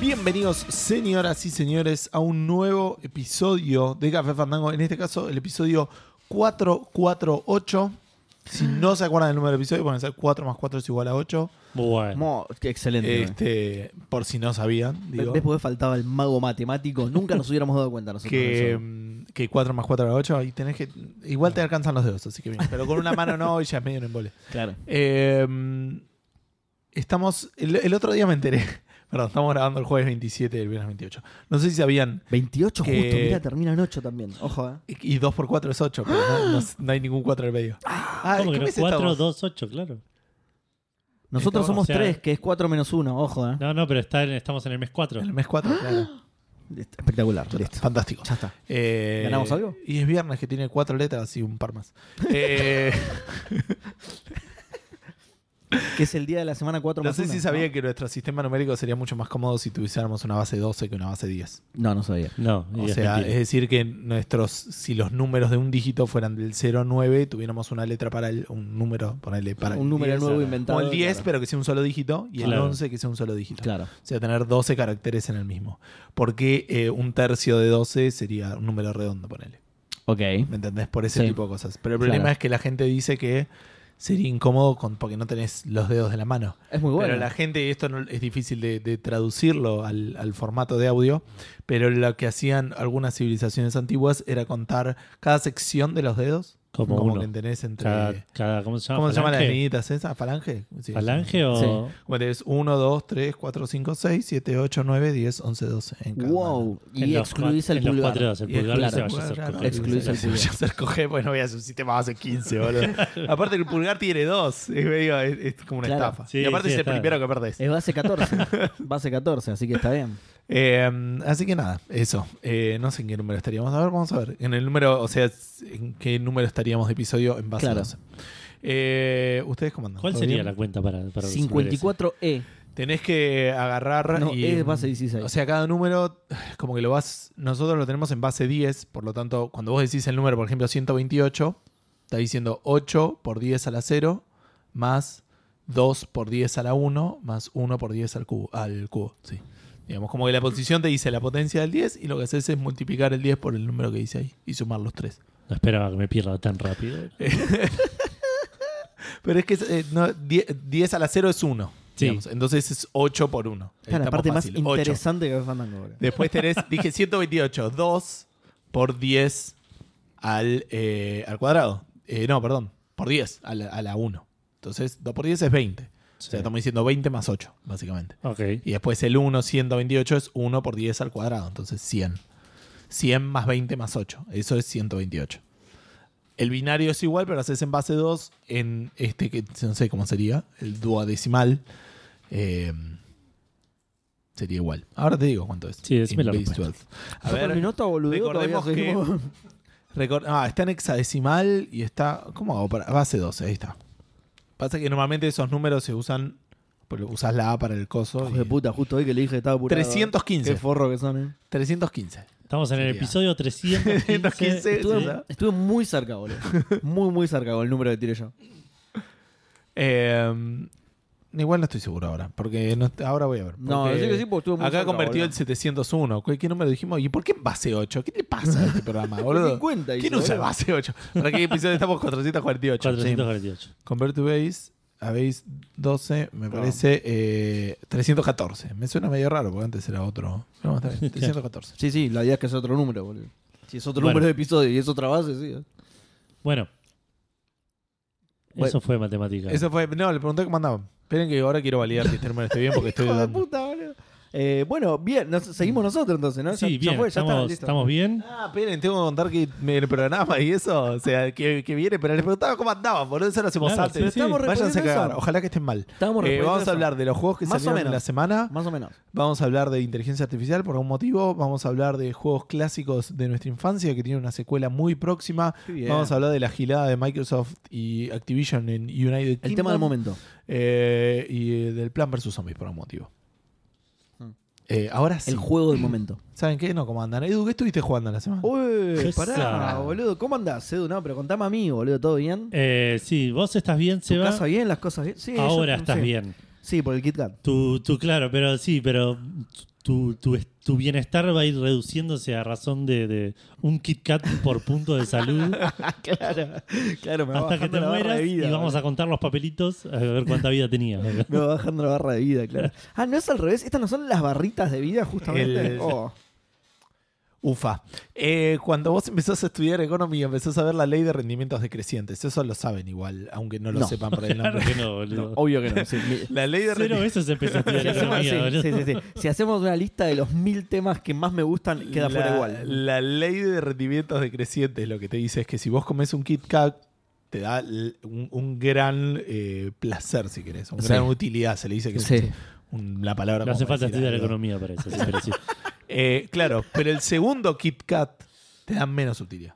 Bienvenidos, señoras y señores, a un nuevo episodio de Café Fandango. En este caso, el episodio 448. Si no se acuerdan del número del episodio, pueden ser 4 más 4 es igual a 8. Bueno. Mo- qué excelente. Este, por si no sabían, Ve- digo. ¿Ves por qué faltaba el mago matemático? Nunca nos hubiéramos dado cuenta nosotros. de Que, eso. mm, que 4 más 4 era 8. Y tenés que. Igual te alcanzan los dedos, así que bien. Pero con una mano no, y ya es medio un embole. Claro. Eh, estamos. El, el otro día me enteré. Perdón, estamos grabando el jueves 27 y el viernes 28. No sé si sabían. 28 Que- justo, mira, termina en 8 también. Ojo, eh. Y 2 por 4 es 8, pero no, no- no hay ningún 4 en el medio. Ah, ¿Cómo que no? mes 4, estamos? 2, 8, claro. Nosotros Estamos- somos o sea- 3, que es 4 menos 1, ojo, eh. No, no, pero está en- estamos en el mes 4. El mes 4, claro. Listo, Espectacular, listo. Fantástico. Ya está. Eh, ¿Ganamos algo? Y es viernes que tiene 4 letras y un par más. Eh, Que es el día de la semana 4 no más sé uno, si sabía que nuestro sistema numérico sería mucho más cómodo si tuviésemos una base 12 que una base 10. No, no sabía. No, y O es sea, mentira. es decir, que nuestros, si los números de un dígito fueran del 0 al 9, tuviéramos una letra para el, un número, ponele para Un número el 10, nuevo claro. inventado. O el 10, claro. pero que sea un solo dígito, y el Claro. 11 que sea un solo dígito. Claro. O sea, tener 12 caracteres en el mismo. Porque eh, un tercio de 12 sería un número redondo, ponele. Ok. ¿Me entendés? Por ese Sí. tipo de cosas. Pero el problema Claro. es que la gente dice que sería incómodo con, porque no tenés los dedos de la mano. Es muy bueno. Pero la gente, y esto no, es difícil de, de traducirlo al, al formato de audio, pero lo que hacían algunas civilizaciones antiguas era contar cada sección de los dedos. Como uno. que tenés entre... Cada, cada- ¿Cómo se llama? ¿Cómo se llaman las ¿Falange? niñitas esas? ¿Falange? Sí, ¿Falange o...? Sí. Como tenés 1, 2, 3, 4, 5, 6, 7, 8, 9, 10, 11, 12 en cada mano. Wow. en Y los excluís cuatro- el en los pulgar. cuatro dedos, el Y pulgar claro, se vaya a pulgar, hacer claro, coger. excluís se el vaya a pulgar. hacer coger, pues no voy a hacer un sistema base 15, boludo. aparte el pulgar tiene dos, es, medio- es- es como una Claro. Eh. estafa. Sí, y aparte sí, es el está. primero que perdés. Es base 14. base 14, así que está bien. Eh, así que nada, eso. Eh, no sé en qué número estaríamos. A ver, vamos a ver. En el número, o sea, en qué número estaríamos de episodio en base Claro. a 12. Eh, ¿Ustedes cómo andan? ¿Cuál ¿Todo sería bien? la cuenta para, para resolver 54E. Tenés que agarrar No, y... es base 16. O sea, cada número, como que lo vas... Nosotros lo tenemos en base 10, por lo tanto, cuando vos decís el número, por ejemplo, 128, está diciendo 8 por 10 a la 0, más 2 por 10 a la 1, más 1 por 10 al cubo. Al cubo sí. Digamos, como que la posición te dice la potencia del 10 y lo que haces es multiplicar el 10 por el número que dice ahí y sumar los 3. eso? No esperaba que me pierda tan rápido. Pero es que eh, no, 10, 10 a la 0 es 1. Sí. digamos. Entonces es 8 por 1. Está la parte más interesante. interesante que me Fandango. boludo. Después tenés, dije 128, 2 por 10 al, eh, al cuadrado. Eh, no, perdón, por 10 a la, a la 1. Entonces, 2 por 10 es 20. O sea, estamos diciendo 20 más 8, básicamente. Ok. Y después el 1, 128 es 1 por 10 al cuadrado, entonces 100. 100 más 20 más 8, eso es 128. El binario es igual, pero haces en base 2 en este que no sé cómo sería, el duodecimal. eh, sería igual. Ahora te digo cuánto es. Sí, decime In la base respuesta. 12. A ver, minuto, boludo, recordemos que- recor- ah, está en hexadecimal y está. ¿Cómo hago? Para, base 12, ahí está. Pasa que normalmente esos números se usan. pues, Usás la A para el coso. Hijo de y- puta, justo hoy que le dije que estaba apurado. 315. Qué forro que son, eh. 315. Estamos en el Sería. episodio 315. 315. Estuve, Sí. estuve muy cerca, boludo. Muy, muy cerca con el número que tiré yo. Eh, igual no estoy seguro ahora, porque no- ahora voy a ver. No, porque yo que sí, porque estuve muy Acá cerca, convertido boludo. el 701. ¿Qué, qué número dijimos? ¿Y por qué en base 8? ¿Qué te pasa a este programa, boludo? 50 hizo, ¿Quién usa boludo. base 8? ¿Para qué episodio estamos? 448. 448. Sí. Convert to base, a base 12, me parece eh, 314. Me suena medio raro, porque antes era otro. No, está bien, 314. Sí, sí, la idea es que es otro número, boludo. Si es otro Bueno. número de episodio y es otra base, sí. eh. Bueno. Bueno. Eso fue matemática. Eso fue. No, le pregunté cómo andaban. Esperen que ahora quiero validar que este número esté bien porque estoy Hijo de dudando. puta, boludo. Eh, bueno, bien, nos- seguimos nosotros entonces, ¿no? sí, ya, bien. ya fue, ya estamos, está, listo. estamos bien. Ah, esperen, tengo que contar que me- el programa y eso, o sea, que, que viene, pero les preguntaba cómo andaban, por eso lo hacemos Claro, antes. pero estamos Váyanse a respondiendo cagar, eso. ojalá que estén mal. Estamos Eh, respondiendo vamos a eso. hablar de los juegos que Más o salieron en menos. la semana, Más o menos. vamos a hablar de inteligencia artificial por algún motivo, vamos a hablar de juegos clásicos de nuestra infancia que tiene una secuela muy próxima, Qué bien. vamos a hablar de la gilada de Microsoft y Activision en United Kingdom. El tema del momento. eh, y eh, del plan versus zombies por algún motivo. Hmm. Eh, ahora sí. El juego del momento. ¿Saben qué? No, ¿cómo andan? Edu, ¿qué estuviste jugando la semana? Uy, Qué pará, zarado. boludo. ¿Cómo andás, Edu? No, pero contame a mí, boludo. ¿Todo bien? Eh, sí, vos estás bien, ¿Tu Seba. casa bien? ¿Las cosas bien? Sí, Ahora yo- estás sí. bien. Sí, por el Kit Kat. Tu, tu- claro, pero sí, pero tu, tu, tu bienestar va a ir reduciéndose a razón de, de un Kit Kat por punto de salud claro, claro, me va hasta que bajando te la barra mueras de vida. ¿eh? y vamos a contar los papelitos a ver cuánta vida tenías. Me va bajando la barra de vida, claro. Ah, no es al revés. Estas no son las barritas de vida, justamente. El- Oh. Ufa. Eh, cuando vos empezás a estudiar economía, empezás a ver la ley de rendimientos decrecientes. Eso lo saben igual, aunque no lo No, sepan por el Claro nombre. que no, boludo. Obvio que no. sí, mi- La ley de Cero rendimientos. veces empecé a estudiar Si hacemos, economía, sí, boludo. sí, sí, sí. Si hacemos una lista de los mil temas que más me gustan, queda fuera igual. La ley de rendimientos decrecientes lo que te dice es que si vos comes un Kit Kat, te da l- un, un gran eh, placer, si querés, una Sí. gran utilidad. Se le dice que es Sí. un- la palabra. No hace como falta para estudiar decir algo. economía para eso, sí, pero sí. Eh, claro, pero el segundo Kit Kat te da menos utilidad.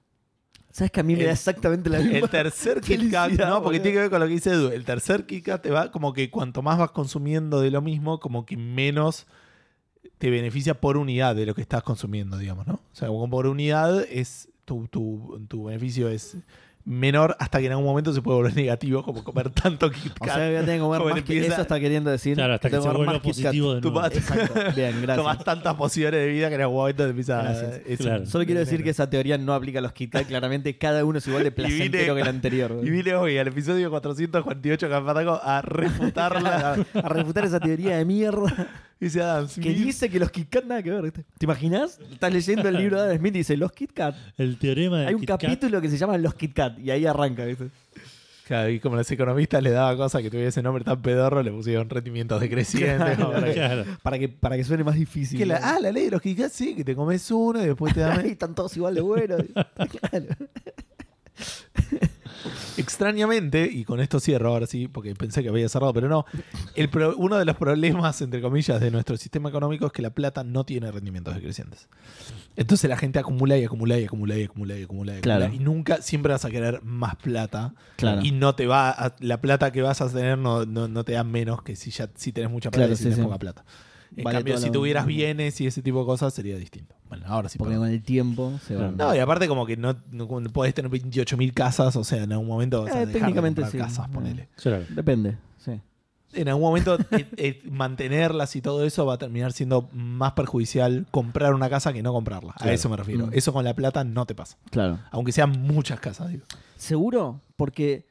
¿Sabes que a mí me El- da exactamente la misma? El tercer Kit Felicidad, Kat, no, porque boludo. tiene que ver con lo que dice Edu. El tercer Kit Kat te va como que cuanto más vas consumiendo de lo mismo, como que menos te beneficia por unidad de lo que estás consumiendo, digamos, ¿no? O sea, como por unidad es tu, tu- tu beneficio es menor hasta que en algún momento se puede volver negativo, como comer tanto Kit O Kat. sea, voy a tener que comer Joven, más que empieza- eso está queriendo decir. Claro, hasta que tengo se comer vuelva más Kit Kat. positivo de Tu nuevo. pat- Exacto. Bien, gracias. Tomás tantas posiciones de vida que en algún momento te empieza Gracias. es- Claro. Solo quiero decir que esa teoría no aplica a los Kit Kat. Claramente, cada uno es igual de vine- placentero que el anterior. Y vine hoy al episodio 448 de Campanaco a refutarla. a, a refutar esa teoría de mierda dice Adam que Smith. dice que los Kit Kat nada que ver. ¿viste? ¿Te imaginas? Estás leyendo el libro de Adam Smith y dice los Kit Kat. El teorema de Hay un Kit Kat. capítulo que se llama Los Kit Kat y ahí arranca. ¿viste? Claro, y como los economistas les daba cosa que tuviese nombre tan pedorro, le pusieron rendimientos decrecientes. como para que- Claro. Para que, para que suene más difícil. Que la- ¿no? ah, la ley de los Kikats, sí, que te comes uno y después te Ay, dan. están todos igual de buenos. Claro. Extrañamente, y con esto cierro ahora sí, porque pensé que había cerrado, pero no. El pro- uno de los problemas, entre comillas, de nuestro sistema económico es que la plata no tiene rendimientos decrecientes. Entonces la gente acumula y acumula y acumula y acumula y acumula. Y, Claro. acumula, y nunca, siempre vas a querer más plata. Claro. Y no te va, a- la plata que vas a tener no, no- no te da menos que si ya si tenés mucha plata Claro, y si sí, tenés sí. poca plata. En Vale cambio, toda si la- tuvieras bienes y ese tipo de cosas sería distinto. Bueno, ahora sí. Porque perdón. con el tiempo se van. No, y aparte como que no, no- como podés tener 28.000 casas, o sea, en algún momento vas a Eh, dejar de técnicamente comprar sí. casas, Eh. ponele. Claro. Depende. Sí. En algún momento eh, eh, mantenerlas y todo eso va a terminar siendo más perjudicial comprar una casa que no comprarla. A Claro. eso me refiero. Mm. Eso con la plata no te pasa. Claro. Aunque sean muchas casas, digo. Seguro, porque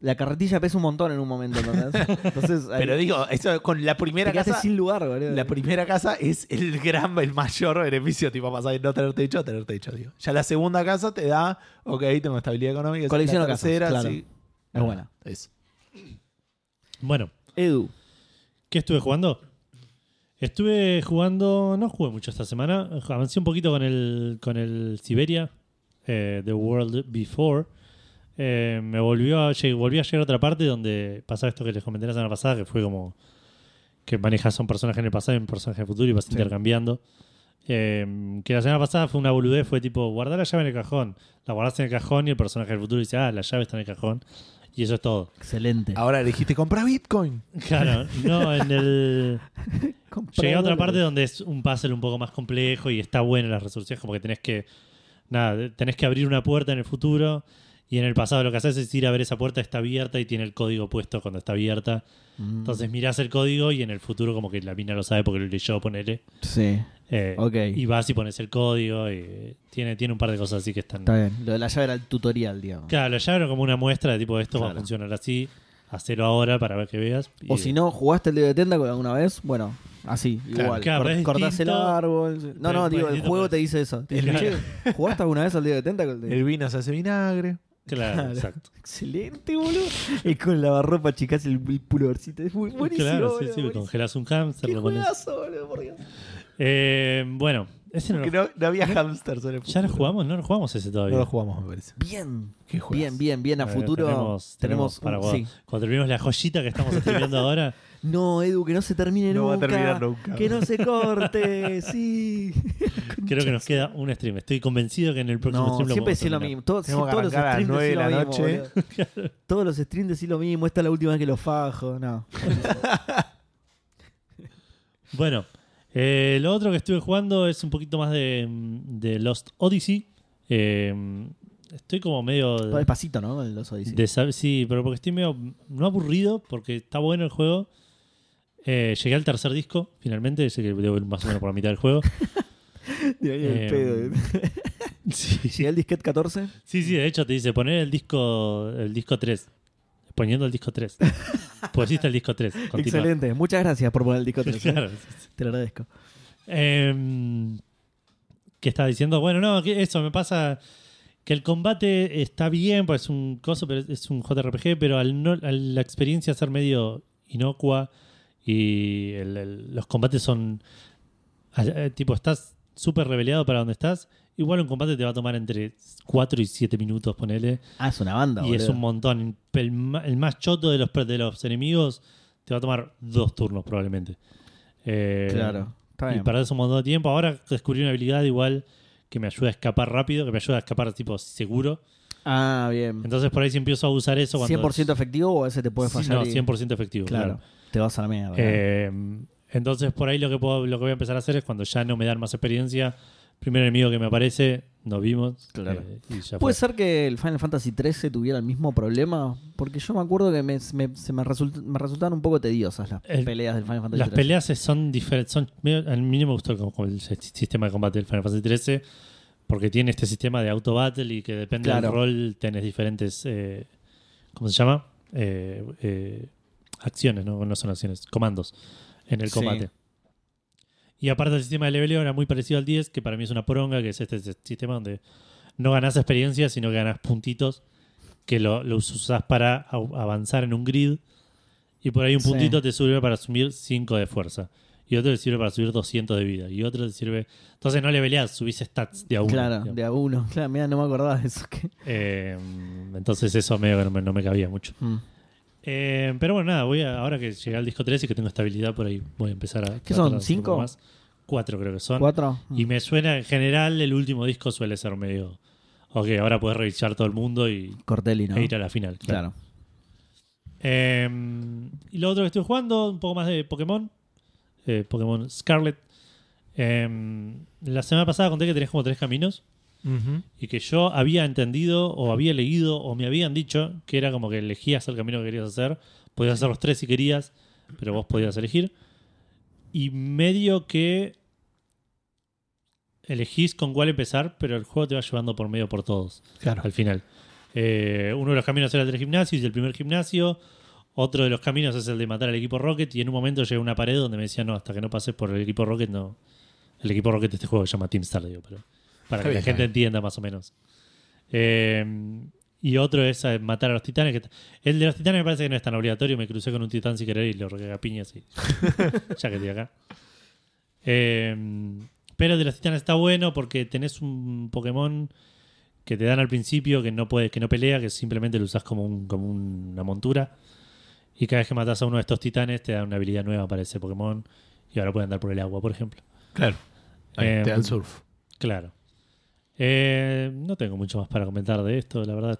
la carretilla pesa un montón en un momento. ¿entendés? Entonces, ahí Pero digo, eso con la te primera quedaste casa... sin lugar, boludo. La primera casa es el gran, el mayor beneficio, tipo pasar de no tener techo a tener techo, digo. Ya la segunda casa te da, ok, tengo estabilidad económica. la Colecciono casas, tercera, claro. sí. Es buena. Eso. Bueno, Edu. ¿qué estuve jugando? Estuve jugando, no jugué mucho esta semana, avancé un poquito con el, con el Siberia, eh, The World Before. Eh, me volvió a, lleg- volví a llegar a otra parte donde pasaba esto que les comenté la semana pasada, que fue como que manejas a un personaje en el pasado y un personaje en el futuro y vas intercambiando. Eh, que la semana pasada fue una boludez, fue tipo, guardar la llave en el cajón. La guardaste en el cajón y el personaje del futuro dice, ah, la llave está en el cajón. Y eso es todo. Excelente. Ahora le dijiste, compra Bitcoin. Claro, no, en el... Llegué a otra parte donde es un puzzle un poco más complejo y está bueno las resoluciones, como que tenés que. Nada, tenés que abrir una puerta en el futuro y en el pasado lo que haces es ir a ver esa puerta, está abierta y tiene el código puesto cuando está abierta. Mm, Entonces mirás el código y en el futuro, como que la mina lo sabe porque lo leyó, ponele. Sí, Eh, Ok. Y vas y pones el código y tiene, tiene un par de cosas así que están. está bien. Lo de la llave era el tutorial, digamos. Claro, ya era como una muestra de tipo, esto va a Claro. funcionar así, hacelo ahora para ver que veas. O Y- si no, jugaste el dedo de Tentacle alguna vez, bueno, así, Claro, igual. claro, Cor- pero es cortás el distinto. árbol. sí. No, Pero no, es digo, el distinto, juego pero- te dice eso. Te dice, Claro. "Che, ¿jugaste alguna vez al dedo de Tentacle? El vino se hace vinagre. Claro, exacto. Excelente, boludo. Y con lavarropa, chicas, el, el pulgarcito. Es muy buenísimo. Claro, sí, boludo, sí, buenísimo. congelas un hámster, Qué lo pones. juegazo, boludo, por Dios. Eh, bueno, ese no lo- Que no, no había hamsters en el ¿Ya lo futuro. jugamos? No lo jugamos ese todavía. No lo jugamos, me parece. Bien. Qué juegas. Bien, bien, bien. A Eh, futuro tenemos, tenemos para un- cuando, sí. cuando terminemos la joyita que estamos escribiendo ahora. No, Edu, que no se termine No va nunca. a terminar nunca. Que no se corte, sí. Creo que nos queda un stream. Estoy convencido que en el próximo No, stream lo siempre podemos decís lo terminar. mismo. Todos, Tenemos que todos los arrancar a las streams decís lo 9 de la mismo, noche. boludo. todos los streams decís lo mismo. Esta es la última vez que lo fajo. No. Bueno, eh, lo otro que estuve jugando es un poquito más de, de Lost Odyssey. Eh, estoy como medio. Todo despacito, ¿no? Con Los Odyssey. De sab- sí, pero porque estoy medio. No aburrido, porque está bueno el juego. Eh, llegué al tercer disco, finalmente, sé que debo ir más o menos por la mitad del juego. De ahí el Eh, pedo. Sí, Llegué al disquete 14. sí, sí, de hecho te dice poner el disco el disco 3. Poniendo el disco 3. Pusiste el disco 3. Continúa. Excelente. Muchas gracias por poner el disco 13. Claro. Te lo agradezco. Em, que está diciendo, bueno, no, que eso me pasa que el combate está bien, pues es un coso, pero es- es un JRPG, pero al no, a la experiencia ser medio inocua y el- el- los combates son a- eh, tipo estás súper reveleado para donde estás, igual un combate te va a tomar entre 4 y 7 minutos, ponele, Ah, es una banda, y es boludo. un montón. El, ma- el más choto de los de los enemigos te va a tomar dos turnos probablemente. Eh, Claro. Está y bien. perdés un montón de tiempo. Ahora descubrí una habilidad igual que me ayuda a escapar rápido, que me ayuda a escapar tipo seguro. Ah, bien. Entonces por ahí si empiezo a usar eso cuando... 100% efectivo o ese te puede Sí, fallar. No, y- 100% efectivo. Claro. Claro. Te vas a la mierda. Eh, entonces por ahí lo que, puedo, lo que voy a empezar a hacer es cuando ya no me dan más experiencia, primer enemigo que me aparece, nos vimos. Claro. eh, y ya ¿Puede fue. ser que el Final Fantasy XIII tuviera el mismo problema? Porque yo me acuerdo que me, me- se me, result- me resultaron un poco tediosas las El- peleas del Final Fantasy Las XIII. peleas son diferentes. Son, medio- a mí no me gustó como- como el, si- sistema de combate del Final Fantasy XIII porque tiene este sistema de auto battle y que depende Claro. del rol tenés diferentes. eh, ¿Cómo se llama? Eh, eh, acciones, ¿no? No son acciones, comandos en el Sí. combate. Y aparte el sistema de leveleo era muy parecido al 10, que para mí es una poronga, que es este, este sistema donde no ganás experiencia, sino que ganás puntitos que lo- los usás para au- avanzar en un grid. Y por ahí un Sí. puntito te sirve para subir 5 de fuerza. Y otro te sirve para subir 200 de vida. Y otro te sirve... Entonces no leveleás, subís stats de a uno. Claro, digamos. de a uno. Claro, mira, no me acordaba de eso. que- Eh, entonces eso medio que no me, no me cabía mucho. Mm. Eh, pero bueno, nada, voy a, ahora que llegué al disco 3 y que tengo estabilidad por ahí, voy a empezar a... ¿Qué tratar son, de hacer un cinco? poco Más. Cuatro creo que son. ¿Cuatro? Mm. Y me suena, en general, el último disco suele ser medio... Ok, ahora puedes revisar todo el mundo y Cortelli, ¿no? e ir a la final. claro. Claro. Eh, y lo otro que estoy jugando, un poco más de Pokémon. eh, Pokémon Scarlet. Eh, la semana pasada conté que tenés como tres caminos. Ujú. Y que yo había entendido, o había leído, o me habían dicho que era como que elegías el camino que querías hacer. Podías hacer los tres si querías, pero vos podías elegir. Y medio que elegís con cuál empezar, pero el juego te va llevando por medio por todos Claro. al final. Eh, uno de los caminos era el del gimnasio, y el primer gimnasio. Otro de los caminos es el de matar al equipo Rocket. Y en un momento llegué a una pared donde me decían, no, hasta que no pases por el equipo Rocket, no. El equipo Rocket de este juego se llama Team Star, digo, pero Está para que la bien, gente está bien. entienda más o menos. Eh, y otro es eh, matar a los titanes. que t- el de los titanes me parece que no es tan obligatorio. Me crucé con un titán sin querer y lo regué a piñas y ya que estoy acá. Eh, pero el de los titanes está bueno porque tenés un Pokémon que te dan al principio que no puede, que no pelea, que simplemente lo usás como, un- como un- una montura. Y cada vez que matas a uno de estos titanes te dan una habilidad nueva para ese Pokémon. Y ahora puede andar por el agua, por ejemplo. Claro. Ahí, Eh, te da el surf. Claro. Eh, no tengo mucho más para comentar de esto, la verdad.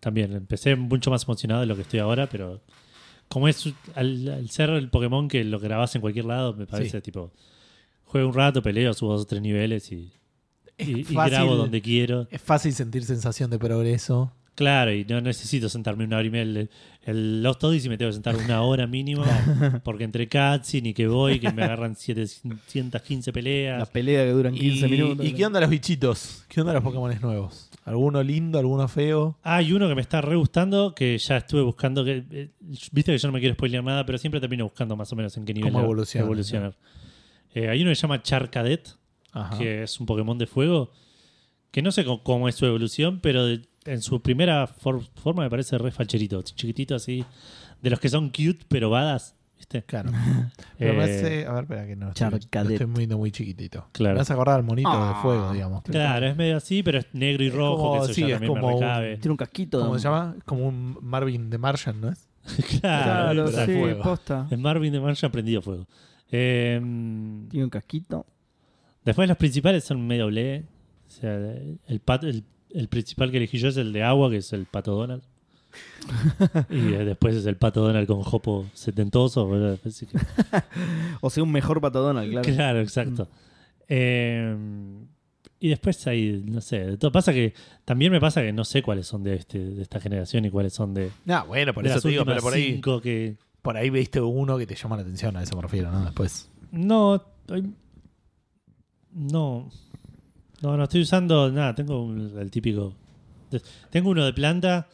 También empecé mucho más emocionado de lo que estoy ahora, pero como es al, al ser el Pokémon que lo grabás en cualquier lado, me parece tipo, juego un rato, peleo, subo dos o tres niveles y, y- y fácil. grabo donde quiero. Es fácil sentir sensación de progreso. Claro, y no necesito sentarme una hora y media. El, el Lost Odyssey me tengo que sentar una hora mínimo, porque entre cutscene y que voy, que me agarran 715 peleas. La pelea que duran 15 y, minutos. ¿Y qué onda los bichitos? ¿Qué onda los Pokémon nuevos? ¿Alguno lindo, alguno feo? Hay uno que me está re gustando, que ya estuve buscando, que eh, viste que yo no me quiero spoilear nada, pero siempre termino buscando más o menos en qué nivel Cómo va- evoluciona, evolucionar. Eh, hay uno que se llama Charcadet, Ajá. que es un Pokémon de fuego, que no sé cómo, cómo es su evolución, pero de- en su primera for- forma me parece re facherito, chiquitito así, de los que son cute pero badas, ¿viste? Claro. Pero me Eh, hace. A ver, espera, que no. Estoy, Charcadet. lo estoy moviendo muy chiquitito. Claro. Me hace acordar al monito Ah. de fuego, digamos. Claro, es medio así, pero es negro y Es rojo, como- que eso sí, ya es también me como un- recabe. Tiene un casquito. ¿Cómo ¿no? se llama? Como un Marvin de Martian, ¿no es? Claro, Ah, Claro, pero sí, al fuego. posta. es Marvin de Marcha prendido fuego. Eh, Tiene un casquito. Después los principales son medio ble. O sea, el, pat- el, el principal que elegí yo es el de agua, que es el Pato Donald. y eh, después es el Pato Donald con Jopo setentoso. boludo. Así que- O sea, un mejor pato Donald, claro. claro. exacto. Eh, y después hay, no sé, de todo. Pasa que también me pasa que no sé cuáles son de, este, de esta generación y cuáles son de, No, bueno, por de eso las te digo, últimas pero por ahí. cinco que... por ahí viste uno que te llama la atención, a eso me refiero, ¿no? Después. No, hay- no. No, no estoy usando nada. Tengo un- el típico. de- Tengo uno de planta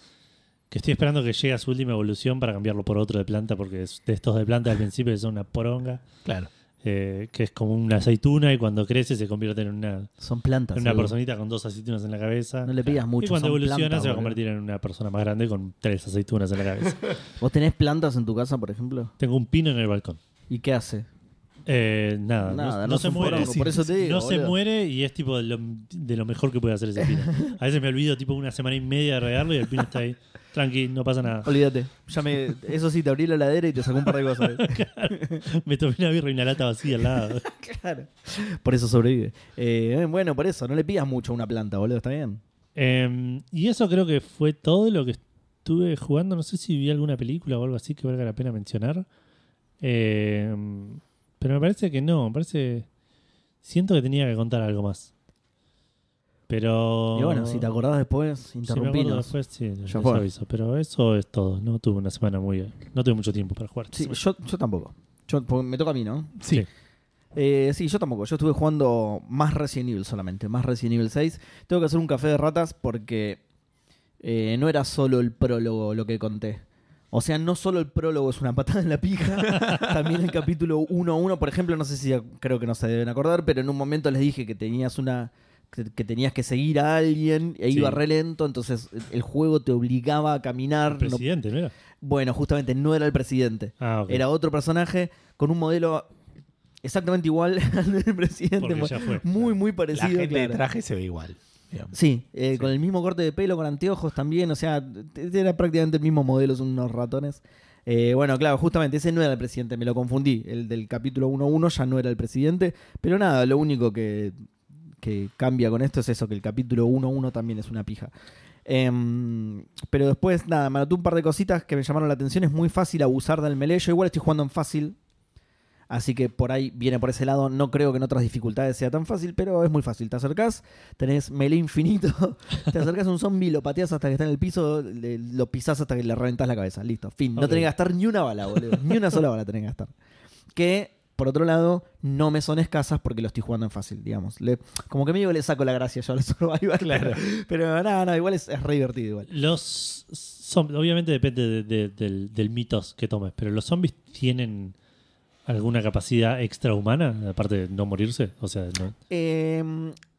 que estoy esperando que llegue a su última evolución para cambiarlo por otro de planta, porque es de estos de planta al principio que son una poronga, Claro. eh, que es como una aceituna y cuando crece se convierte en una, Son plantas. en una Edu. personita con dos aceitunas en la cabeza. No le pidas mucho. y cuando son evoluciona plantas, se va a boludo. convertir en una persona más grande con tres aceitunas en la cabeza. ¿Vos tenés plantas en tu casa, por ejemplo? Tengo un pino en el balcón. ¿Y qué hace? Eh, nada, Nada, no, Ah, no no se son muere. porongo, por eso te digo, no se boludo. muere y es tipo de lo, de lo mejor que puede hacer ese pino. A veces me olvido tipo una semana y media de regarlo y el pino está ahí. Tranqui, no pasa nada. Olvídate. Ya me... Eso sí, te abrí la heladera y te sacó un par de cosas. Me tomé una birra y una lata vacía al lado. claro. Por eso sobrevive. Eh, bueno, por eso. No le pidas mucho a una planta, boludo. ¿Está bien? Em, y eso creo que fue todo lo que estuve jugando. No sé si vi alguna película o algo así que valga la pena mencionar. Em, pero me parece que no, me parece... Siento que tenía que contar algo más. Pero... Y bueno, si te acordás después, Oh. Si me acuerdo interrumpinos. después, sí, les fue. aviso. Pero eso es todo. No tuve una semana muy. No tuve mucho tiempo para jugar. Sí, yo, yo tampoco. Yo, porque me toca a mí, ¿no? Sí. Sí. Eh, sí, yo tampoco. Yo estuve jugando más Resident Evil solamente, más Resident Evil 6. Tengo que hacer un café de ratas porque eh, no era solo el prólogo lo que conté. O sea, no solo el prólogo es una patada en la pija, también el capítulo 1-1, por ejemplo, no sé si creo que no se deben acordar, pero en un momento les dije que tenías una que que tenías que seguir a alguien e Sí. iba re lento, entonces el juego te obligaba a caminar. El no- presidente, ¿no era? bueno, justamente no era el presidente. Ah, ok. Era otro personaje con un modelo exactamente igual al del presidente. Porque ya fue. Muy, muy parecido. la gente claro. de traje se ve igual. digamos. Sí, eh, con el mismo corte de pelo, con anteojos también. O sea, t- era prácticamente el mismo modelo, son unos ratones. Eh, bueno, claro, justamente ese no era el presidente, me lo confundí. El del capítulo 1.1 ya no era el presidente. Pero nada, lo único que, que cambia con esto es eso, que el capítulo 1.1 también es una pija. Em, pero después, nada, me anoté un par de cositas que me llamaron la atención. Es muy fácil abusar del melee. Yo igual estoy jugando en fácil. Así que por ahí viene por ese lado. No creo que en otras dificultades sea tan fácil, pero es muy fácil. Te acercás, tenés melee infinito, te acercás a un zombie, lo pateas hasta que está en el piso, le- lo pisás hasta que le reventás la cabeza. Listo, fin. No Ok. tenés que gastar ni una bala, boludo. Ni una sola bala tenés que gastar. Que, por otro lado, no me son escasas porque lo estoy jugando en fácil, digamos. Le- como que medio le saco la gracia yo al survival. Claro. Pero nada, nada, igual es, es re divertido igual. Los. zom- obviamente depende de- de- del, del mitos que tomes. Pero los zombies tienen alguna capacidad extrahumana, aparte de no morirse. O sea, no. Eh,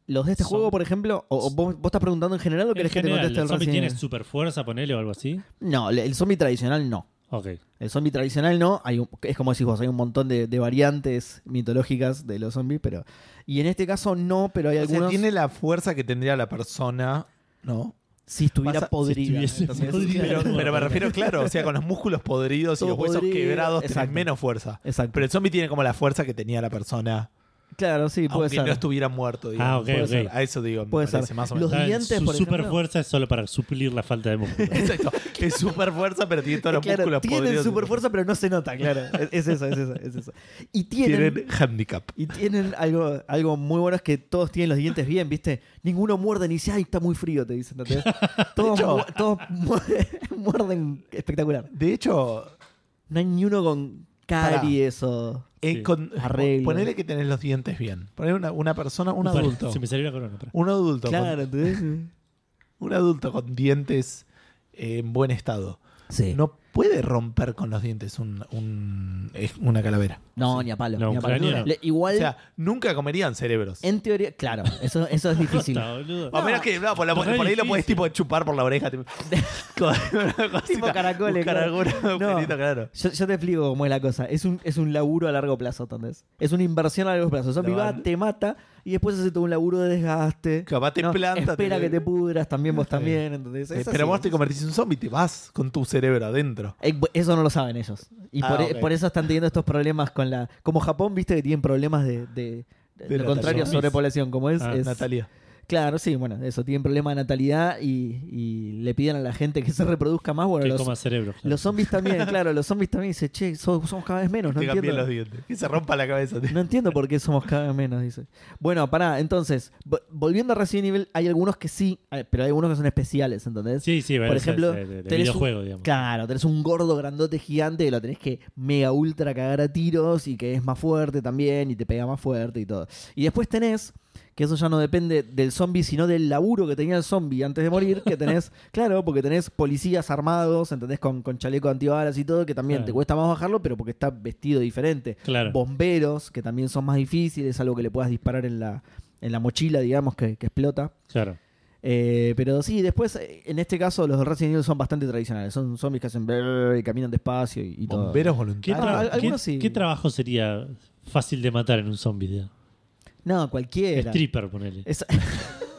los de este Son- juego, por ejemplo, o, o vos, vos estás preguntando en general o En querés que general, te conteste el ¿los zombies Resident tienen Evil? super fuerza, ponele o algo así? No, le- el zombie tradicional no. Ok. El zombie tradicional no, hay un- es como decís vos, hay un montón de, de variantes mitológicas de los zombies, pero... Y en este caso no, pero hay O sea, algunos... tiene la fuerza que tendría la persona, ¿no? Si estuviera pasa- si podrida. estuviese ¿entendés? podrida. Pero, pero me refiero, claro, o sea, con los músculos podridos Todo y los huesos podrido, quebrados exacto. tenés menos fuerza. Exacto. Pero el zombie tiene como la fuerza que tenía la persona, claro, sí, puede aunque ser. no estuviera muerto. digamos. Ah, ok, Puede ok. ser. A eso digo, me Puede parece ser. más o Los menos. Ah, dientes, su por ejemplo. super fuerza es solo para suplir la falta de músculo. Exacto. Es super fuerza, pero tiene todos los Claro, músculos tienen podridos. super fuerza, pero no se nota, claro. Es, es eso, es eso, es eso. Y tienen... Tienen handicap. Y tienen algo, algo muy bueno, es que todos tienen los dientes bien, ¿viste? Ninguno muerde ni dice, ay, está muy frío, te dicen. ¿entendés? Todos, mu- todos mu- muerden espectacular. De hecho, No hay ni uno con caries o... eh, Sí. con- Arreglo. ponele que tenés los dientes bien. Ponele una, una persona, un Para- adulto. Se me salió la corona. pará. Un adulto. con- Claro, ¿entendés? un adulto con dientes eh, en buen estado. Sí. No, No puede romper con los dientes un- un- eh, una calavera. ni a palo. No, ni a palo. ucraniano. Le- O igual, sea, nunca comerían cerebros. en teoría, claro, eso, eso es difícil. Posta, boludo. A menos que no, por, la- Re por ahí lo difícil. podés tipo chupar por la oreja. Tipo, con una cosita, Tipo caracoles, un caracol, claro. un No. perito, claro. Yo, yo te explico cómo es la cosa. Es un, es un laburo a largo plazo, ¿entendés? Es una inversión a largo plazo. O sea, Lo va, van- te mata y después hace todo un laburo de desgaste. Capaz te No, planta, Espera te- que te pudras también, vos también, ¿entendés? Es Eh, Pero así. vos te convertís en un zombie, te vas con tu cerebro adentro. Eh, bu- Eso no lo saben ellos. Y Ah, por, e, ok. por eso están teniendo estos problemas con la. Como Japón, viste que tienen problemas de. de, de- De lo contrario, natalidad. sobrepoblación, como es. Ah, es- Natalia. Claro, sí, bueno, eso, tienen problema de natalidad y, y le piden a la gente que se reproduzca más. Bueno, que los, coma cerebro. claro. los zombies también, claro, los zombies también dicen, che, so- somos cada vez menos, no te cambié los entiendo. dientes. Que se rompa la cabeza. tío. No entiendo por qué somos cada vez menos, dice. Bueno, pará, entonces, vo- volviendo a Resident Evil, hay algunos que sí, eh, pero hay algunos que son especiales, ¿entendés? Sí, sí, bueno, Por es- ejemplo, es de- de tenés un- videojuego, digamos. Claro, tenés un gordo grandote gigante que lo tenés que mega ultra cagar a tiros y que es más fuerte también y te pega más fuerte y todo. Y después tenés, que eso ya no depende del zombie, sino del laburo que tenía el zombie antes de morir, que tenés, claro, porque tenés policías armados, ¿entendés? Con, con chaleco antibalas y todo, que también Claro. te cuesta más bajarlo, pero porque está vestido diferente. Claro. Bomberos, que también son más difíciles, algo que le puedas disparar en la, en la mochila, digamos, que- que explota. Claro. Eh, pero sí, después, eh, en este caso, los de Resident Evil son bastante tradicionales. Son zombies que hacen brrr y caminan despacio y, y todo. Bomberos ¿Qué, voluntarios. Ah, tra- al- qué- algunos sí. qué trabajo sería fácil de matar en un zombie? digamos? No, cualquiera. Stripper, ponele. Es-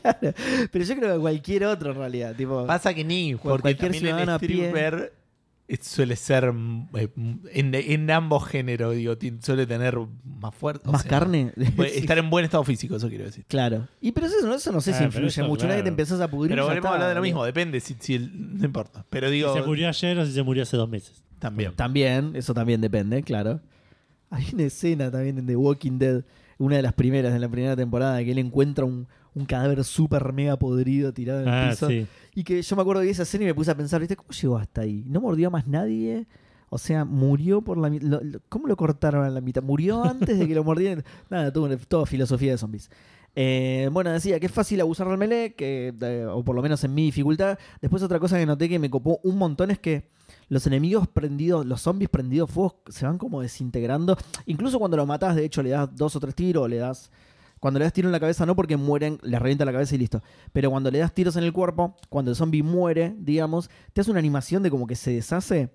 claro. Pero yo creo que cualquier otro, en realidad. Tipo, Pasa que ni, porque cualquier también ciudadano el a pie. stripper eh, suele ser mm, eh, mm, en, en ambos géneros, digo, ti- suele tener más fuerte. o más sea, carne. puede Sí. Estar en buen estado físico, eso quiero decir. Claro. Y pero eso, eso no sé Ah, si pero influye eso, mucho. Una vez que te claro. empezás a pudrir. Pero ya volvemos a está, hablar de lo boludo. mismo, depende, si, si el- no importa. Pero Si digo, se murió ayer o si se murió hace dos meses. también. También, eso también depende, claro. Hay una escena también en The Walking Dead, una de las primeras, en la primera temporada, que él encuentra un, un cadáver súper mega podrido tirado en el Ah, piso. sí. Y que yo me acuerdo de esa escena y me puse a pensar, ¿viste? ¿Cómo llegó hasta ahí? ¿No mordió a más nadie? O sea, murió por la mitad. ¿Cómo lo cortaron a la mitad? ¿Murió antes de que lo mordieran? Nada, tuvo una- toda filosofía de zombies. Eh, bueno, decía que es fácil abusar del melee, que, eh, o por lo menos en mi dificultad. Después otra cosa que noté que me copó un montón es que los enemigos prendidos, los zombies prendidos fuego se van como desintegrando. Incluso cuando lo matas, de hecho, le das dos o tres tiros, o le das. Cuando le das tiro en la cabeza, no porque mueren, le revienta la cabeza y listo. Pero cuando le das tiros en el cuerpo, cuando el zombie muere, digamos, te hace una animación de como que se deshace.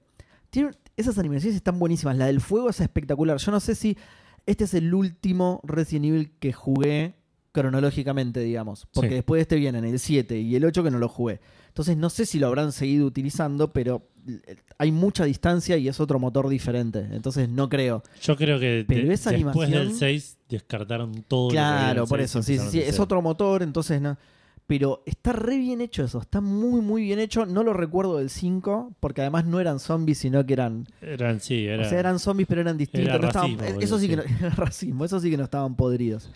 Tiene- esas animaciones están buenísimas. La del fuego es espectacular. Yo no sé si este es el último Resident Evil que jugué cronológicamente, digamos. Porque Sí. después de este vienen el 7 y el 8 que no lo jugué. Entonces no sé si lo habrán seguido utilizando, pero eh, hay mucha distancia y es otro motor diferente. Entonces no creo. Yo creo que Pero de- esa después animación- del 6 descartaron todo. lo que había en Claro, el por 6 y eso. Sí, sí, empezaron sí. de Es cero. otro motor, entonces no. Pero está re bien hecho eso. Está muy, muy bien hecho. No lo recuerdo del 5, porque además no eran zombies, sino que eran. Eran, sí, era- o sea, eran zombies, pero eran distintos. era no estaban- racismo, boludo, eso sí que no, sí. era racismo. Eso sí que no estaban podridos.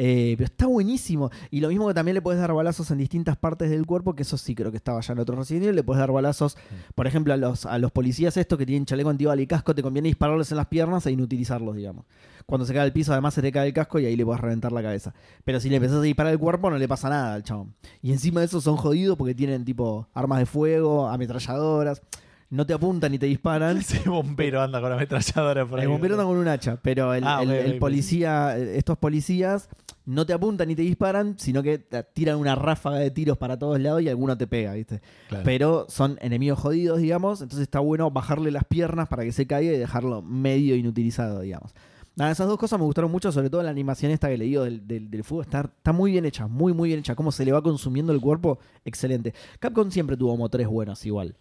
Eh, pero está buenísimo. Y lo mismo que también le puedes dar balazos en distintas partes del cuerpo, que eso sí creo que estaba ya en otro Resident Evil. Le puedes dar balazos, Mm. por ejemplo, a los, a los policías estos que tienen chaleco antibal y casco, te conviene dispararles en las piernas e inutilizarlos, digamos. Cuando se cae al piso, además se te cae el casco y ahí le puedes reventar la cabeza. Pero si le empezás a disparar el cuerpo, no le pasa nada al chabón. Y encima de eso son jodidos porque tienen tipo armas de fuego, ametralladoras. No te apuntan y te disparan. Ese bombero anda con la ametralladora por ahí. El bombero anda con un hacha, pero el, Ah, el- ok, el ok. policía, estos policías no te apuntan ni te disparan, sino que te tiran una ráfaga de tiros para todos lados y alguno te pega, ¿viste? Claro. Pero son enemigos jodidos, digamos, entonces está bueno bajarle las piernas para que se caiga y dejarlo medio inutilizado, digamos. Nada, esas dos cosas me gustaron mucho, sobre todo la animación esta que le digo del, del, del fuego, está, está muy bien hecha, muy muy bien hecha, cómo se le va consumiendo el cuerpo, excelente. Capcom siempre tuvo motores buenos igual.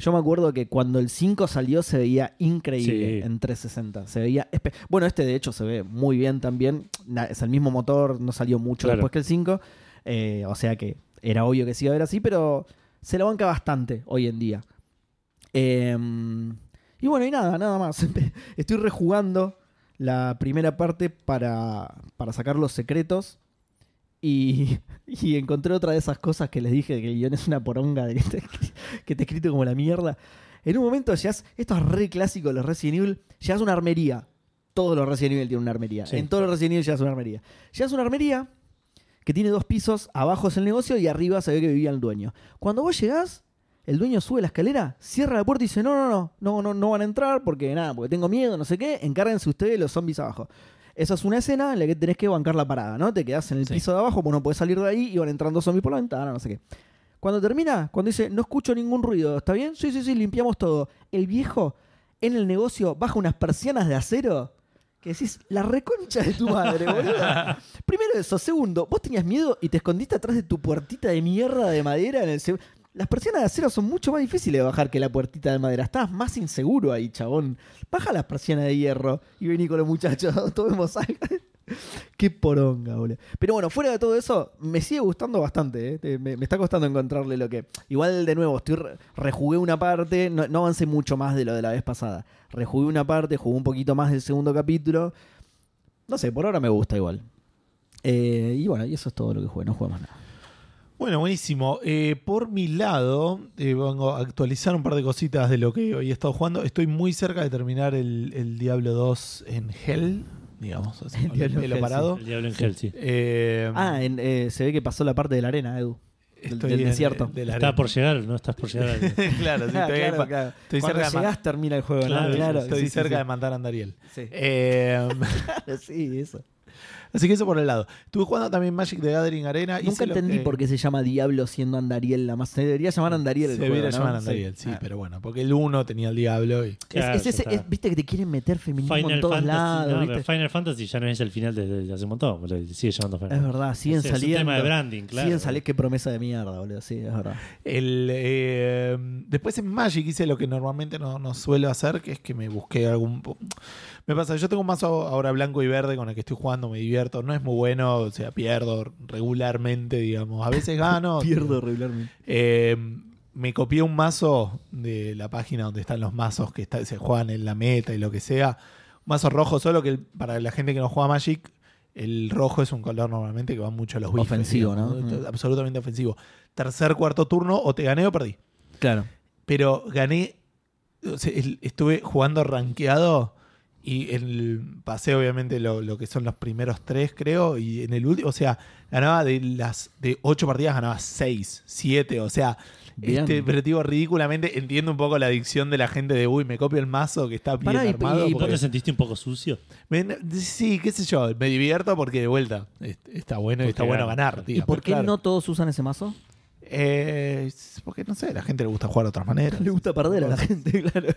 Yo me acuerdo que cuando el 5 salió se veía increíble Sí. en 360. Se veía. espe- Bueno, este de hecho se ve muy bien también. Na- Es el mismo motor, no salió mucho Claro. después que el 5. eh, o sea que era obvio que sí iba a ver así, pero se la banca bastante hoy en día. Eh, y bueno, y nada, nada más. Estoy rejugando la primera parte para, para sacar los secretos. Y, y encontré otra de esas cosas que les dije, que el guión es una poronga, de que está, que está escrito como la mierda. En un momento llegas, esto es re clásico de los Resident Evil, llegas a una armería. Todos los Resident Evil tienen una armería. Sí. En todos los Resident Evil llegas a una armería. Llegas a una armería que tiene dos pisos, abajo es el negocio y arriba se ve que vivía el dueño. Cuando vos llegás, el dueño sube la escalera, cierra la puerta y dice, no, no, no, no, no, no van a entrar porque nada, porque tengo miedo, no sé qué, encárguense ustedes de los zombies abajo. Esa es una escena en la que tenés que bancar la parada, ¿no? Te quedás en el Sí. piso de abajo, pues no podés salir de ahí y van entrando zombies por la ventana, no sé qué. Cuando termina, cuando dice, no escucho ningún ruido, ¿está bien? Sí, sí, sí, limpiamos todo. El viejo en el negocio baja unas persianas de acero que decís, la reconcha de tu madre, boludo. Primero eso. Segundo, vos tenías miedo y te escondiste atrás de tu puertita de mierda de madera en el... se- Las persianas de acero son mucho más difíciles de bajar que la puertita de madera. Estabas más inseguro ahí, chabón. Baja las persianas de hierro y vení con los muchachos, tomemos algo. Qué poronga, boludo. Pero bueno, fuera de todo eso, me sigue gustando bastante. ¿eh? Te- Me, me está costando encontrarle lo que. Igual, de nuevo, estoy re- rejugué una parte. No, no avancé mucho más de lo de la vez pasada. Rejugué una parte, jugué un poquito más del segundo capítulo. No sé, por ahora me gusta igual. Eh, y bueno, y eso es todo lo que jugué. No jugué más nada. Bueno, buenísimo. Eh, por mi lado, eh, vengo a actualizar un par de cositas de lo que hoy he estado jugando. Estoy muy cerca de terminar el, el Diablo 2 en Hell, digamos, así, El con el Diablo pelo Hell, sí. parado. El diablo en Hell, sí. Eh, Ah, en- eh, se ve que pasó la parte de la arena, Edu. Del, estoy del en- desierto. de la Estás arena. por llegar, no estás por llegar. al- claro, sí, Ah, estoy, claro, claro. estoy Cuando cerca de ma- llegás, termina el juego. ¿no? Claro, Claro, estoy sí, sí, cerca sí. de matar a Andariel. Sí. Eh, sí, eso. así que eso por el lado. Estuve jugando también Magic the Gathering Arena. Nunca entendí por qué se llama Diablo siendo Andariel la más. Se debería llamar Andariel el Se juego, debiera ¿no? llamar Andariel, sí, Ah. pero bueno, porque el 1 tenía el Diablo y. Es- Claro, es ya ese- está. es- viste que te quieren meter feminismo en Final todos Fantasy, no, lados. pero ¿viste? Final Fantasy ya no es el final desde desde hace un montón, boludo, sigue llamando Final Es verdad, siguen Es- es un saliendo. tema de branding, claro. Siguen saliendo, qué promesa de mierda, boludo. Sí, es verdad. El, eh, después en Magic hice lo que normalmente no, no suelo hacer, que es que me busqué algún... po- Me pasa, yo tengo un mazo ahora blanco y verde con el que estoy jugando, me divierto, no es muy bueno, o sea, pierdo regularmente, digamos. A veces gano. Pierdo regularmente. Eh, me copié un mazo de la página donde están los mazos que está- se juegan en la meta y lo que sea. Un mazo rojo, solo que el- para la gente que no juega Magic, el rojo es un color normalmente que va mucho a los bifes, Ofensivo, ¿no? Esto es Mm. Absolutamente ofensivo. Tercer, cuarto turno, o te gané o perdí. Claro. Pero gané. o sea, el- estuve jugando rankeado. Y en el- pasé, obviamente, lo, lo que son los primeros tres, creo. Y en el último, o sea, ganaba de las de ocho partidas, ganaba seis, siete. O sea, Bien. este, pero digo, ridículamente entiendo un poco la adicción de la gente de uy, me copio el mazo que está bien Pará, y- armado. y- ¿No porque- te sentiste un poco sucio? me- sí, qué sé yo, me divierto porque de vuelta est- está bueno y Porque está bueno gana. ganar. ¿Y digamos, por qué claro. no todos usan ese mazo? Eh, es porque no sé, a la gente le gusta jugar de otras maneras. Le gusta perder a la gente, claro.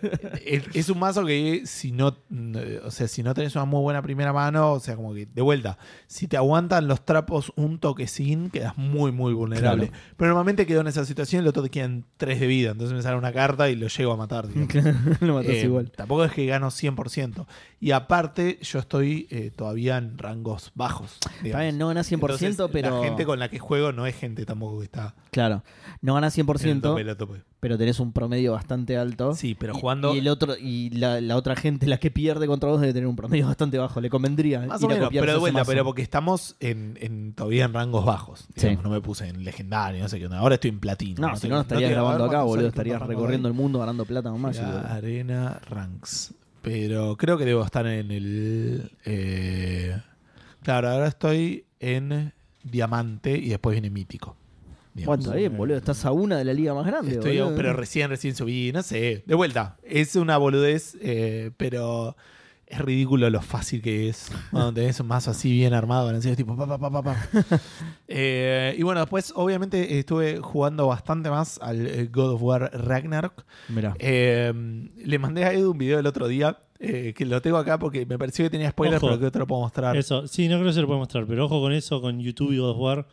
es, es un mazo que si no, mm, o sea, si no tenés una muy buena primera mano, o sea, como que de vuelta, si te aguantan los trapos un toquecín, quedas muy, muy vulnerable. Pero normalmente quedo en esa situación y el otro te quedan tres de vida, entonces me sale una carta y lo llego a matar. digamos. Claro, Lo matas Eh, igual. Tampoco es que gano 100%. Y aparte, yo estoy eh, todavía en rangos bajos. Está digamos. bien, no ganas 100%, Entonces, pero. La gente con la que juego no es gente tampoco que está Claro. No ganas en el 100%, tope, la tope. pero tenés un promedio bastante alto. Sí, pero Y- jugando. Y, el otro, y la, la otra gente, la que pierde contra vos, debe tener un promedio bastante bajo. Le convendría. Más ir o a menos, copiarse pero de ese vuelta, mazo. pero porque estamos en, en- todavía en rangos bajos. digamos, Sí. No me puse en legendario, no sé qué onda. Ahora estoy en platino. No, si sé, no, no te- estarías a ver grabando acá, cuánto boludo. sale, Estarías cuántos recorriendo rangos el mundo ganando plata con hay. Magic. La boludo. Arena Ranks. Pero creo que debo estar en el. eh, claro, ahora estoy en Diamante y después viene Mítico. Bueno, digamos. está bien, boludo. Estás a una de la liga más grande. Estoy, boludo. pero recién, recién subí, no sé. De vuelta, es una boludez, eh, pero es ridículo lo fácil que es. Cuando tenés un mazo así bien armado, balanceado, es tipo pa, pa, pa, pa, pa. Eh, y bueno, después, obviamente, estuve jugando bastante más al eh, God of War Ragnarok. Mirá. Eh, le mandé a Edu un video el otro día, eh, que lo tengo acá porque me pareció que tenía spoilers, Ojo. pero que te lo puedo mostrar. Eso, sí, no creo que se lo pueda mostrar, pero ojo con eso, con YouTube y God of War,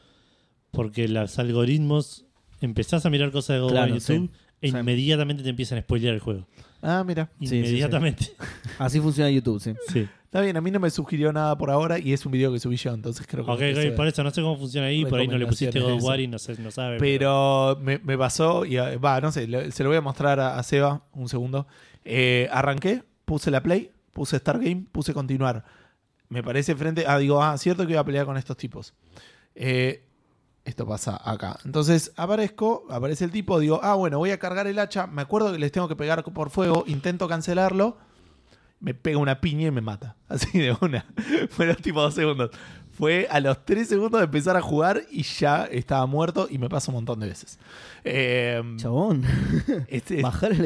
porque los algoritmos, empezás a mirar cosas de God of War Claro, en YouTube e Sí. inmediatamente te empiezan a spoilear el juego. Ah, mira. Sí, sí, sí. Inmediatamente. Así funciona YouTube, sí. Sí. Está bien, a mí no me sugirió nada por ahora y es un video que subí yo, entonces creo que... Ok, eso ok, es. por eso no sé cómo funciona ahí, por ahí no le pusiste God of War y no, sé, no sabe. Pero me, me pasó, y eh, va, no sé, lo- se lo voy a mostrar a, a Seba, un segundo. Eh, arranqué, puse la play, puse Star Game, puse continuar. Me parece frente, ah, digo, ah, cierto que iba a pelear con estos tipos. Eh, esto pasa acá. Entonces aparezco, aparece el tipo, digo, ah, bueno, voy a cargar el hacha, me acuerdo que les tengo que pegar por fuego, intento cancelarlo, me pega una piña y me mata. Así de una. Fueron tipo dos segundos. Fue a los tres segundos de empezar a jugar y ya estaba muerto y me pasa un montón de veces. Eh, Chabón, este- bajar la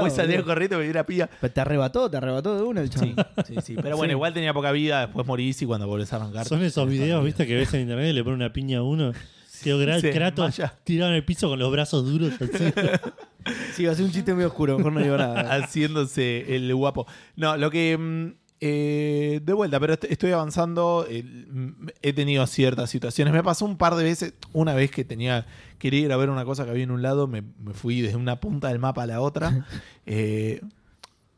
fue salir boludo. corriendo y me dio una pilla. Pero te arrebató, te arrebató de una el chabón. Sí, sí, sí. Pero bueno, igual tenía poca vida, después morís y cuando volvés a arrancar. Son esos tenés videos, toda la viste, que ves en internet y le ponen una piña a uno. Quedó gra- se Kratos desmaya. tirado en el piso con los brazos duros. así. Sí, va a ser un chiste medio oscuro, mejor no digo nada. haciéndose el guapo. No, lo que. mm, eh, de vuelta, pero est- estoy avanzando. el- mm, he tenido ciertas situaciones. Me pasó un par de veces. Una vez que tenía. Quería ir a ver una cosa que había en un lado. Me, me fui desde una punta del mapa a la otra. eh,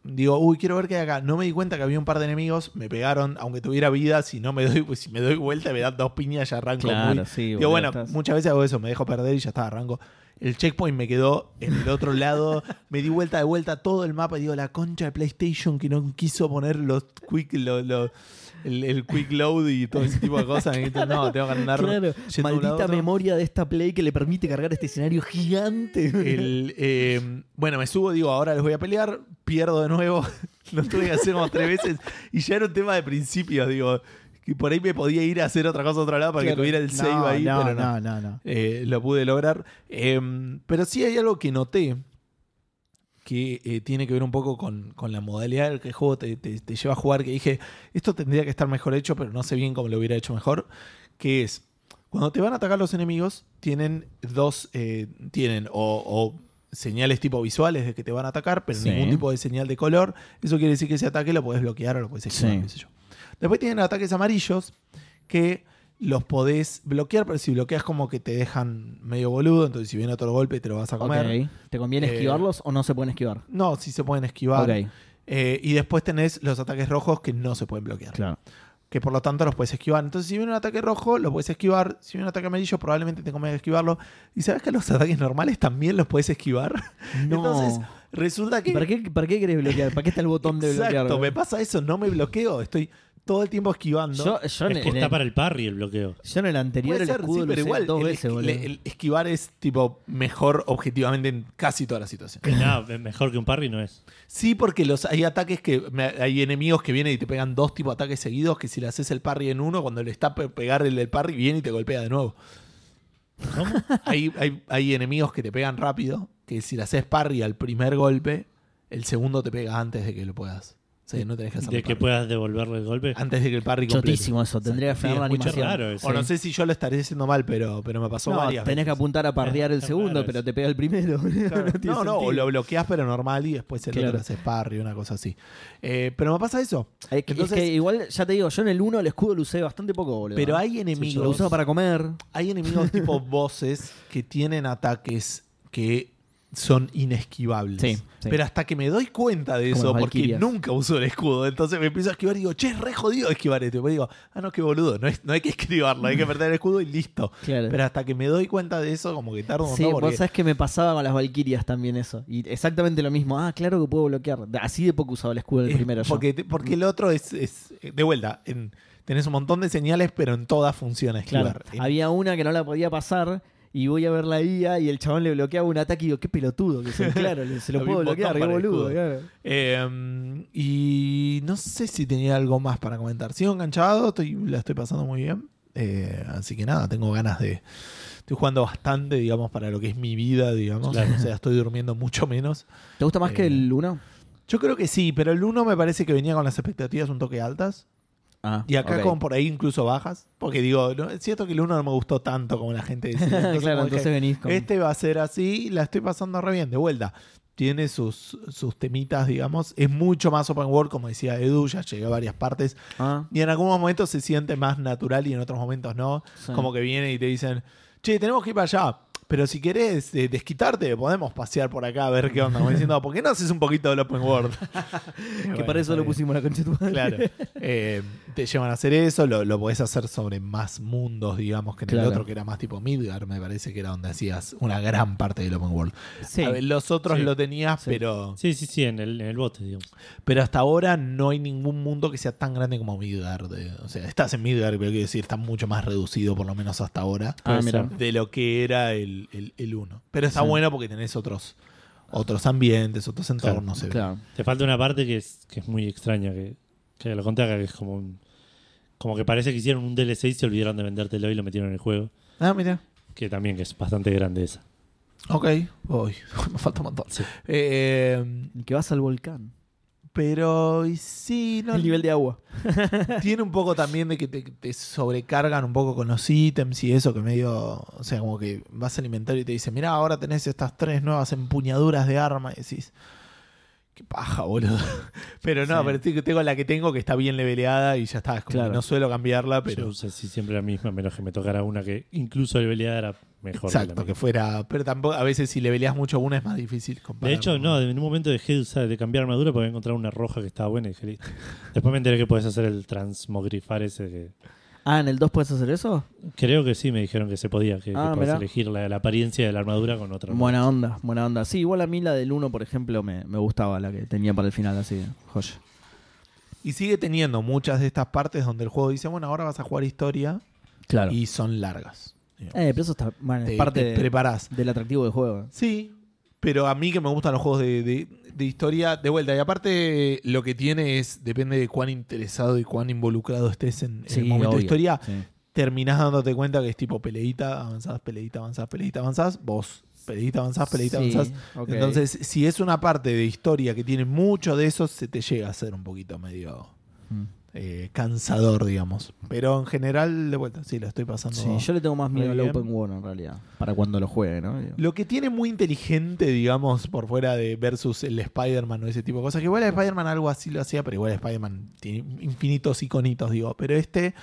digo, uy, quiero ver qué hay acá. No me di cuenta que había un par de enemigos, me pegaron, aunque tuviera vida, si no me doy, pues, si me doy vuelta, me dan dos piñas y arranco Claro, muy- sí, Digo, boludo, bueno, estás- muchas veces hago eso, me dejo perder y ya está, arranco. El checkpoint me quedó en el otro lado, me di vuelta de vuelta todo el mapa y digo, la concha de PlayStation que no quiso poner los quick, lo- lo- el, el quick load y todo ese tipo de cosas. Y entonces, no, tengo que andar Claro, yendo de un lado a maldita otro. memoria de esta Play que le permite cargar este escenario gigante. El, eh, bueno, me subo, digo, ahora los voy a pelear, pierdo de nuevo, lo tuve que hacer como tres veces y ya era un tema de principios, digo, que por ahí me podía ir a hacer otra cosa a otro lado para que Claro. tuviera el No, save ahí, no, pero no, no, no, no. Eh, lo pude lograr. Eh, pero sí hay algo que noté que eh, tiene que ver un poco con, con la modalidad del que el juego te, te- te lleva a jugar, que dije, esto tendría que estar mejor hecho, pero no sé bien cómo lo hubiera hecho mejor, que es, cuando te van a atacar los enemigos, tienen dos, eh, tienen o, o señales tipo visuales de que te van a atacar, pero Sí. ningún tipo de señal de color, eso quiere decir que ese ataque lo puedes bloquear o lo puedes esquivar, Sí. qué sé yo. Después tienen ataques amarillos, que los podés bloquear, pero si bloqueas como que te dejan medio boludo, entonces si viene otro golpe te lo vas a comer. Ok. ¿Te conviene Eh, esquivarlos o no se pueden esquivar? No, sí se pueden esquivar. Ok, Eh, y después tenés los ataques rojos que no se pueden bloquear. claro. Que por lo tanto los puedes esquivar. Entonces, si viene un ataque rojo, lo puedes esquivar. Si viene un ataque amarillo, probablemente te convenga esquivarlo. ¿Y sabes que los ataques normales también los puedes esquivar? Entonces, resulta que. ¿Para qué, ¿Para qué querés bloquear? ¿Para qué está el botón de bloquear? Exacto, me pasa eso, no me bloqueo. Estoy todo el tiempo esquivando. Yo, yo en, Es que en está el, para el parry el bloqueo. yo en el anterior Puede el ser, escudo sí, lo pero usé igual dos el veces, esqui- boludo. le- el esquivar es tipo mejor objetivamente en casi todas las situaciones. Que nada, es mejor que un parry no es. Sí, porque los hay ataques que me- hay enemigos que vienen y te pegan dos tipos de ataques seguidos que si le haces el parry en uno, cuando le está pe- pegar el del parry, viene y te golpea de nuevo. ¿Cómo? Hay, hay, hay enemigos que te pegan rápido, que si le haces parry al primer golpe, el segundo te pega antes de que lo puedas. O sea, no tenés que hacer De que puedas devolverle el golpe. Ah, antes de que el parry complete. Chotísimo eso, tendría Sí, que frenar la es mucho animación. raro eso. O no sé si yo lo estaré haciendo mal, pero, pero me pasó No, varias tenés que veces. apuntar a pardear el Claro, segundo, claro, pero es- te pega el primero. boludo, Claro. no tiene No, no, sentido. o lo bloqueas pero normal y después el Claro. otro hace parry, una cosa así. Eh, pero me pasa eso. Es que, es Entonces- que igual, ya te digo, yo en el 1 el escudo lo usé bastante poco, boludo. Pero hay Sí, yo Lo enemigos. usaba para comer. Hay enemigos tipo voces que tienen ataques que son inesquivables. Sí, sí. Pero hasta que me doy cuenta de Como eso, los porque Valkyrias. nunca uso el escudo, entonces me empiezo a esquivar y digo, che, es re jodido esquivar esto. Y después digo, ah, no, qué boludo, no, es- no hay que esquivarlo, hay que perder el escudo y listo. Claro. Pero hasta que me doy cuenta de eso, como que tardo un Sí, montón. porque- vos sabés que me pasaba con las Valkyrias también eso. Y exactamente lo mismo. Ah, claro que puedo bloquear. Así de poco usaba el escudo el Es primero yo. Porque, te- porque el otro es, es- de vuelta, en- tenés un montón de señales, pero en todas este funciones. Claro, había una que no la podía pasar y voy a ver la guía y el chabón le bloqueaba un ataque y digo, qué pelotudo que soy. Claro, le- se lo Había puedo un botón bloquear, qué para el escudo. boludo. claro. Em, y no sé si tenía algo más para comentar. Sigo enganchado, estoy, la estoy pasando muy bien. Eh, así que nada, tengo ganas de... Estoy jugando bastante, digamos, para lo que es mi vida, digamos. Claro. O sea, estoy durmiendo mucho menos. ¿Te gusta más que Eh, el 1? Yo creo que sí, pero el 1 me parece que venía con las expectativas un toque altas. Ah, Y acá ok. con por ahí incluso bajas. Porque digo, no, es cierto que el 1 no me gustó tanto como la gente decía. Entonces, claro, como dije, entonces venís con... Este va a ser así, la estoy pasando re bien, de vuelta. Tiene sus, sus temitas, digamos. Es mucho más open world, como decía Edu, ya llegué a varias partes. Ah, Y en algunos momentos se siente más natural y en otros momentos no. Sí. Como que viene y te dicen, che, tenemos que ir para allá. Pero si querés eh, desquitarte, podemos pasear por acá a ver qué onda. Como diciendo, ¿por qué no haces un poquito del open world? que para eso lo pusimos la concha de tu madre. Claro. Eh, te llevan a hacer eso, lo, lo podés hacer sobre más mundos, digamos, que en Claro. el otro, que era más tipo Midgar, me parece que era donde hacías una gran parte del Open World. Sí. A ver, los otros Sí. lo tenías, Sí. pero, Sí, sí, sí, en el, en el bote, digamos. pero hasta ahora no hay ningún mundo que sea tan grande como Midgar. de- o sea, estás en Midgar, pero quiero decir, está mucho más reducido, por lo menos hasta ahora, Ah, Puede mira. ser. de lo que era el, el, el uno. Pero está Sí. bueno porque tenés otros, otros ambientes, otros entornos. se ve. Claro. Te falta una parte que es, que es muy extraña, que, que lo conté acá, que es como un- Como que parece que hicieron un DLC y se olvidaron de vendértelo y lo metieron en el juego. Ah, mira. Que también que es bastante grande esa. Ok, voy. Me falta un montón. Sí. Eh, El que vas al volcán. Pero y sí, no, El nivel de agua. tiene un poco también de que te, te sobrecargan un poco con los ítems y eso, que medio, o sea, como que vas al inventario y te dicen, mirá, ahora tenés estas tres nuevas empuñaduras de arma y decís, Qué paja, boludo. Pero no, Sí. pero tengo- tengo la que tengo que está bien leveleada y ya está. Es como Claro. que no suelo cambiarla, Pero pero. usé sí, siempre la misma, menos que me tocara una que incluso la habilidad era mejor. que la Exacto, que mía. fuera. Pero tampoco, a veces si leveleas mucho una es más difícil comparar. De hecho, con- no, en un momento dejé de, usar- de cambiar armadura porque había encontrado una roja que estaba buena y dije, "Listo". Después me enteré que podés hacer el transmogrifar ese que... Ah, ¿en el 2 puedes hacer eso? Creo que sí, me dijeron que se podía, que, que Ah, podés mirá. elegir la, la apariencia de la armadura con otra. armadura. Buena onda, buena onda. Sí, igual a mí la del 1, por ejemplo, me, me gustaba la que tenía para el final, así, joya. Y sigue teniendo muchas de estas partes donde el juego dice, bueno, ahora vas a jugar historia Claro. y son largas. Eh, pero eso está, bueno, es Te, parte te de- preparás. del atractivo del juego. Sí, pero a mí que me gustan los juegos de, de- de historia, de vuelta. Y aparte, lo que tiene es, depende de cuán interesado y cuán involucrado estés en, en Sí, el momento obvio. de historia, Sí. terminás dándote cuenta que es tipo peleita, avanzás, peleita, avanzás, peleita, avanzás, vos, peleita, avanzás, peleita, Sí, avanzás. ok. Entonces, si es una parte de historia que tiene mucho de eso, se te llega a ser un poquito medio Mm. eh, cansador, digamos. Pero en general, de vuelta, sí, lo estoy pasando. Sí, yo le tengo más miedo Muy al bien. Open World en realidad. Para cuando lo juegue, ¿no? Digo. Lo que tiene muy inteligente, digamos, por fuera de versus el Spider-Man o ese tipo de cosas, que igual el Spider-Man algo así lo hacía, pero igual el Spider-Man tiene infinitos iconitos, digo, pero este,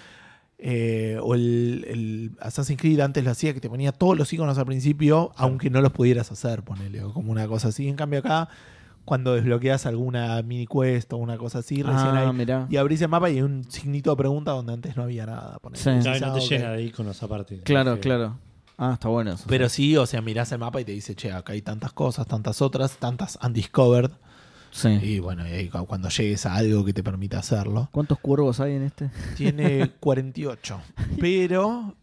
eh, o el, el Assassin's Creed antes lo hacía, que te ponía todos los iconos al principio, aunque no los pudieras hacer, ponele, o como una cosa así. En cambio acá, cuando desbloqueas alguna mini quest o una cosa así, recién ah, ahí... mirá. Y abrís el mapa y hay un signito de pregunta donde antes no había nada. ponele. Sí. Decís, Claro, no ah, te ok. llena de iconos aparte. Claro, Así que- claro. Ah, está bueno eso. Pero sí, o sea, mirás el mapa y te dice, che, acá hay tantas cosas, tantas otras, tantas undiscovered. Sí. Y bueno, y ahí cu- cuando llegues a algo que te permita hacerlo. ¿Cuántos cuervos hay en este? Tiene 48. Pero,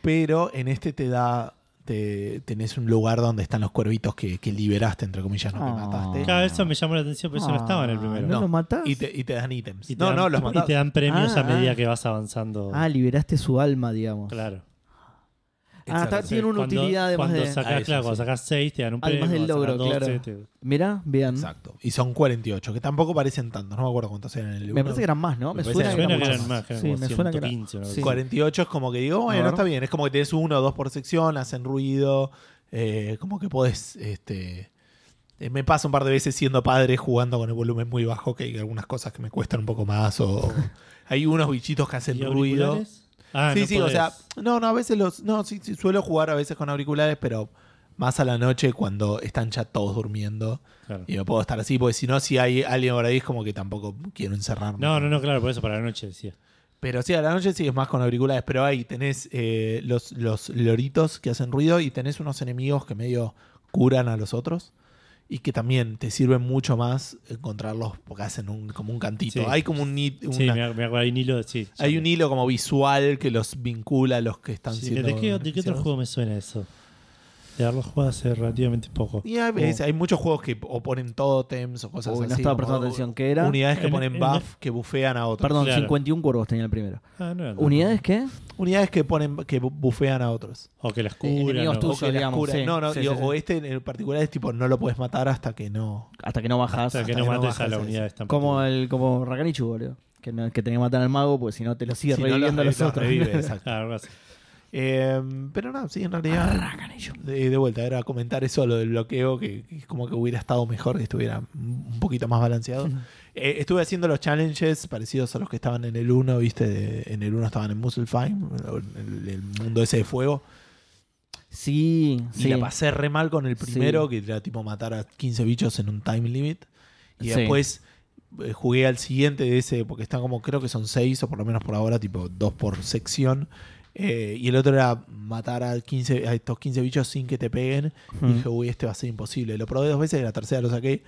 pero en este te da, te, tenés un lugar donde están los cuervitos que, que liberaste, entre comillas, no que Ah. mataste. Claro, eso me llamó la atención, pero eso no estaba en el Ah, primero. ¿No, No. los matás? Y te, y te dan ítems. Y te no, dan- no, los Y matás. te dan premios Ah, a medida ah. que vas avanzando. Ah, liberaste su alma, digamos. claro. Ah, está, Exacto. tiene una Cuando- utilidad además cuando de. Sacás, Ah, eso, sí. claro, cuando sacás 6 te dan un premio. Además del cuando logro, sacás claro. 12 te- Mirá, bien. Exacto. Y son 48, que tampoco parecen tantos. No me acuerdo cuántos eran en el Me uno. parece que eran más, ¿no? Me, Me suena, parece Suena que mucho eran más, que eran Sí, como me suena que era- 115 o algo sí. así. 48 es como que digo, A bueno, ver. está bien. Es como que tenés uno o dos por sección, hacen ruido. eh, como que podés. Este, eh, me pasa un par de veces siendo padre jugando con el volumen muy bajo, que hay algunas cosas que me cuestan un poco más. O hay unos bichitos que hacen ¿Y ruido. auriculares? Ah, sí, no sí, o podés. sea, no, no, a veces los. No, sí, sí, suelo jugar a veces con auriculares, pero más a la noche cuando están ya todos durmiendo. Claro. Y no puedo estar así, porque si no, si hay alguien por ahí, es como que tampoco quiero encerrarme. No, no, no, claro, por eso para la noche decía. Pero sí, a la noche sigues más con auriculares, pero ahí tenés eh, los, los loritos que hacen ruido y tenés unos enemigos que medio curan a los otros y que también te sirven mucho más eh, encontrarlos porque hacen un, como un cantito. Sí. Hay como un, ni- Sí, una- me ac- me acuerdo, hay un hilo, sí. ya hay me- un hilo como visual que los vincula a los que están sí, siendo ¿De qué, de qué otro beneficiados. juego me suena eso? De haberlo jugado hace relativamente poco. Y hay, Oh. veces- hay muchos juegos que o ponen totems o cosas Uy, así. no estaba como prestando u- atención. ¿Qué era? Unidades que En- ponen en- buff que bufean a otros. Perdón, Claro. 51 cuervos tenía el primero. Ah, no era tanto. ¿Unidades qué? Unidades que ponen que bu- bufean a otros. O que las curan. Enemigos o- O tuyos, que las digamos. cura. sí. no, no, Sí, y sí, o- sí. o este en particular es tipo, no lo puedes matar hasta que no. Hasta que no O bajás. sea, que hasta no que no mates a bajas la ese. unidad esta. Como el como Rakanichu, boludo. Que, no, que tenés que matar al mago, pues si no te lo sigue Si no, reviviendo a los- los los otros. revive, exacto. Ah, algo así. Eh, pero no, sí, en realidad. Rakanichu. De, de vuelta, era comentar eso, lo del bloqueo, que, que es como que hubiera estado mejor que estuviera un poquito más balanceado. Eh, estuve haciendo los challenges parecidos a los que estaban en el 1, ¿viste? De- en el 1 estaban en Muselfheim, el, el mundo ese de fuego. Sí, sí. Y la pasé re mal con el Sí. primero, que era tipo matar a 15 bichos en un time limit. Y Sí. después eh, jugué al siguiente de ese, porque están como, creo que son 6 o por lo menos por ahora, tipo 2 por sección. Eh, y el otro era matar a, 15, a estos 15 bichos sin que te peguen. Y Mm. dije, uy, este va a ser imposible. Lo probé dos veces y la tercera lo saqué.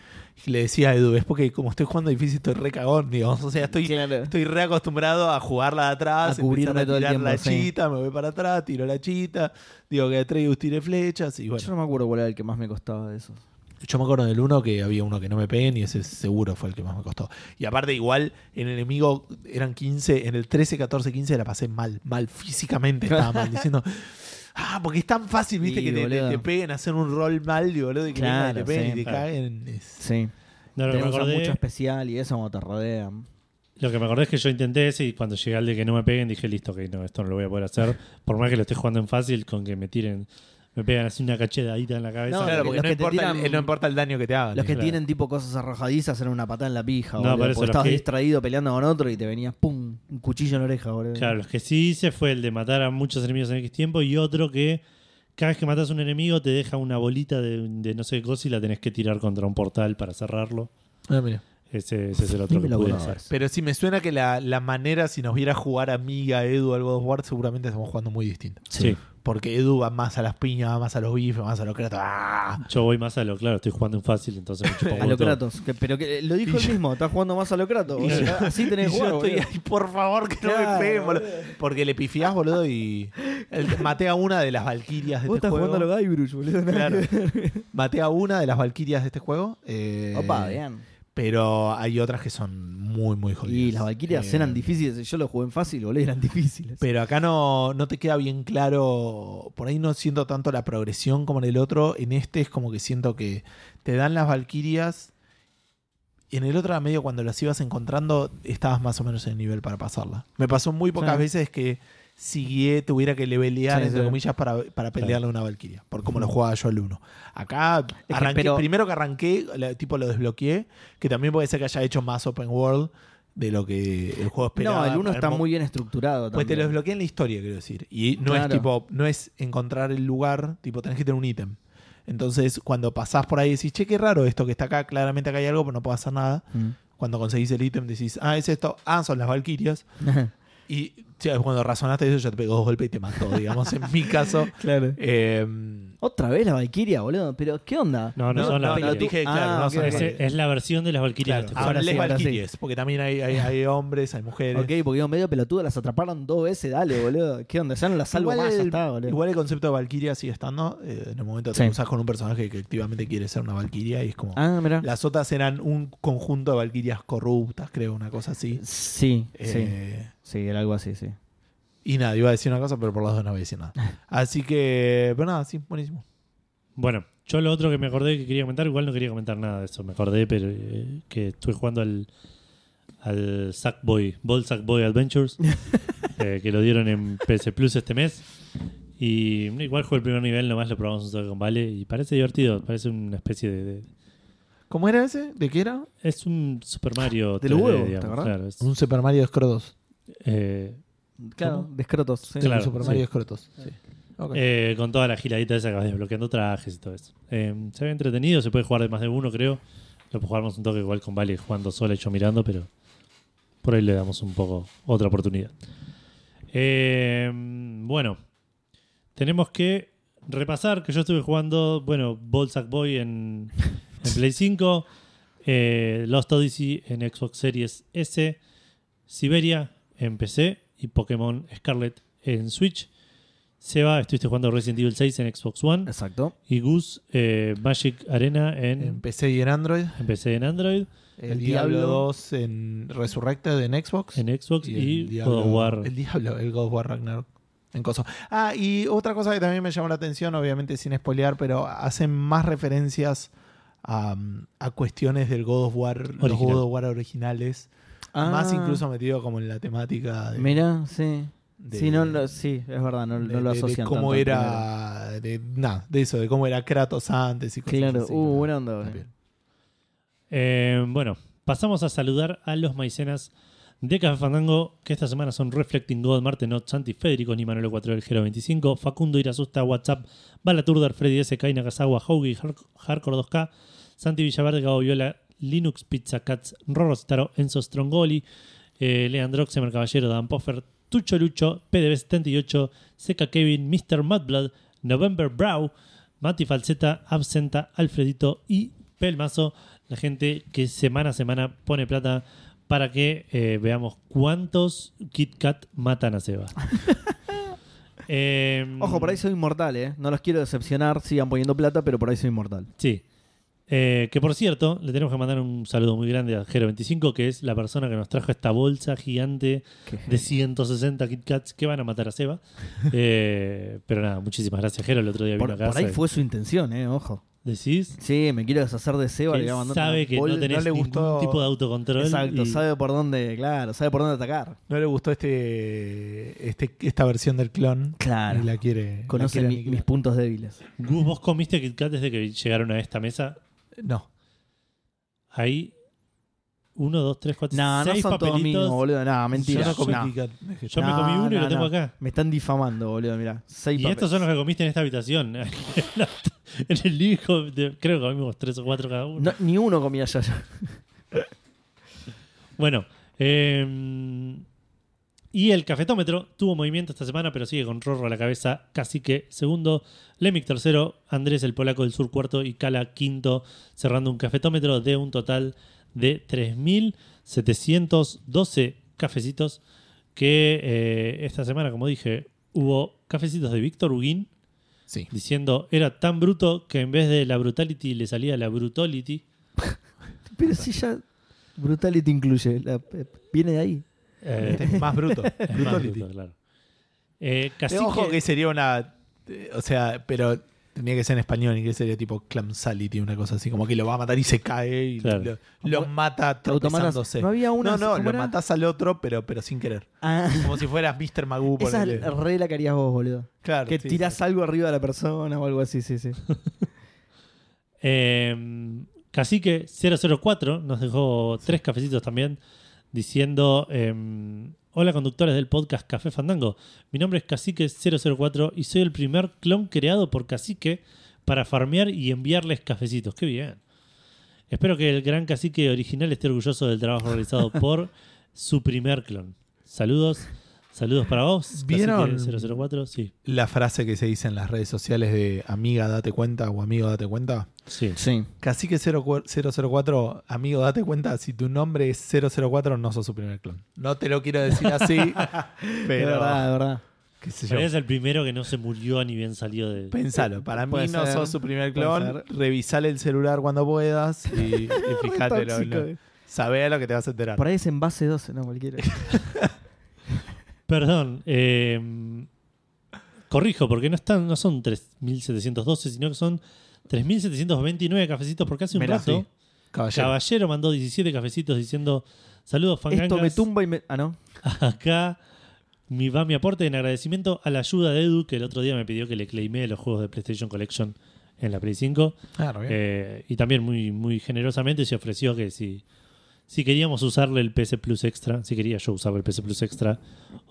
Y le decía a Edu, es porque como estoy jugando difícil, estoy re cagón, digamos. O sea, estoy, Claro. Estoy reacostumbrado a jugarla de atrás, A cubrirme empezar todo el tirar tiempo, la sí. chita, me voy para atrás, tiro la chita, digo que Atreus tire flechas y Yo bueno. no me acuerdo cuál era el que más me costaba de esos. Yo me acuerdo del uno que había uno que no me peguen y ese seguro fue el que más me costó. Y aparte igual en el enemigo eran 15, en el 13, 14, 15 la pasé mal, mal físicamente estaba mal, diciendo... Ah, porque es tan fácil, viste, Sí, que te, te- boludo. te peguen, hacer un roll mal, y boludo, y que vengan y Claro, te peguen sí. y te Claro. caen. Es- Sí. No, lo que, Tenemos me a mucho acordé, especial y eso cuando te rodean. lo que me acordé es que yo intenté ese y cuando llegué al de que no me peguen dije, listo, que no, esto no lo voy a poder hacer. Por más que lo esté jugando en fácil, con que me tiren Me pegan así una cachedadita en la cabeza. No, claro, los porque no que te importa, el- tiran- eh, no importa el daño que te hagan. Los que digamos. claro. tienen tipo cosas arrojadizas eran una patada en la pija, No, boludo. por eso porque los estabas que- distraído peleando con otro y te venías, pum, un cuchillo en la oreja, boludo. Claro, los que sí hice fue el de matar a muchos enemigos en X tiempo y otro que cada vez que matas a un enemigo te deja una bolita de, de no sé qué cosa y la tenés que tirar contra un portal para cerrarlo. Ah, mira. Ese, ese es el otro Ni me que lo pude acordaba hacer. eso. Pero sí, me suena que la, la manera, si nos viera jugar a mí, a Edu, al God of War, seguramente estamos jugando muy distinto. Sí. Porque Edu va más a las piñas, va más a los bifes, más a los kratos. ¡Ah! Yo voy más a lo claro, estoy jugando en fácil, entonces me chupa un A huevo todo. Locratos. Que, pero que eh, lo dijo él mismo, estás jugando más a Locratos. Y boludo. yo- Así tenés Y que jugar, yo estoy boludo. ahí, por favor, que no me Claro, peguen, boludo. boludo. Porque le pifiás, boludo, y el- maté a una de las valquirias de Vos este estás juego. jugando a los Guybrush, boludo. Claro. Maté a una de las valquirias de este juego. eh, Opa, vean. Pero hay otras que son muy, muy jodidas. Y las Valkyrias Eh, eran difíciles. Yo lo jugué en fácil, boludo, y eran difíciles. Pero acá no, no te queda bien claro. Por ahí no siento tanto la progresión como en el otro. En este es como que siento que te dan las Valquirias. Y en el otro, a medio, cuando las ibas encontrando, estabas más o menos en el nivel para pasarla. Me pasó muy pocas Sí. veces que siguié, tuviera que levelear, Sí, entre sí. comillas, para, para pelearle a una Valquiria. Por cómo lo jugaba yo al 1. Acá, que, arranqué- pero- primero que arranqué, la- tipo lo desbloqueé. Que también puede ser que haya hecho más open world de lo que el juego no, esperaba. el uno Al está mo- muy bien estructurado pues te también. lo desbloquean la historia, quiero decir. Y no es Claro. tipo, no es encontrar el lugar, tipo, tenés que tener un ítem. Entonces, cuando pasás por ahí decís, che, qué raro esto que está acá, claramente acá hay algo, pero no puedo hacer nada. Cuando conseguís el ítem decís, ah, es esto, ah, son las Valquirias. Mm. Y che, cuando razonaste eso, ya te pegó dos golpes y te mató, digamos, en mi caso. claro. Eh, Otra vez la Valkyria, boludo. Pero, ¿qué onda? No, no, No, son no, las no, Valkyrias. dije, claro, Ah, no ok, son las Ese- Valquirias. es la versión de las Valkyrias de Claro, este juego. ahora sí, les ahora sí. Valquirias, porque también hay, hay- hay hombres, hay mujeres. Ok, porque yo medio pelotudo las atraparon dos veces, dale, boludo. ¿Qué onda? Ya no las salvo igual, más, ya el, está, boludo. igual el concepto de Valkyria sigue estando. eh, en el momento te Sí. usas con un personaje que activamente quiere ser una Valkyria y es como. ah, mira. Las otras eran un conjunto de Valkyrias corruptas, creo, una cosa así. Sí, Eh, sí. Sí, era algo así, sí. y nada, iba a decir una cosa, pero por las dos no voy a decir nada. Así que, pero nada, sí, buenísimo. Bueno, yo lo otro que me acordé que quería comentar, igual no quería comentar nada de eso, me acordé, pero eh, que estuve jugando al, al Sackboy, Ball Sackboy Adventures, eh, que lo dieron en PS Plus este mes. Y mm, igual jugué el primer nivel, nomás lo probamos un toque con Vale, y parece divertido, parece una especie de. de- ¿Cómo era ese? ¿De qué era? es un Super Mario Del huevo, ¿te digamos, acordás? claro, es, Un Super Mario de Escrotos. eh, Claro, de escrotos. sí. Claro. un Super sí. Mario de Escrotos. Sí. Ok. Eh, con toda la giladita esa que vas desbloqueando trajes y todo eso. Eh, se ve entretenido, se puede jugar de más de uno, creo. Lo jugamos un toque igual con Vale jugando sola y yo mirando, pero por ahí le damos un poco otra oportunidad. Eh, bueno, tenemos que repasar que yo estuve jugando, bueno, Ball Sack Boy en, en Play 5, eh, Lost Odyssey en Xbox Series S, Siberia en PC y Pokémon Scarlet en Switch. Seba, estuviste jugando Resident Evil 6 en Xbox One Exacto. y Goose eh, Magic Arena en, Empecé y en Android. en PC en Android, El, El Diablo Diablo 2 en Resurrected en Xbox. en Xbox el y, Diablo- God of War. El Diablo, el God of War Ragnarok. En coso. Ah, y otra cosa que también me llamó la atención, obviamente sin spoilear, pero hacen más referencias a, a cuestiones del God of War, los Original. God of War originales. Ah, Más incluso metido como en la temática de, Mira, sí. de- sí, no, lo- sí, es verdad, no, de- no lo de- de asocian. cómo tanto al primero. era. De, nada, de eso, de cómo era Kratos antes y cosas Claro, así, uh, ¿no? buena onda, boludo. También. Eh, bueno, pasamos a saludar a los maicenas de Café Fandango, que esta semana son Reflecting God, Marte Not, Santi Federico, Ni Manuel 4 del Gero 25, Facundo Irasusta, WhatsApp, Balaturder, Freddy SK, Nakazawa, Hoagie, Har- Hardcore 2K, Santi Villaverde, Gabo Viola, Linux Pizza Cats, Rorro Citaro, Enzo Strongoli, eh, Leandro Xemer Caballero, Dan Poffer, Tucho Lucho, PDB78, Seca Kevin, Mr. Mudblood, November Brow, Mati Falseta, Absenta, Alfredito y Pelmazo, la gente que semana a semana pone plata para que eh, veamos cuántos Kit Kat matan a Seba. Em, Ojo, por ahí soy inmortal, ¿eh? No los quiero decepcionar, sigan poniendo plata, pero por ahí soy inmortal. Sí. Eh, que por cierto, le tenemos que mandar un saludo muy grande a Jero25, que es la persona que nos trajo esta bolsa gigante de 160 Kit Kats que van a matar a Seba. Eh, pero nada, muchísimas gracias, Jero. El otro día vino Por, acá. por ahí se- fue su intención, ¿eh? Ojo. decís. Sí, me quiero deshacer de Seba. que Le voy a mandar sabe una que bol- no no tenés le gustó- ningún tipo de autocontrol. Exacto, y- sabe por dónde, claro, sabe por dónde atacar. No le gustó este, este esta versión del clon. Claro. Y la quiere. la Conoce quiere mi- aniquilar. mis puntos débiles. Gus, vos comiste Kit Kat desde que llegaron a esta mesa. No. Hay uno, dos, tres, cuatro, No, no seis son todos papelitos. míos, boludo. No, mentira. Yo no comí no. Kit Kat, me dijiste. Yo me No, comí uno y no, lo tengo no. acá. Me están difamando, boludo, mirá. Seis Y papeles. estos son los que comiste en esta habitación. en el hijo, creo que comimos tres o cuatro cada uno. No, ni uno comía yo. Bueno, eh, y el cafetómetro tuvo movimiento esta semana, pero sigue con Rorro a la cabeza, Cacique segundo, Lemic tercero, Andrés el polaco del sur cuarto y Cala quinto, cerrando un cafetómetro de un total de 3.712 cafecitos que eh, esta semana, como dije, hubo cafecitos de Víctor Huguín Sí. diciendo era tan bruto que en vez de la brutality le salía la brutality. Pero si ya Brutality incluye, la- viene de ahí. Eh, Este es más bruto. Es más Brutality. bruto, claro. Eh, Eh, cacique- Ojo que sería una. eh, o sea, pero tenía que ser en español, en inglés sería tipo clamsality, una cosa así. Como que lo va a matar y se cae y Claro. lo, lo mata Te automatas. tropezándose. No había una. No, no, ¿cómo lo era? matás al otro, pero, pero sin querer. Ah, Como si fueras Mr. Magoo. esa ponele. es la regla que harías vos, boludo. Claro, Que sí, tirás sí. algo arriba de la persona o algo así, sí, sí. eh, Cacique 004 nos dejó tres cafecitos también diciendo: eh, Hola, conductores del podcast Café Fandango. Mi nombre es Cacique 004 y soy el primer clon creado por Cacique para farmear y enviarles cafecitos. ¡Qué bien! Espero que el gran cacique original esté orgulloso del trabajo realizado por su primer clon. Saludos, saludos para vos. ¿Vieron? Cacique 004, sí. La frase que se dice en las redes sociales de amiga date cuenta o amigo date cuenta. Sí. Sí. Casi que 004, amigo, date cuenta, si tu nombre es 004, no sos su primer clon. No te lo quiero decir así, De verdad, pero de verdad. qué sé yo. Pero es el primero que no se murió ni bien salió de. Pensalo, para mí Puede no ser, sos su primer puede clon. ser. Revisale el celular cuando puedas y, y fijate. lo- Tóxico, lo- eh. sabé a lo que te vas a enterar. Por ahí es en base 12, no cualquiera. Perdón. eh, corrijo, porque no están, no son 3.712, sino que son 3.729 cafecitos, porque hace un Mirá, rato sí. Caballero. Caballero mandó 17 cafecitos diciendo saludos fangangas. Esto me tumba y me. Ah, no. Acá mi, va mi aporte en agradecimiento a la ayuda de Edu, que el otro día me pidió que le claimé los juegos de PlayStation Collection en la Play 5. Ah, re bien. Eh, y también muy, muy generosamente se ofreció que si, si queríamos usarle el PS Plus Extra, si quería yo usar el PS Plus Extra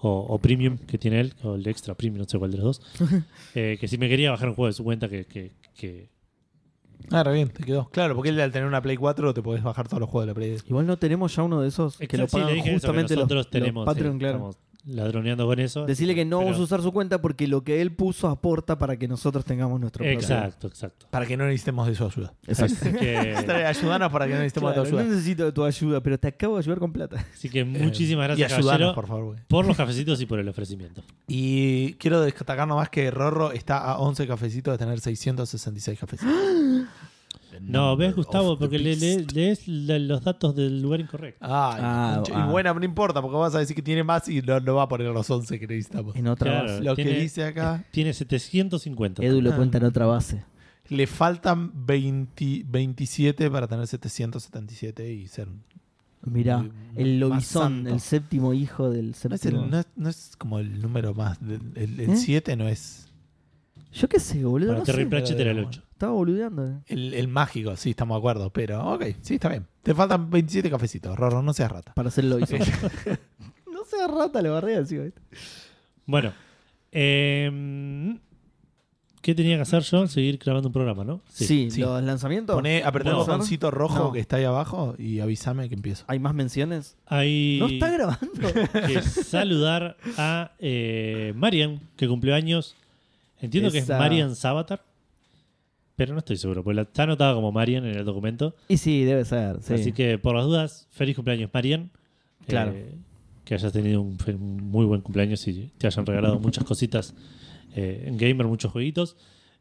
o, o Premium que tiene él, o el Extra Premium, no sé cuál de los dos, eh, que si me quería bajar un juego de su cuenta que, que- que- Ah, re bien, te quedó. Claro, porque él al tener una Play 4 te podés bajar todos los juegos de la Play. Igual no tenemos ya uno de esos que lo Sí, le pagan dije eso, que justamente los, nosotros los tenemos, Patreon, sí, claro. estamos ladroneando con eso. Decirle que no Pero- vamos a usar su cuenta porque lo que él puso aporta para que nosotros tengamos nuestro propio. Exacto, exacto. Para que no necesitemos de su ayuda. Exacto. Así que, Ayudanos para que no necesitemos Eh. Claro, de tu no ayuda. necesito de tu ayuda, pero te acabo de ayudar con plata. así que Eh, muchísimas gracias, Y ayudanos, caballero, por favor. güey. por los cafecitos y por el ofrecimiento. Y quiero destacar nomás que Rorro está a 11 cafecitos de tener 666 cafecitos. The No, number ves, Gustavo, of the porque le- le- beast. lees la- los datos del lugar incorrecto. Ah, Ah, y- ah. y bueno, no importa, porque vas a decir que tiene más y no, no va a poner los 11 que necesitamos. En otra Claro. base. Lo que tiene- dice acá, Tiene 750. Edu Ah. lo cuenta en otra base. le faltan 20 27 para tener 777 y ser... Mirá, Más el lobizón, santo. el séptimo hijo del No es, séptimo. el- no es- no es como el número más. del- El ¿Eh? el 7 no es... Yo qué sé, boludo. Para no Terry sé. Pratchett era el pero- 8. Estaba boludeando. eh. El, el mágico, sí, estamos de acuerdo, pero ok, sí, está bien. Te faltan 27 cafecitos, Rorro, no seas rata. Para hacer el lobizón. no sea rata, le barré así, ¿viste? Bueno. em, ¿Qué tenía que hacer yo? Seguir grabando un programa, ¿no? Sí, sí. los lanzamientos. Poné, apretá el No. botoncito rojo No. que está ahí abajo y avísame que empiezo. ¿Hay más menciones? Hay No está grabando. que saludar a eh, Marian, que cumplió años. Entiendo que es Esa- Marian Sabatar, pero no estoy seguro, porque la- está anotada como Marian en el documento. y sí, debe ser. sí. Así que, por las dudas, feliz cumpleaños, Marian. Claro. Eh, que hayas tenido un fe- un muy buen cumpleaños y te hayan regalado muchas cositas eh, en Gamer, muchos jueguitos.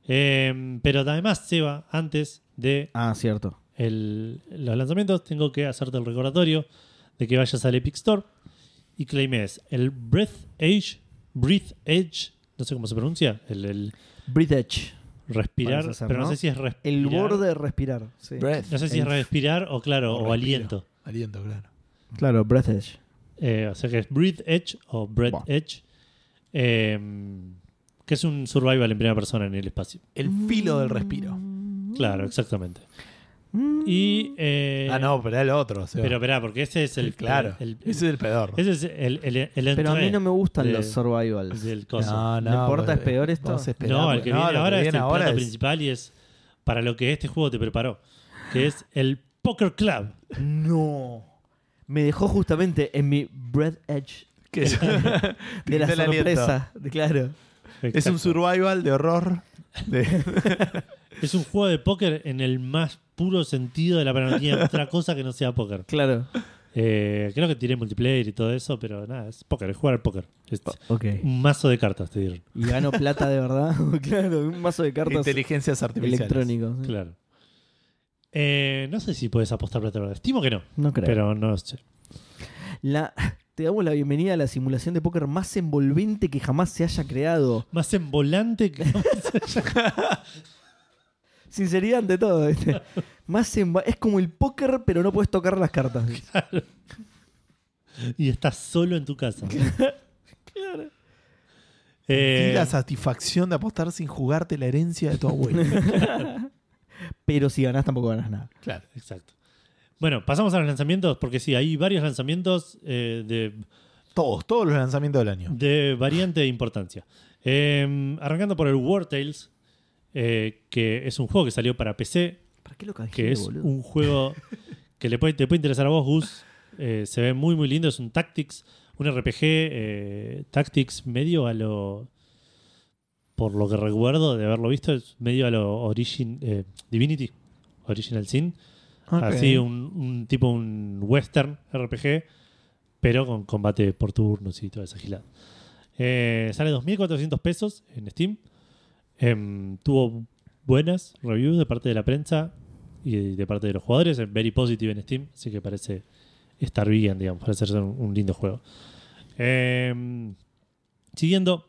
Eh, pero además, Seba, antes de Ah, cierto. el- los lanzamientos, tengo que hacerte el recordatorio de que vayas al Epic Store y claimes el Breath Edge, Breath Edge, no sé cómo se pronuncia, el, el Bridge. respirar, Parece ser, pero no, ¿no? sé si es respirar. El borde de respirar. sí. Breath. No sé si es respirar o claro, o, respiro. aliento. Aliento, claro. Claro, breath edge. Eh, o sea que es Breathe Edge o Breath Buah. Edge. eh, que es un survival en primera persona en el espacio. El filo del respiro. Mm. Claro, exactamente. Y. eh, ah, no, pero era el otro. Seba. Pero verá, porque ese es el. claro. el- el- ese es el pedor. ese es el, el, el Pero a mí no me gustan de- los survivals. del coso. ¿No importa, es peor esto? vos esperá, No, el porque- que lo viene ahora es viene el ahora plato es- principal y es para lo que este juego te preparó. Que es el Poker Club. No. Me dejó justamente en mi breath edge que es- de la Te quita el aliento. sorpresa. De- Claro. Es un survival de horror. de- Es un juego de póker en el más puro sentido de la palabra. No tiene otra cosa que no sea póker. Claro. Eh, creo que tiene multiplayer y todo eso, pero nada, es póker, es jugar al póker. Es Ok. un mazo de cartas, te dieron. Y gano plata de verdad. claro, un mazo de cartas inteligencias artificiales. electrónicos. ¿eh? Claro. Eh, no sé si puedes apostar plata. ¿verdad? Estimo que no, No creo. pero no sé. La- te damos la bienvenida a la simulación de póker más envolvente que jamás se haya creado. Más en volante que. Sinceridad ante todo. ¿viste? más enva- es como el póker, pero no puedes tocar las cartas. y estás solo en tu casa. Eh, Y la satisfacción de apostar sin jugarte la herencia de tu abuelo. pero si ganás tampoco ganás nada. claro. exacto. Bueno, pasamos a los lanzamientos, porque sí, hay varios lanzamientos eh, de Todos, todos los lanzamientos del año. De variante de importancia. Eh, arrancando por el War Tales, eh, que es un juego que salió para PC, ¿Para qué lo canjeé, que es boludo? un juego que le puede, te puede interesar a vos, Gus. Eh, se ve muy, muy lindo. Es un Tactics, un RPG eh, Tactics medio a lo. Por lo que recuerdo de haberlo visto, es medio a lo origin, eh, Divinity, Original Sin. Ok. Así, un, un tipo un western RPG, pero con combate por turnos y toda esa gilada. Eh, sale 2.400 pesos en Steam. Em, tuvo buenas reviews de parte de la prensa y de parte de los jugadores. Es very positive en Steam, así que parece estar bien, digamos, parece ser un, un lindo juego. Em, siguiendo,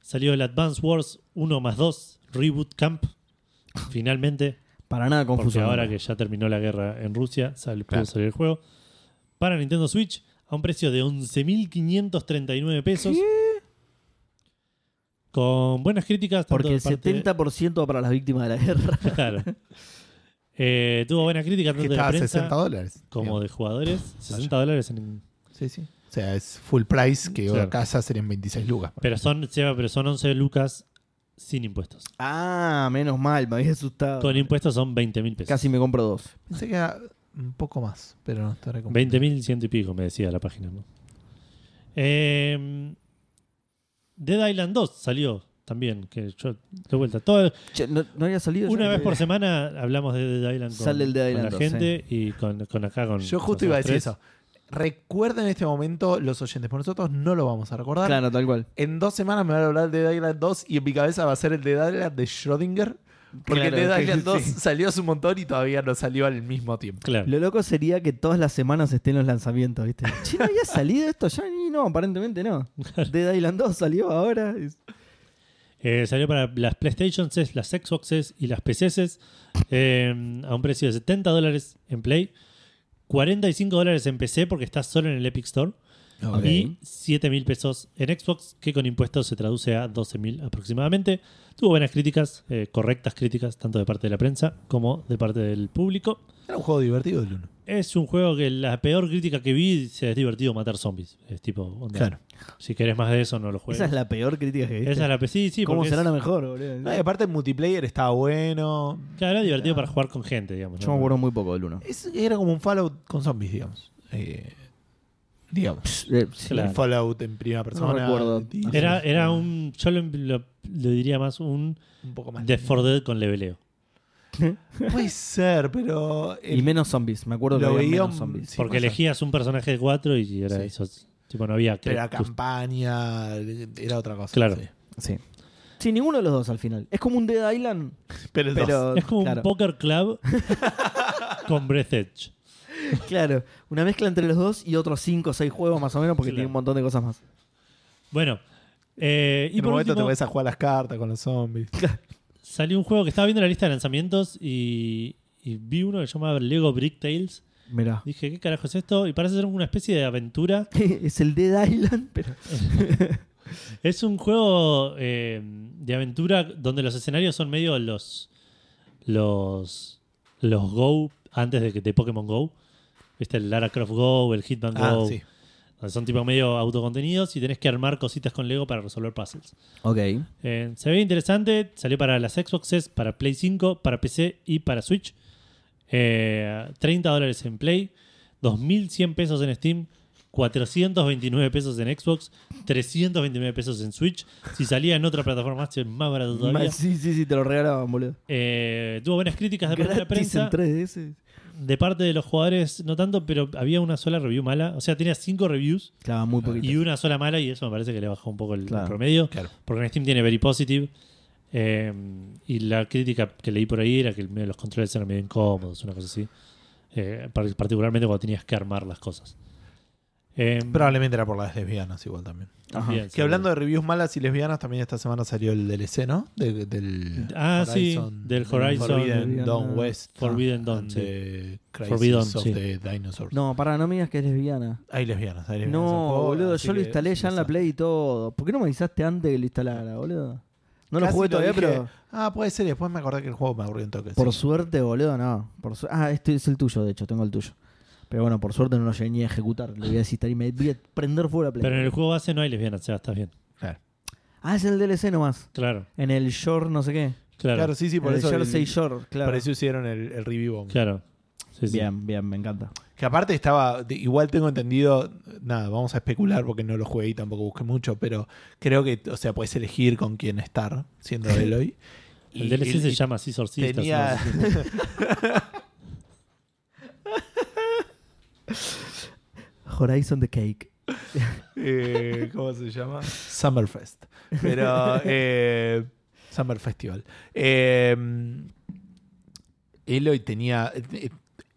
salió el Advance Wars 1 más 2 Reboot Camp. Finalmente, Para nada porque confuso. ahora que ya terminó la guerra en Rusia, sale, Claro. pudo salir el juego. Para Nintendo Switch, a un precio de 11.539 pesos. Con buenas críticas. tanto Porque de el parte de- 70% va para las víctimas de la guerra. Claro. Eh, tuvo buenas críticas Que tanto de estaba la a prensa 60 dólares. como Bien. de jugadores. 60 dólares en Sí, sí. O sea, es full price, que Claro. acá ya serían 26 lucas. Pero son, Seba, pero son 11 lucas sin impuestos. ah, menos mal, me había asustado. Con impuestos son 20 mil pesos. Casi me compro dos. Pensé que era un poco más, pero no estaré como. 20 mil ciento y pico, me decía la página. ¿no? Eh, Dead Island 2 salió también. que yo- De vuelta. todo- Che, ¿no, no había salido? una ya? vez por semana hablamos de Dead Island con, Sale el Dead con Island la 2, gente y con, con acá con. Yo con justo iba a decir nosotros eso. Recuerden en este momento los oyentes, porque nosotros no lo vamos a recordar. Claro, tal cual. En dos semanas me van a hablar de Dead Island 2 y en mi cabeza va a ser el de Dead Island de Schrödinger. Porque Claro, el Dead que- Island 2 sí. salió hace un montón y todavía no salió al mismo tiempo. tres. Claro. Lo loco sería que todas las semanas estén los lanzamientos, ¿viste? Che, ¿no había salido esto ya? Y no, aparentemente no. Dead Island 2 salió ahora. Es- Eh, salió para las PlayStations, las Xboxes y las PCs eh, a un precio de 70 dólares en Play, 45 dólares en PC porque está solo en el Epic Store Ok. y 7 mil pesos en Xbox, que con impuestos se traduce a 12 mil aproximadamente. Tuvo buenas críticas, eh, correctas críticas, tanto de parte de la prensa como de parte del público. Era un juego divertido el 1. Es un juego que la peor crítica que vi se es divertido matar zombies. Es tipo, onda, Claro. si querés más de eso, no lo juegues. Esa es la peor crítica que viste. Esa es la- sí, sí, ¿Cómo porque será es- la mejor, boludo? No, y aparte el multiplayer estaba bueno. Claro, era divertido para jugar con gente, digamos. Yo ¿no? me acuerdo muy poco del 1. Es- era como un Fallout con zombies, digamos. Eh, digamos. Eh, Claro. El Fallout en primera persona. recuerdo. y- Era, era un. Yo lo, lo- lo diría más un un poco más. Death for Dead con leveleo. Puede ser, pero. el- Y menos zombies, me acuerdo que Lo había veía menos un- zombies. sí, Porque puede ser. elegías un personaje de cuatro y era Sí. eso. Tipo, no había. Pero la cre- cus- campaña era otra cosa. Claro. sí. Sí. Sí, ninguno de los dos al final. Es como un Dead Island, Pero el dos. pero. es como claro, un poker club con Breath Edge. claro, una mezcla entre los dos y otros 5 o 6 juegos más o menos, porque Claro. tiene un montón de cosas más. Bueno. eh, y en un por momento último, te vas a jugar las cartas con los zombies. salió un juego que estaba viendo la lista de lanzamientos y, y vi uno que se llama Lego Brick Tales. Mirá. Dije, ¿qué carajo es esto? Y parece ser una especie de aventura. es el Dead Island, pero. Es un juego eh, de aventura donde los escenarios son medio los. Los. Los Go antes de que de Pokémon Go. Viste el Lara Croft Go, el Hitman Ah, Go. sí. donde Son tipo medio autocontenidos y tenés que armar cositas con Lego para resolver puzzles. Ok. Eh, se ve interesante, salió para las Xboxes, para Play 5, para PC y para Switch. Eh, 30 dólares en Play, 2.100 pesos en Steam, 429 pesos en Xbox, 329 pesos en Switch. Si salía en otra plataforma, es más barato todavía. Sí, sí, sí, te lo regalaban, boludo. Eh, tuvo buenas críticas de parte de la Gratis en prensa. 3DS. De parte de los jugadores, no tanto, pero había una sola review mala. O sea, tenía 5 reviews Claro, muy y poquito. una sola mala, y eso me parece que le bajó un poco el Claro. promedio. Claro. Porque en Steam tiene Very Positive. eh, y la crítica que leí por ahí era que medio los controles eran medio incómodos, una cosa así. Eh, par- particularmente cuando tenías que armar las cosas. Eh, Probablemente era por las lesbianas igual también. también, Que seguro. hablando de reviews malas y lesbianas, también esta semana salió el DLC, ¿no? De- del Ah, sí, del Horizon Forbidden Dawn Forbidden- West. Ah, Forbidden Dawn, and sí. the Crisis Forbidden, of sí. the Dinosaurs. No, pará, no me digas que es lesbiana. Hay lesbianas, hay lesbianas. en el No, juego, boludo, así yo lo que instalé es ya en la un Play y todo. ¿Por qué no me avisaste antes que lo instalara, boludo? No lo Casi jugué todavía, dije, pero. Ah, puede ser. y Después me acordé que el juego me aburrió un toque. Por sí. suerte, boludo, no. Por su- Ah, este es el tuyo, de hecho, tengo el tuyo. Pero bueno, por suerte no lo llegué ni a ejecutar. Le voy a desinstalar y me voy a prender fuego la Play. Pero en el juego base no hay lesbianas, o sea, estás bien. Claro. Ah, es el DLC nomás. Claro, En el Shore, no sé qué. claro. Claro, Eh, sí, sí, por el eso. el- Jersey Shore, claro. Por eso hicieron el, el review bomb. claro. Sí, sí. Bien, bien, me encanta. Que aparte estaba, de- igual tengo entendido, nada, vamos a especular porque no lo jugué y tampoco busqué mucho, pero creo que, o sea, puedes elegir con quién estar, siendo Eloy. El DLC se llama Scissor Sisters, tenía- no sé si- Horizon the Cake. eh, ¿Cómo se llama? Summerfest. Pero. eh, Summer Festival. Eh, Eloy tenía. eh,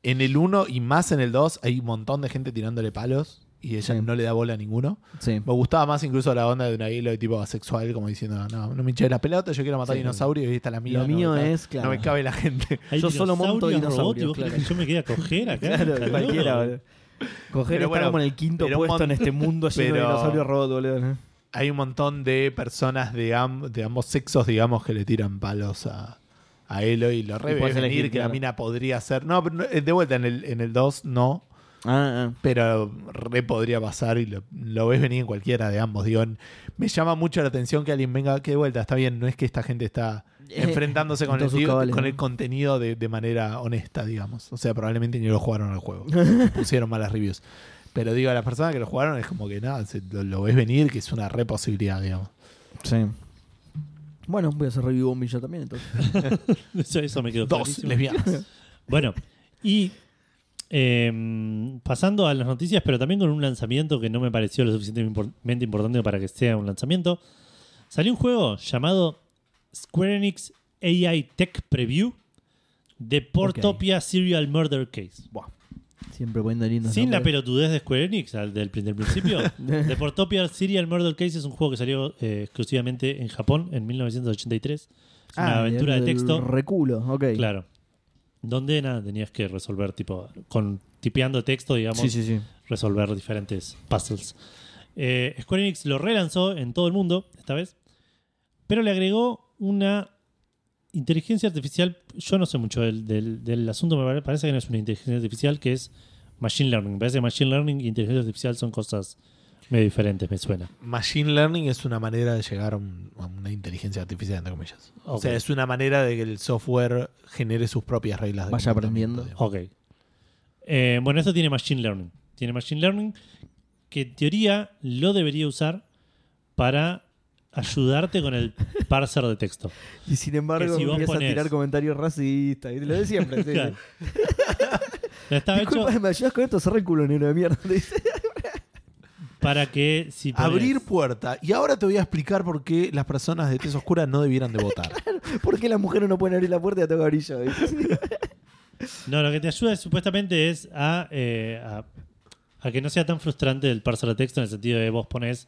En el 1 y más en el 2 hay un montón de gente tirándole palos y ella Sí. no le da bola a ninguno. Sí. Me gustaba más incluso la onda de una Eloy tipo asexual, como diciendo, no, no me hinché la pelota, yo quiero matar Sí. dinosaurios y esta es la mía. no Lo me mío cabe- es, claro. No me cabe la gente. Hay Yo solo monto dinosaurios robóticos, dinosaurios, ¿vos crees claro. que Yo me quedé a coger acá. Claro, Saludo. cualquiera, boludo. Coger Pero está bueno, como en el quinto pero un puesto en mon- este mundo lleno de pero- dinosaurios robots, boludo. ¿no? Hay un montón de personas de, am- de ambos sexos, digamos, que le tiran palos a, a Eloy y lo re Y ve podés venir, elegir, que la claro. mina podría ser. No, pero no- eh, de vuelta, en el, en el 2 no, Ah, ah. pero re podría pasar y lo, lo ves venir en cualquiera de ambos. Digo, n- me llama mucho la atención que alguien venga, que de vuelta, está bien, no es que esta gente está Eh, enfrentándose con, con todos el, sus digo, cabales, con ¿no? el contenido de, de manera honesta, digamos. O sea, probablemente ni lo jugaron al juego, pusieron malas reviews. Pero digo, a las personas que lo jugaron es como que nada, se- lo, lo ves venir, que es una re posibilidad, digamos. Sí. Bueno, voy a hacer review bombillo también, entonces. Eso, eso me quedó Dos clarísimo. lesbianas. Bueno, y eh, pasando a las noticias, pero también con un lanzamiento que no me pareció lo suficientemente importante para que sea un lanzamiento. Salió un juego llamado Square Enix AI Tech Preview de Portopia Serial Murder Case. Siempre poniendo lindos Sin la nombres. pelotudez de Square Enix al del, del principio, The Portopia Serial Murder Case es un juego que salió eh, exclusivamente en Japón en 1983. Es una Ah, aventura de del texto. Reculo, ok. Claro. Donde nada, tenías que resolver tipo con tipeando texto, digamos, Sí, sí, sí. resolver diferentes puzzles. Eh, Square Enix lo relanzó en todo el mundo esta vez, pero le agregó una inteligencia artificial. Yo no sé mucho del, del- del asunto, me pare- parece que no es una inteligencia artificial, que es machine learning. Me parece que machine learning y inteligencia artificial son cosas medio diferentes, me suena. Machine learning es una manera de llegar a, un- a una inteligencia artificial, entre comillas. O Ok. sea, es una manera de que el software genere sus propias reglas. de Vaya comportamiento, aprendiendo. digamos. Ok. Eh, bueno, esto tiene Machine Learning. Tiene Machine Learning que en teoría lo debería usar para ayudarte con el parser de texto. Y sin embargo, Que si vos empieza ponés- a tirar comentarios racistas. Y lo de siempre. sí, sí. Claro. Está hecho Disculpa, ¿me ayudas con esto? Cerré el culo, negro de mierda. dice. para que si podés- Abrir puerta. Y ahora te voy a explicar por qué las personas de tez oscura no debieran de votar. ¿Por qué las mujeres no pueden abrir la puerta y la tengo que abrir yo? dice? No, lo que te ayuda es, supuestamente es a, eh, a, a que no sea tan frustrante el parser de texto en el sentido de vos pones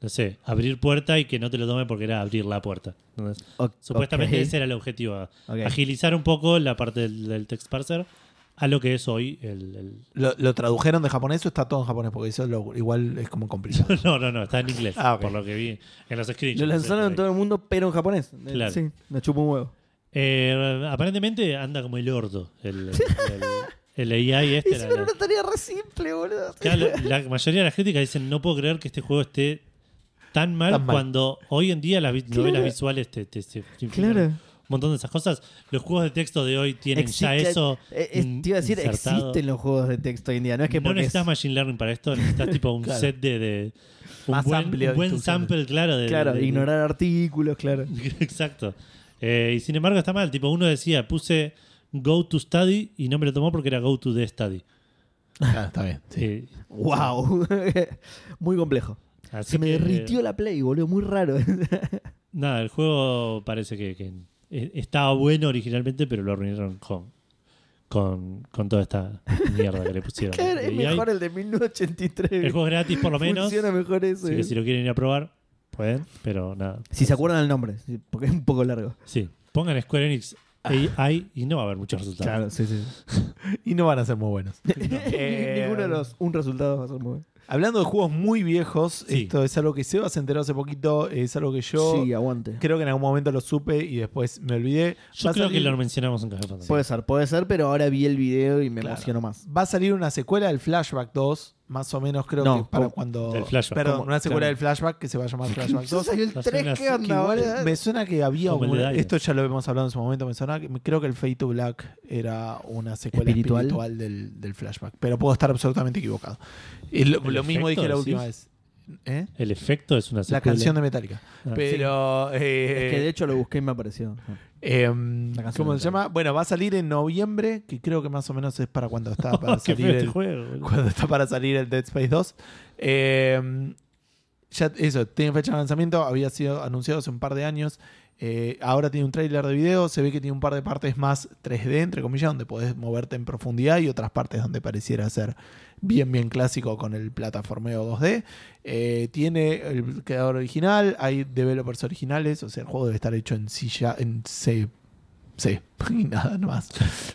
no sé, abrir puerta y que no te lo tome porque era abrir la puerta. Entonces, O- Supuestamente ok. ese era el objetivo, a- Ok. agilizar un poco la parte del, del text parser a lo que es hoy el... el- ¿Lo, lo tradujeron de japonés o está todo en japonés? Porque eso lo- igual es como complicado. No, no, no, está en inglés, Ah, ok. por lo que vi en los screenshots. Lo este, lanzaron en todo el mundo, pero en japonés. Eh, Claro. Sí, nos chupa un huevo. Eh, aparentemente anda como el orto el, el, el AI este. la- Hicieron la- una tarea re simple, boludo. Claro, la, la mayoría de las críticas dicen no puedo creer que este juego esté tan mal, Tan mal. cuando hoy en día las vi- novelas visuales te, te- te implican Claro. un montón de esas cosas. Los juegos de texto de hoy tienen ya Existe- eso. eh, eh, te iba a decir, insertado. existen los juegos de texto hoy en día. No es que no porque es- necesitas machine learning para esto, necesitas tipo un Claro. set de, de- un Más buen, amplio un buen de instrucciones. sample, claro, de, Claro, de- de- ignorar artículos, claro. Exacto. Eh, y sin embargo está mal. Tipo, uno decía, puse go to study y no me lo tomó porque era go to the study. Claro, Ah, está bien. sí. Eh, ¡Wow! Muy complejo. así Se me que, derritió la play, boludo. Muy raro. Nada, el juego parece que, que e- estaba bueno originalmente, pero lo arruinaron con, con, con toda esta mierda que le pusieron. Claro, es Y hay- mejor el de 1983. el juego es gratis por lo menos. Funciona mejor eso. Así que eh. si lo quieren ir a probar, pueden, pero nada. Si se acuerdan el nombre, sí, porque es un poco largo. Sí, pongan Square Enix AI y no va a haber muchos resultados. sí, sí. Y no van a ser muy buenos. Eh, Ninguno de los un resultado va a ser muy bueno. Hablando de juegos muy viejos, Sí. esto es algo que Seba se enteró hace poquito, es algo que yo sí, aguante. creo que en algún momento lo supe y después me olvidé. Yo Va a creo que salir- lo mencionamos en Café Fantasy. Puede ser, puede ser, pero ahora vi el video y me Claro. emociono más. Va a salir una secuela del Flashback 2, más o menos creo No, que para ¿cómo? cuando... Del Flashback. Perdón, ¿Cómo? una secuela del Claro. Flashback que se va a llamar Flashback 2. salió el Las 3, escenas ¿qué Que onda, igual boludo? me suena que había Como el una- de Daigo. esto ya lo hemos hablado en su momento me suena que creo que el Fate to Black era una secuela espiritual, Espiritual. del, del flashback pero puedo estar absolutamente equivocado y lo, ¿El lo mismo dije efecto la decís? última vez ¿Eh? El efecto es una la secuela. canción de Metallica Ah, pero eh, Es que de hecho lo busqué y me apareció. em, La canción ¿cómo de se llama? bueno va a salir en noviembre que creo que más o menos es para cuando está Oh, para qué salir feo este el, juego. boludo. cuando está para salir el Dead Space 2. Eh, ya, eso, tiene fecha de lanzamiento, había sido anunciado hace un par de años. Eh, ahora tiene un tráiler de video, se ve que tiene un par de partes más 3D, entre comillas, donde podés moverte en profundidad y otras partes donde pareciera ser bien, bien clásico con el plataformeo 2D. Eh, tiene el creador original, hay developers originales, o sea, el juego debe estar hecho en silla, en C. C, y nada más.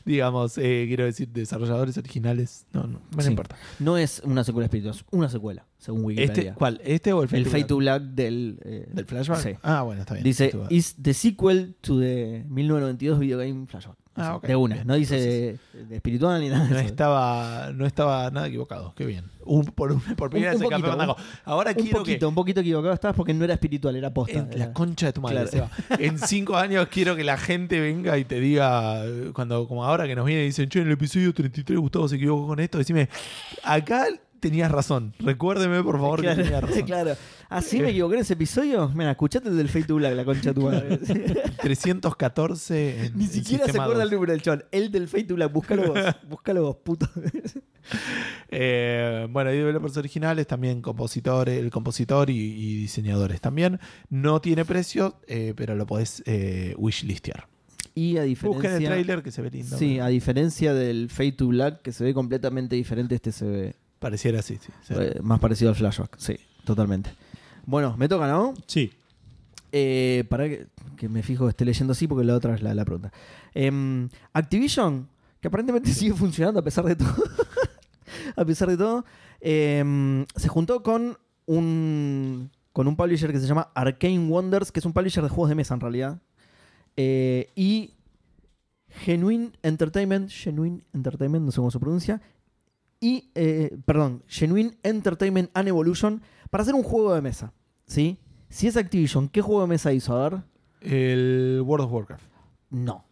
Digamos, eh, quiero decir, desarrolladores originales. No, no, no Sí. importa. No es una secuela espiritual, es una secuela, según Wikipedia. Este, ¿Cuál? ¿Este o el Fate el to Fate Black? to Black del, eh, ¿Del flashback? Sí. Ah, bueno, está bien. Dice, Fate to Black. is the sequel to the 1992 video game flashback. Ah, ok. De una, Bien, no dice de, de espiritual ni nada de No eso. estaba, no estaba nada equivocado. Qué bien. Un- por, un- por primera Un- vez un en Café poquito, Fandango. Ahora un quiero poquito, un poquito equivocado estabas porque no era espiritual, era que. posta. en la era- concha de tu madre, Claro. Seba. En cinco años quiero que la gente venga y te diga, eh, cuando como ahora que nos viene y dicen, che, en el episodio 33 Gustavo se equivocó con esto, decime, acá tenías razón. Recuérdeme, por favor, que tenías Claro, razón. Eh. claro. Así me equivoqué en ese episodio. Mira, escuchate el del Fate to Black, la concha de tu madre. 314. en- Ni en siquiera se sistema acuerda 2. el número del chon. El del Fate to Black, búscalo vos. Búscalo vos, puto. Eh, bueno, hay developers originales, también compositores, el compositor y, y diseñadores también. No tiene precio, eh, pero lo podés eh, wishlistear. Y a Busquen el diferencia. trailer que se ve lindo. Sí, ah. pero a diferencia del Fate to Black, que se ve completamente diferente, este se ve Pareciera así, sí. sí. eh, más parecido al flashback. Sí, totalmente. Bueno, me toca, ¿no? Sí. Eh, para que, que me fijo que esté leyendo así porque la otra es la, la pregunta. Em, Activision, que aparentemente sigue funcionando a pesar de todo. a pesar de todo, em, se juntó con un con un publisher que se llama Arcane Wonders, que es un publisher de juegos de mesa en realidad. Eh, y Genuine Entertainment, Genuine Entertainment, no sé cómo se pronuncia. Y, eh, perdón, Genuine Entertainment and Evolution para hacer un juego de mesa. ¿Sí? Si es Activision, ¿qué juego de mesa hizo? A ver. El World of Warcraft. No.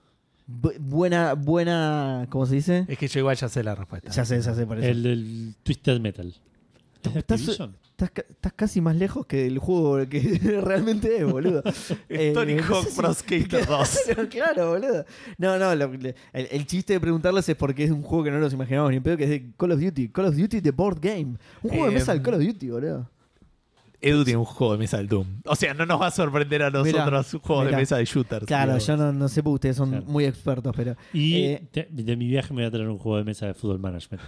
Bu- buena, buena. ¿Cómo se dice? Es que yo igual ya sé la respuesta. Ya sé, ya sé, por eso. El del Twisted Metal. ¿Es Estás- Activision? Estás, ca- estás casi más lejos que el juego que realmente es, boludo. Eh, Tony no sé Hawk si- Pro Skater 2. Claro, claro, boludo. No, no, lo- le- el, el chiste de preguntarles es porque es un juego que no nos imaginamos ni en pedo, que es de Call of Duty. Call of Duty The Board Game. Un juego de Eh, mesa del Call of Duty, boludo. Edu tiene un juego de mesa del Doom. O sea, no nos va a sorprender a nosotros un juego de mirá. mesa de shooters. Claro, digamos. yo no, no sé porque ustedes son Claro. muy expertos, pero. Y Eh, de, de mi viaje me voy a traer un Eh. juego de mesa de fútbol management.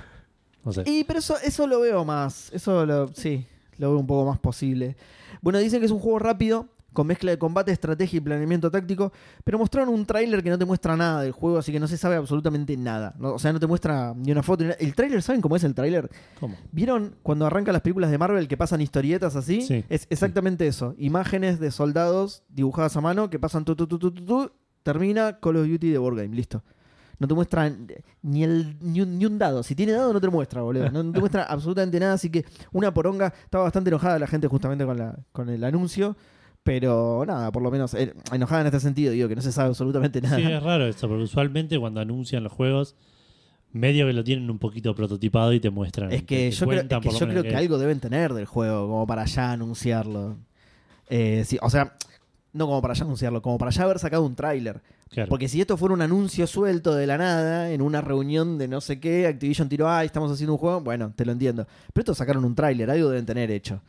No sé. Y pero eso, eso lo veo más. Eso lo. Sí. lo veo un poco más posible. Bueno, dicen que es un juego rápido, con mezcla de combate, estrategia y planeamiento táctico, pero mostraron un tráiler que no te muestra nada del juego, así que no se sabe absolutamente nada. No- o sea, no te muestra ni una foto. ni nada. El tráiler, ¿saben cómo es el tráiler? ¿Cómo? ¿Vieron cuando arrancan las películas de Marvel que pasan historietas así? Sí. Es exactamente eso. Imágenes de soldados dibujadas a mano que pasan tu, tu, tu, tu, tu, tu, termina Call of Duty de Wargame, listo. No te muestran ni, el, ni, un, ni un dado. Si tiene dado, no te lo muestra, boludo. No, no te muestra absolutamente nada. Así que una poronga. Estaba bastante enojada la gente justamente con, la, con el anuncio. Pero nada, por lo menos eh, enojada en este sentido, digo, que no se sabe absolutamente nada. Sí, es raro eso, porque usualmente cuando anuncian los juegos, medio que lo tienen un poquito prototipado y te muestran. Es te- que te yo creo, es cuentan que, por lo yo menos creo que qué es. algo deben tener del juego como para ya anunciarlo. Eh, sí, o sea, no como para ya anunciarlo, como para ya haber sacado un tráiler. Claro. Porque si esto fuera un anuncio suelto de la nada, en una reunión de no sé qué, Activision tiró, ay, estamos haciendo un juego, bueno, te lo entiendo. Pero estos sacaron un tráiler, algo deben tener hecho.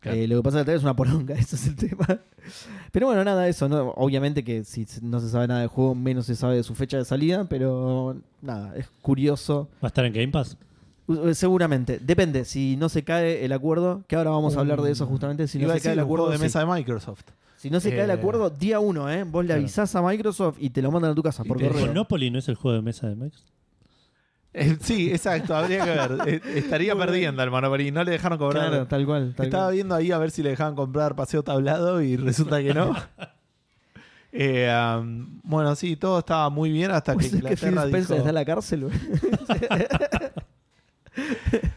Claro. Eh, lo que pasa es que el tráiler es una poronga, eso es el tema. Pero bueno, nada, eso. ¿no? Obviamente que si no se sabe nada del juego, menos se sabe de su fecha de salida, pero nada, es curioso. ¿Va a estar en Game Pass? U- eh, Seguramente, depende. Si no se cae el acuerdo, que ahora vamos a hablar de eso justamente. Si no Mm. Iba a se cae decir, el un juego acuerdo, de sí. mesa de Microsoft. si no se cae el Eh, acuerdo, día uno, ¿eh? Vos le claro. avisás a Microsoft y te lo mandan a tu casa Y por te- correo. Monopoly no es el juego de mesa de Microsoft. Eh, sí, exacto, habría que ver. Eh, Estaría perdiendo al Monopoly, no le dejaron cobrar. Claro, tal cual. tal Estaba cual. viendo ahí a ver si le dejaban comprar paseo tablado y resulta que no. Eh, am, bueno, sí, todo estaba muy bien hasta que Pues es que Phil Inglaterra Spencer dijo... está en la cárcel. güey.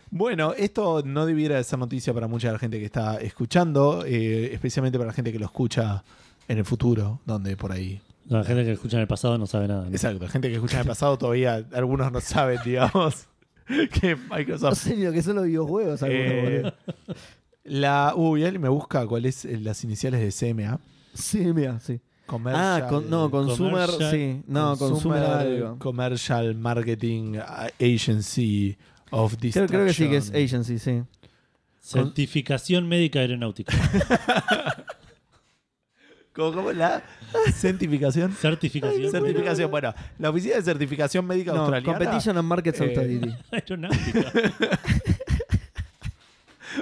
Bueno, esto no debiera de ser noticia para mucha de la gente que está escuchando, eh, especialmente para la gente que lo escucha en el futuro, donde por ahí... La gente que escucha en el pasado no sabe nada. ¿no? Exacto, la gente que escucha en el pasado todavía, algunos no saben, digamos, que no Microsoft... sé ni lo que son los videojuegos. algunos, eh, boludo. la, uy, él me busca cuál es eh, las iniciales de CMA. Sí, mira, sí. Comercial- Ah, con- no, Consumer, Commercial- sí. No, Consumer, algo. Commercial Marketing Agency of Creo, Destruction. creo que sí que es agency, sí. Certificación médica aeronáutica. ¿Cómo, cómo la certificación? Certificación médica certificación. Bueno, la Oficina de Certificación Médica No, Australiana. Competition and Markets eh, Authority. aeronáutica.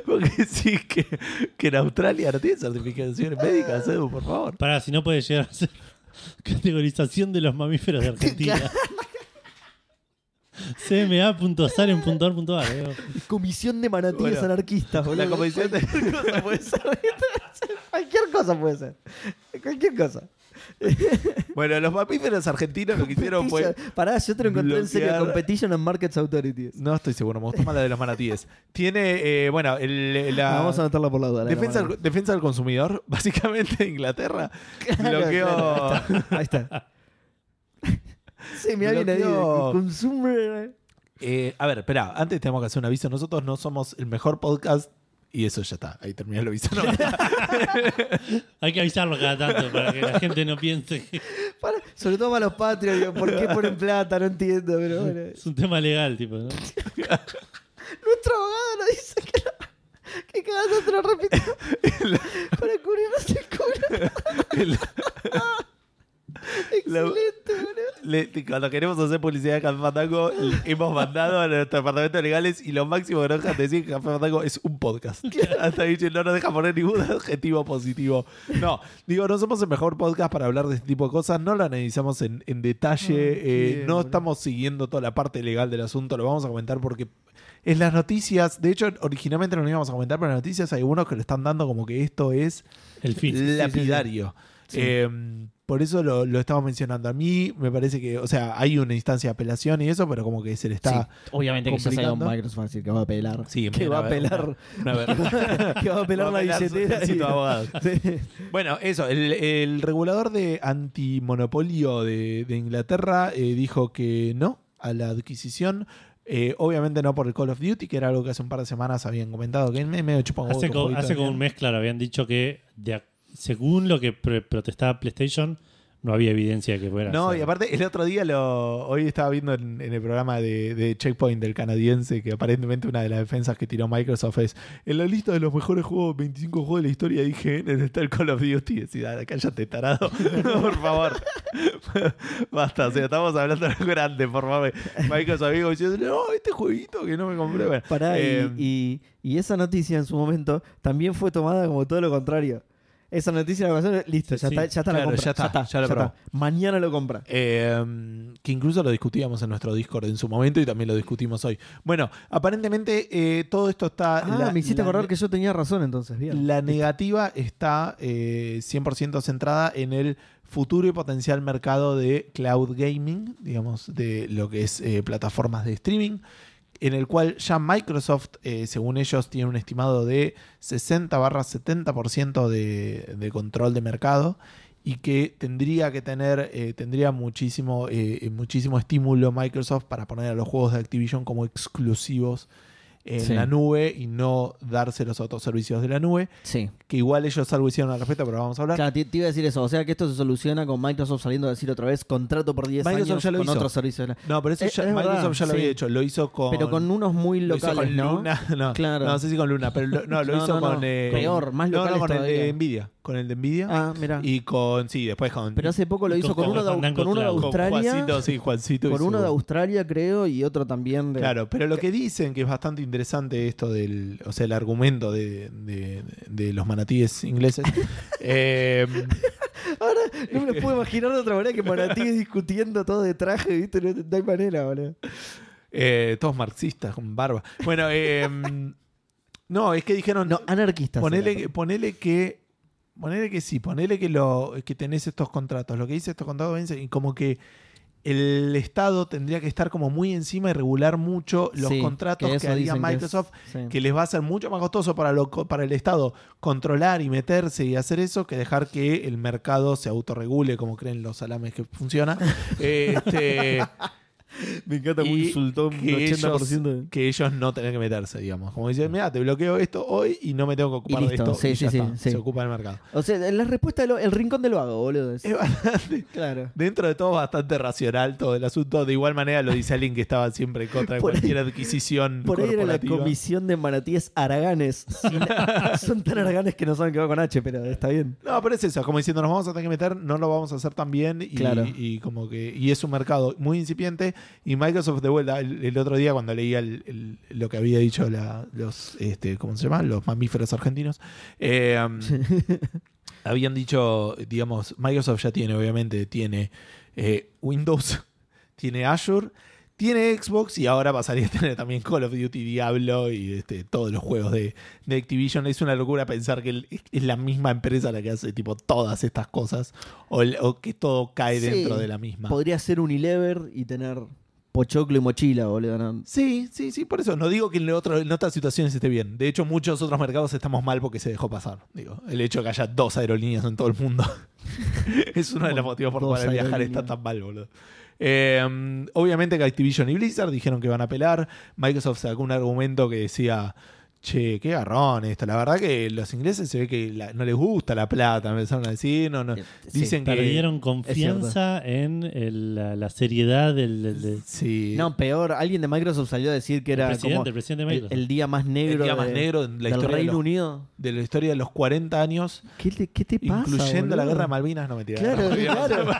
Porque sí, que, que en Australia no tiene certificaciones médicas, Edu, por favor. Pará, si no puede llegar a ser categorización de los mamíferos de Argentina. cma.saren.ar.ar. eh. Comisión de manatíes Bueno, anarquistas, boludo. La comisión de... cosa puede ser. Cualquier cosa puede ser. Cualquier cosa. Bueno, los mamíferos argentinos lo que hicieron fue... Competition- Pará, yo te lo encontré en serio. bloquear- Competition and Markets Authorities. No estoy seguro, me gustó más la de los manatíes. Tiene, eh, bueno, el- la... Ah, vamos a anotarla por la duda. la Defensa, verdad. al, defensa del consumidor, básicamente Inglaterra Claro, bloqueó, claro, Ahí está. Sí, mira bien ahí. Bloqueó- Consumer. Eh, a ver, espera, antes tenemos que hacer un aviso. Nosotros no somos el mejor podcast y eso ya está. Ahí termina el aviso. No, Hay que avisarlo cada tanto para que la gente no piense que Para- sobre todo para los patrios. digo, ¿Por qué ponen plata? No entiendo, pero bueno. es un tema legal, tipo, ¿no? Nuestro abogado nos dice que no- Que cada tanto lo repito. Para cubrirnos el culo. el- Excelente, boludo. le- cuando queremos hacer publicidad de Café Fandango, le- hemos mandado a nuestro departamento de legales y lo máximo que nos dejan decir que Café Fandango es un podcast. Hasta ahí che, no nos deja poner ningún adjetivo positivo. No, digo, no somos el mejor podcast para hablar de este tipo de cosas. No lo analizamos en, en detalle. eh, bien, no boludo. estamos siguiendo toda la parte legal del asunto. Lo vamos a comentar porque En las noticias, de hecho, originalmente no lo íbamos a comentar, pero en las noticias hay algunos que lo están dando como que esto es El fin. lapidario. sí. Eh, por eso lo, lo estamos mencionando. A mí me parece que, o sea, hay una instancia de apelación y eso, pero como que se le está. Sí, obviamente que ya se complicando. Microsoft va a decir que va a pelar. Sí, que una va a ver- pelar. una- una vergüenza. que va a pelar Va la a pelar su billetera. ejército de abogados. Sí. Bueno, eso, el, el regulador de antimonopolio de, de Inglaterra eh, dijo que no a la adquisición. Eh, obviamente no por el Call of Duty, que era algo que hace un par de semanas habían comentado, que me medio chupa un huevo Hace, tu co- jueguito hace de como mierda. un mes, claro, habían dicho que de ac- según lo que pre- protestaba PlayStation, no había evidencia de que fuera. No, así. y aparte el otro día lo. Hoy estaba viendo en, en el programa de, de Checkpoint del canadiense que aparentemente una de las defensas que tiró Microsoft es en la lista de los mejores juegos, 25 juegos de la historia de IGN está el Call of Duty. Decís, "Ah, cállate, tarado. por favor. Basta, o sea, estamos hablando de lo grande, por favor. Microsoft amigo diciendo, no, este jueguito que no me compré. Bueno, Pará, y- eh, y, y esa noticia en su momento también fue tomada como todo lo contrario. Esa noticia la pasó, listo, ya Sí, está, ya está la claro, compra. ya está, ya lo probó. Mañana lo compra. Eh, que incluso lo discutíamos en nuestro Discord en su momento y también lo discutimos hoy. Bueno, aparentemente eh, todo esto está. Ah, la- me hiciste la- acordar que yo tenía razón entonces, bien. La negativa está eh, 100% centrada en el futuro y potencial mercado de cloud gaming, digamos, de lo que es eh, plataformas de streaming, en el cual ya Microsoft, eh, según ellos, tiene un estimado de 60 barra 70% de, de control de mercado y que tendría que tener, eh, tendría muchísimo, eh, muchísimo estímulo Microsoft para poner a los juegos de Activision como exclusivos en Sí. la nube y no dárselos a otros servicios de la nube, Sí. que igual ellos algo hicieron al respecto, pero vamos a hablar. Claro, te, te iba a decir eso. O sea que esto se soluciona con Microsoft saliendo a decir otra vez contrato por 10 Microsoft años ya lo con hizo. otros servicios. No, pero eso Eh, Es- ya, es Microsoft verdad, ya lo había sí. hecho, lo hizo con... Pero con unos muy lo hizo con locales, ¿no? Luna, no, Claro. no, sé si con Luna, pero lo- no, lo No, hizo no, no. con... eh, Peor, más no, locales no, con el de todavía. Nvidia, con el de Nvidia Ah, mira. y con... Sí, después con... Pero hace poco lo y hizo con con, uno, de, Fernando con uno de Clavo. con Australia. Juancito, sí, Juancito. y Con su- uno de Australia, creo, y otro también de. Claro, pero lo que dicen, que es bastante interesante esto del, o sea, el argumento de, de- de los manatíes ingleses, eh, Ahora no me lo puedo imaginar de otra manera que Moratí discutiendo todo de traje, ¿viste? No, no hay manera, boludo. Eh, todos marxistas, con barba. Bueno, eh, no, es que dijeron. No, anarquistas. ponele, era. que- ponele que. Ponele que sí, ponele que, lo, que tenés estos contratos. Lo que dice estos contratos vence y como que el Estado tendría que estar como muy encima y regular mucho los Sí, contratos que, eso haría dicen que es- Microsoft, sí. que, les va a ser mucho más costoso para, lo, co- para el Estado controlar y meterse y hacer eso que dejar que el mercado se autorregule, como creen los salames que funciona. este, Me encanta y como insultó un que 80% de- que ellos no tener que meterse, digamos. Como dicen, mira, te bloqueo esto hoy y no me tengo que ocupar Y listo, de esto. sí, y ya sí, sí, está, sí. Se ocupa el mercado. O sea, la respuesta del el rincón del vago, boludo. Es- Es bastante- claro. dentro de todo, bastante racional todo el asunto. De igual manera lo dice alguien que estaba siempre en contra de Por ahí- cualquier adquisición. Por ahí era la corporativa. comisión de manatíes araganes. Sin- Son tan araganes que no saben que va con H, pero está bien. No, pero es eso, como diciendo, nos vamos a tener que meter, no lo vamos a hacer tan bien. Y, Claro. y como que. Y es un mercado muy incipiente. Y Microsoft de vuelta, el, el otro día cuando leía el- el- lo que había dicho la- los, este, ¿cómo se llama? Los mamíferos argentinos. eh, habían dicho, digamos, Microsoft ya tiene, obviamente, tiene eh, Windows, tiene Azure. Tiene Xbox y ahora pasaría a tener también Call of Duty, Diablo y este, todos los juegos de, de Activision. Es una locura pensar que el- es la misma empresa la que hace tipo todas estas cosas o, el- o que todo cae Sí. dentro de la misma. Podría ser un Unilever y tener pochoclo y mochila, boludo. ¿no? Sí, sí, sí, por eso. No digo que en, otro- en otras situaciones esté bien. De hecho, muchos otros mercados estamos mal porque se dejó pasar. Digo, el hecho de que haya dos aerolíneas en todo el mundo es uno de los ¿Cómo motivos por dos los cuales viajar aerolíneas? está tan mal, boludo. Eh, obviamente que Activision y Blizzard dijeron que van a apelar. Microsoft sacó un argumento que decía. Che, qué garrón esto. La verdad que los ingleses se ve que la- no les gusta la plata, me empezaron a decir. No, no. Eh, sí. Dicen que. Perdieron confianza en el- la, la seriedad del, del- del- Sí. No, peor, alguien de Microsoft salió a decir que del era presidente, como el presidente de el, Microsoft. el día más negro, el día más de- negro en la del historia de Reino los- Unido. de la historia de los 40 años. ¿Qué te, qué te pasa? incluyendo la boludo? guerra de Malvinas, no me Claro, claro.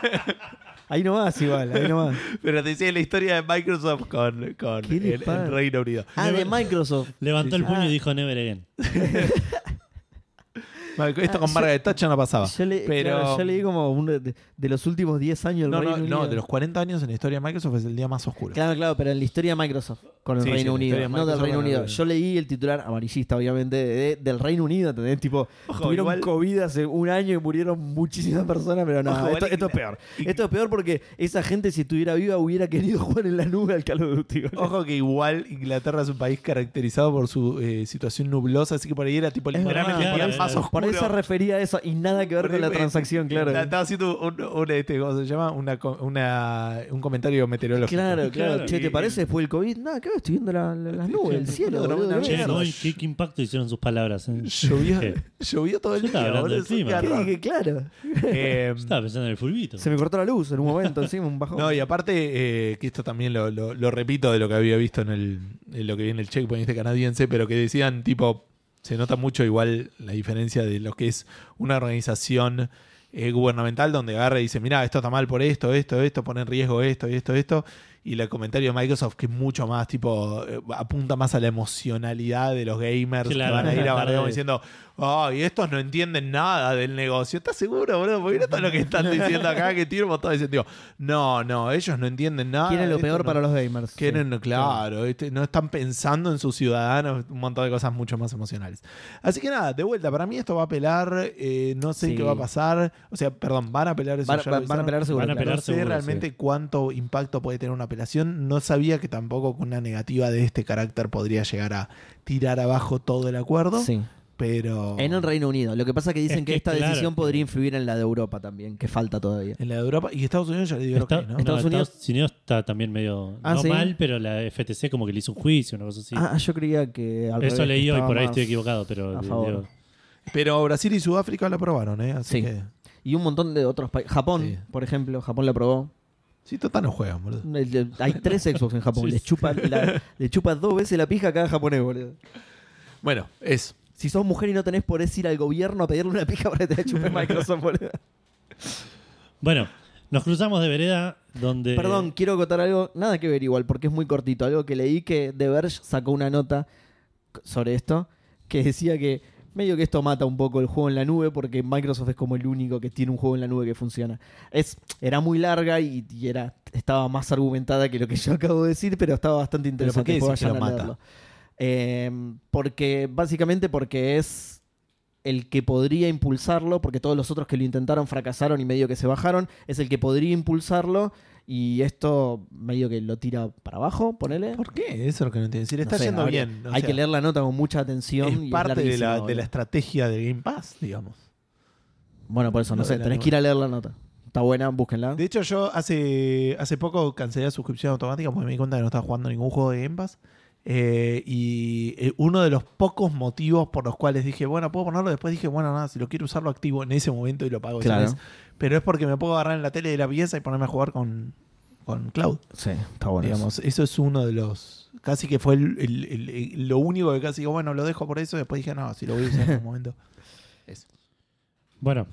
Ahí nomás, igual, ahí nomás. Pero te decía la historia de Microsoft con, con ¿Qué le el, el pasa? Reino Unido. Ah, de Microsoft. Sí, Levantó el sí. puño Ah. y dijo Never Again. Mal- Esto Ah, con yo- Margaret Thatcher no pasaba. Yo le, pero claro, yo leí como uno de, de los últimos 10 años del no, no, Reino Unido. no, de los 40 años en la historia de Microsoft es el día más oscuro. Claro, claro, pero en la historia de Microsoft con el Sí, sí, Reino la historia de Unido, no del Microsoft Reino con el Unido. Reino Yo leí el titular amarillista, obviamente, de- del Reino Unido, ¿entendés? Tipo, Ojo, tuvieron igual- COVID hace un año y murieron muchísimas personas, pero no, Ojo, igual esto, y- esto es peor. y- Esto es peor porque esa gente, si estuviera viva, hubiera querido jugar en la nube al Call of Duty. boludo. Ojo que igual Inglaterra es un país caracterizado por su eh, situación nublosa, así que por ahí era tipo Es literalmente verdad, el día claro, más claro. oscuro por eso refería a eso y nada que ver con la transacción, claro. Estaba haciendo un, un, este, ¿cómo se llama? Una, co- una- un comentario meteorológico. Claro, claro. Claro, Che, ¿te y- parece después del COVID? Nada, ¿qué ves? Estoy viendo la- la- las nubes, el cielo. Claro, boludo, una qué Che, mierda. no, ¿y ¿qué, qué impacto hicieron sus palabras? eh? Llovió, Eh, llovió todo el Yo estaba día, boludo. hablando del es un clima. garrón. Claro. ¿Qué? claro. Eh, yo estaba pensando en el fulbito. Se me cortó la luz en un momento encima, un bajón. No, y aparte, eh, que esto también lo, lo- lo repito de lo que había visto en, el, en lo que vi en el checkpoint este canadiense, pero que decían, tipo, se nota mucho igual la diferencia de lo que es una organización eh, gubernamental donde agarra y dice, mira, esto está mal por esto, esto, esto, pone en riesgo esto y esto, esto. Y el comentario de Microsoft que es mucho más, tipo, eh, apunta más a la emocionalidad de los gamers Claro, que van a ir a claro. bardear diciendo, ay, estos no entienden nada del negocio. ¿Estás seguro, boludo? Porque no está lo que están diciendo acá, que Tirbo todo diciendo, no, no, ellos no entienden nada. Quieren lo esto peor no- para los gamers. Quieren, Sí. claro, este, no están pensando en sus ciudadanos, un montón de cosas mucho más emocionales. Así que nada, de vuelta, para mí esto va a apelar, eh, no sé Sí. qué va a pasar, o sea, perdón, van a apelar eso. Van, ya lo van- van a avisaron. pelar seguro. Van a claro. pelar No sé seguro, realmente sí. cuánto impacto puede tener una apelación. No sabía que tampoco con una negativa de este carácter podría llegar a tirar abajo todo el acuerdo. Sí. Pero. En el Reino Unido. Lo que pasa es que dicen Es que, que, esta claro. decisión podría influir en la de Europa también, que falta todavía. En la de Europa. Y Estados Unidos ya le dieron Está- ok, ¿no? no, Estados Unidos- Estados Unidos está también medio. Ah, no ¿sí? mal, pero la FTC como que le hizo un juicio, una cosa así. Ah, yo creía que al Eso revés, leí hoy, estaba por ahí más- estoy equivocado, pero. eh, a favor. Pero Brasil y Sudáfrica la aprobaron, ¿eh? Así Sí. que. Y un montón de otros países. Japón, Sí. por ejemplo. Japón la aprobó. Sí, total no juegan, boludo. El de- Hay tres Xbox en Japón. Sí, Les sí. chupa, la- le chupa dos veces la pija a cada japonés, boludo. Bueno, eso. Si sos mujer y no tenés por ir al gobierno a pedirle una pija para que te la chupe Microsoft, boludo. Bueno, nos cruzamos de vereda donde. Perdón, quiero acotar algo. Nada que ver igual, porque es muy cortito. Algo que leí que The Verge sacó una nota c- sobre esto que decía que medio que esto mata un poco el juego en la nube porque Microsoft es como el único que tiene un juego en la nube que funciona. Es, era muy larga y, y era, estaba más argumentada que lo que yo acabo de decir, pero estaba bastante ¿Pero por interesante. qué Después decís que vayan lo a mata? leerlo. Eh, porque, básicamente porque es el que podría impulsarlo, porque todos los otros que lo intentaron fracasaron y medio que se bajaron, es el que podría impulsarlo y esto medio que lo tira para abajo, ponele. ¿Por qué? Eso es lo que no entiendo. Si le No está sé, yendo habría- bien. o hay sea, que leer la nota con mucha atención. y Es parte de la, larguísima, de la boludo. estrategia del Game Pass, digamos. Bueno, por eso, no lo de sé, la tenés nota. que ir a leer la nota. Está buena, búsquenla. De hecho, yo hace, hace poco cancelé la suscripción automática porque me di cuenta que no estaba jugando ningún juego de Game Pass. Eh, y eh, uno de los pocos motivos por los cuales dije, bueno, puedo ponerlo. Después dije, bueno, nada, si lo quiero usar, lo activo en ese momento y lo pago. Claro. ¿sabes? Pero es porque me puedo agarrar en la tele de la pieza y ponerme a jugar con, con Cloud. Sí, está buena. digamos, eso es uno de los. Casi que fue el- el- el- el- lo único que casi digo, bueno, lo dejo por eso. Después dije, no, si lo voy a usar en algún momento. Bueno.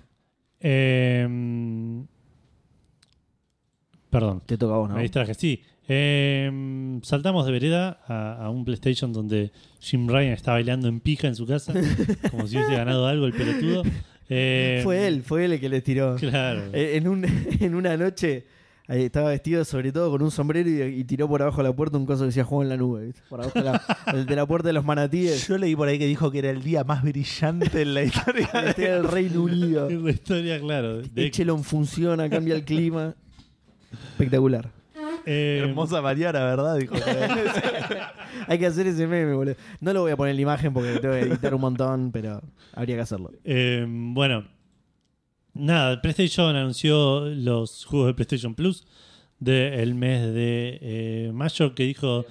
em, Perdón. Te toca a vos, ¿no? Me distraje, sí. Eh, saltamos de vereda a, a un PlayStation donde Jim Ryan está bailando en pija en su casa, como si hubiese ganado algo el pelotudo. Eh, Fue él, fue él el que le tiró. Claro. Eh, En, un- en una noche eh, estaba vestido sobre todo con un sombrero y, y tiró por abajo de la puerta un coso que decía juego en la nube. ¿viste? Por abajo de la, el de la puerta de los manatíes. Yo leí por ahí que dijo que era el día más brillante en la historia. Este era el Reino Unido. Es la historia, claro. de- Echelon funciona, cambia el clima. Espectacular. eh, Em. Hermosa Mariana, ¿verdad? Dijo. Hay que hacer ese meme, boludo. No lo voy a poner en la imagen porque tengo que editar un montón, pero habría que hacerlo. eh, bueno. Nada, PlayStation anunció los juegos de PlayStation Plus del mes de eh, mayo que dijo,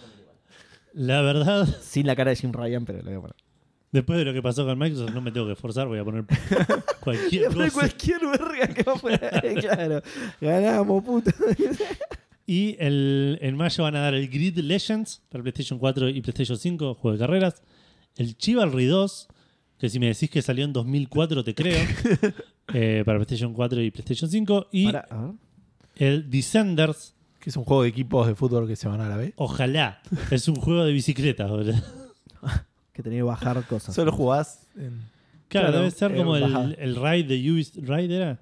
la verdad, Sin la cara de Jim Ryan, pero lo voy a poner. después de lo que pasó con Microsoft, no me tengo que esforzar, voy a poner Voy a cualquier poner cosa. cualquier verga que va a poner. Claro. Ganamos, puto. Y el, en mayo van a dar el Grid Legends para PlayStation 4 y PlayStation 5, juego de carreras. El Chivalry 2, que si me decís que salió en 2004, te creo. eh, para PlayStation 4 y PlayStation 5. Y Pará, a ver. el Descenders, que es un juego de equipos de fútbol que se van a la vez. ojalá. Es un juego de bicicletas, boludo. Que tenía que bajar cosas. Solo jugás. en- Claro, Claro, debe ser eh, como bajada. el, el Ride de Ubisoft. ¿Ride era?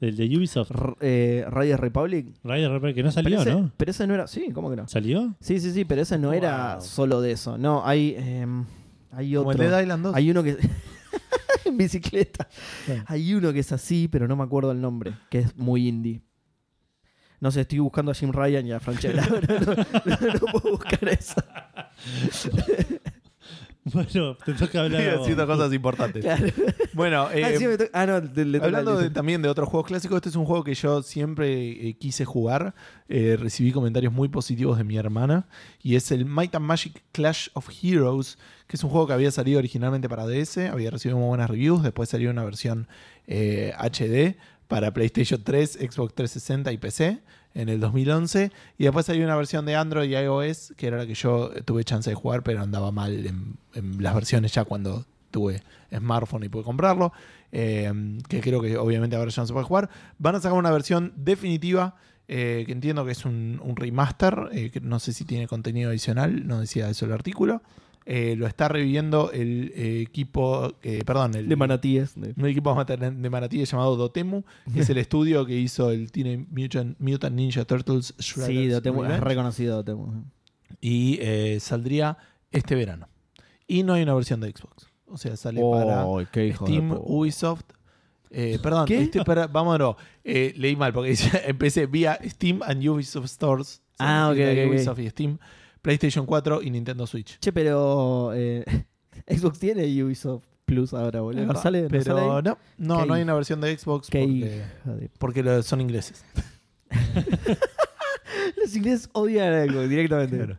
El de Ubisoft. R- eh, Radio Republic. Ride Rapper, que no Pero salió, ese, ¿no? pero ese no era. Sí, ¿cómo que no? ¿Salió? Sí, sí, sí, pero ese no era Wow. solo de eso. No, hay, em, hay Como otro. el Dead Island 2. Hay uno que. en bicicleta. Bueno. Hay uno que es así, pero no me acuerdo el nombre, que es muy indie. No sé, estoy buscando a Jim Ryan y a Franchella. No, no, no, no puedo buscar eso. Bueno, te toca hablar. a vos. haciendo cosas importantes. Claro. Bueno, eh, ah, sí, me to- ah, no, le- le toca Hablando al- de- también de otros juegos clásicos, este es un juego que yo siempre eh, quise jugar. Eh, recibí comentarios muy positivos de mi hermana. Y es el Might and Magic Clash of Heroes, que es un juego que había salido originalmente para DS, había recibido muy buenas reviews. Después salió una versión eh, HD para PlayStation 3, Xbox 360 y PC en el 2011. Y después salió una versión de Android y iOS, que era la que yo tuve chance de jugar, pero andaba mal en, en las versiones ya cuando tuve smartphone y pude comprarlo. eh, que creo que obviamente ahora ya no se puede jugar. Van a sacar una versión definitiva, eh, que entiendo que es un, un remaster, eh, que no sé si tiene contenido adicional, no decía eso el artículo. Eh, lo está reviviendo el eh, equipo, eh, perdón, el, de manatíes. de- un equipo mater- de manatíes llamado Dotemu, que es el estudio que hizo el Teenage Mutant, Mutant Ninja Turtles Shredder's Sí, Dotemu, es Revenge, reconocido Dotemu. y eh, saldría este verano. Y no hay una versión de Xbox. O sea, sale Oh, qué para hijo de Steam, puta. Ubisoft. eh, perdón, ¿Qué? este para- vamos no, eh, leí mal porque dice, empecé vía Steam and Ubisoft Stores. Ah, ok, Significa ok, ok. Ubisoft y Steam, PlayStation 4 y Nintendo Switch. Che, pero eh, Xbox tiene Ubisoft Plus ahora, boludo. ¿No sale? ¿No pero sale ahí? no, no, Qué no hay hij- una versión de Xbox Qué porque, hija de- porque lo- son ingleses. Los ingleses odian a Xbox directamente. Claro.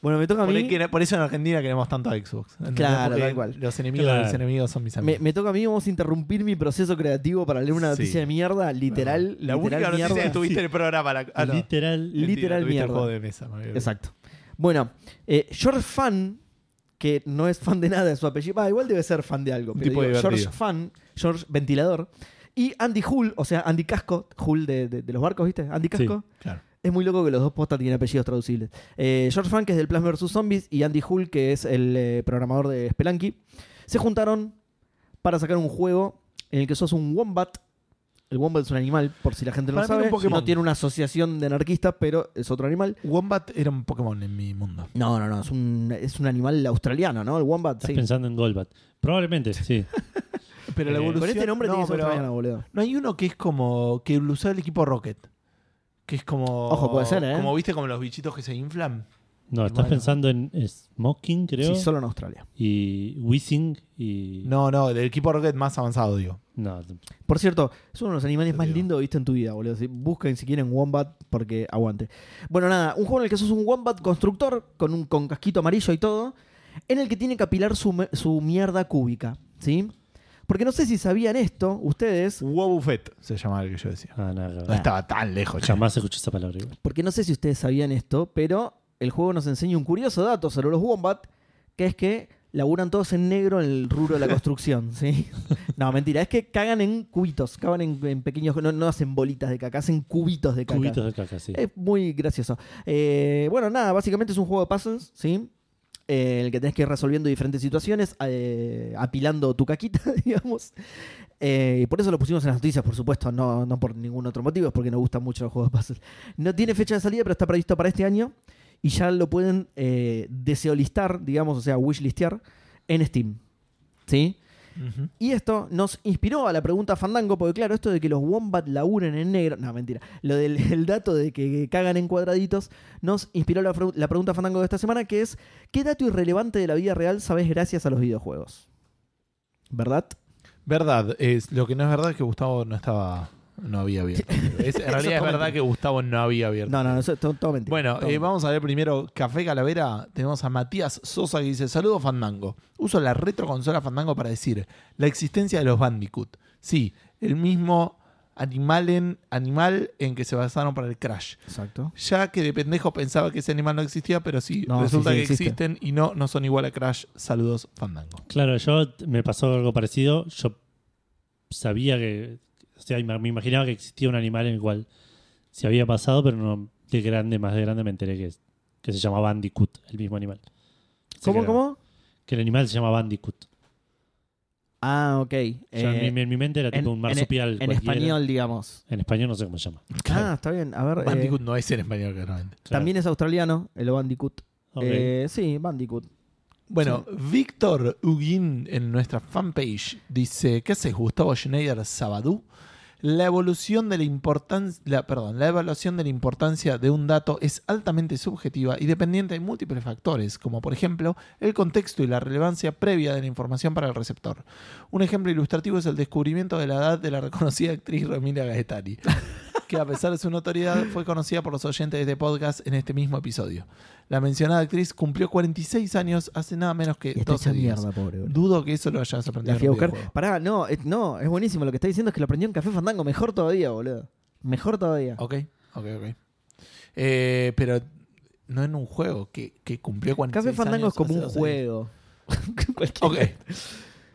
Bueno, me toca a Por, mí. que- por eso en Argentina queremos tanto a Xbox. ¿entendés? Claro, Porque tal cual. Los enemigos de los Claro. enemigos son mis Me, amigos. me toca a mí, vamos a interrumpir mi proceso creativo para leer una Sí. noticia de mierda, literal, la literal única noticia mierda. que tuviste en el programa. La, ah, no. Literal. Mentira, literal tuviste el mierda. juego de mesa. me había Exacto. Bueno, eh, George Fan, que no es fan de nada de su apellido, va, igual debe ser fan de algo. Un Pero tipo digo, George divertido. Fan, George Ventilador, y Andy Hull, o sea, Andy Casco, Hull de, de- de los barcos, ¿viste? Andy Sí. Casco. olvidado. Claro. Es muy loco que los dos postas tienen apellidos traducibles. Eh, George Frank, que es del Plants vs. Zombies, y Andy Hull, que es el eh, programador de Spelunky, se juntaron para sacar un juego en el que sos un wombat. El wombat es un animal, por si la gente no Para mí lo era sabe. un Pokémon. No tiene una asociación de anarquistas, pero es otro animal. Wombat era un Pokémon en mi mundo. No, no, no, es un, es un animal australiano, ¿no? El wombat, Estás sí. pensando en Golbat. Probablemente, sí. Pero la Eh, evolución. Con este nombre no, tiene que ser pero- australiano, boludo. No hay uno que es como. que lo usaba el equipo Rocket. Que es como. Ojo, puede ser, ¿eh? Como viste, como los bichitos que se inflan. No, estás Bueno. pensando en Smoking, creo. Sí, solo en Australia. Y Whizzing. Y. No, no, del equipo Rocket más avanzado, digo. No, Por cierto, es uno de los animales Te más digo. lindos que viste en tu vida, boludo. Así, Busquen si quieren Wombat porque aguante. Bueno, nada, un juego en el que sos un Wombat constructor con un con casquito amarillo y todo, en el que tiene que apilar su, me- su mierda cúbica, ¿sí? Porque no sé si sabían esto ustedes, Wobbuffet se llamaba el que yo decía. Ah, no, No estaba tan lejos, che. Jamás escuché esa palabra. igual. porque no sé si ustedes sabían esto, pero el juego nos enseña un curioso dato sobre los Wombat, que es que laburan todos en negro en el rubro de la construcción, ¿sí? No, mentira, es que cagan en cubitos, cagan en, en pequeños, no, no hacen bolitas de caca, hacen cubitos de caca. Cubitos de caca, sí. Es muy gracioso. Eh, bueno, nada, básicamente es un juego de puzzles, ¿sí? Eh, en el que tenés que ir resolviendo diferentes situaciones, eh, apilando tu caquita, digamos. Eh, y por eso lo pusimos en las noticias, por supuesto, no, no por ningún otro motivo, es porque nos gustan mucho los juegos de puzzles. No tiene fecha de salida, pero está previsto para este año. Y ya lo pueden eh, deseolistar, digamos, o sea, wishlistear, en Steam. ¿Sí? Ujú. Y esto nos inspiró a la pregunta Fandango, porque claro, esto de que los Wombat laburen en negro, no, mentira, lo del el dato de que cagan en cuadraditos, nos inspiró la, fru- la pregunta Fandango de esta semana, que es, ¿qué dato irrelevante de la vida real sabes gracias a los videojuegos? ¿Verdad? Verdad, es, lo que no es verdad es que Gustavo no estaba. No había abierto. Es- en Eso realidad es está verdad mentira. que Gustavo no había abierto. No, no, no, eso es todo, todo mentira. Bueno, todo eh, mentira. vamos a ver primero Café Calavera. Tenemos a Matías Sosa que dice: Saludo Fandango. Uso la retroconsola Fandango para decir la existencia de los Bandicoot. Sí, el mismo animal en, animal en que se basaron para el Crash. Exacto. Ya que de pendejo pensaba que ese animal no existía, pero sí, No, resulta sí, sí, que existe. existen y no, no son igual a Crash. Saludos, Fandango. Claro, yo t- me pasó algo parecido. Yo sabía que. O sea, ima- me imaginaba que existía un animal en el cual se había pasado, pero no de grande, más de grande me enteré que, es- que se llamaba Bandicoot, el mismo animal. Así ¿Cómo, que era- cómo? Que el animal se llama Bandicoot. Ah, ok. Yo en, Eh, mi, en mi mente era tipo un marsupial. en cualquiera. español, digamos. En español no sé cómo se llama. Ah, está bien. A ver, eh, Bandicoot no es en español, claramente. Claro. también es australiano, el Bandicoot. Ok. Eh, sí, Bandicoot. Bueno, Víctor Huguín en nuestra fanpage dice: ¿Qué haces, Gustavo Schneider Sabadú? La evolución de la importancia, la- perdón, la evaluación de la importancia de un dato es altamente subjetiva y dependiente de múltiples factores, como por ejemplo el contexto y la relevancia previa de la información para el receptor. Un ejemplo ilustrativo es el descubrimiento de la edad de la reconocida actriz Romina Gaetani, que a pesar de su notoriedad fue conocida por los oyentes de este podcast en este mismo episodio. La mencionada actriz cumplió 46 años hace nada menos que Y está hecha 12 días. Este mierda, pobre. boludo. Dudo que eso lo hayas aprendido. La fui a en un buscar. videojuego. Pará, no, es, no, es buenísimo. Lo que está diciendo es que lo aprendió en Café Fandango. Mejor todavía, boludo. Mejor todavía. Ok, ok, ok. Eh, pero no en un juego que, que cumplió 46 Café Fandango años es como hace un dos juego. años. Ok.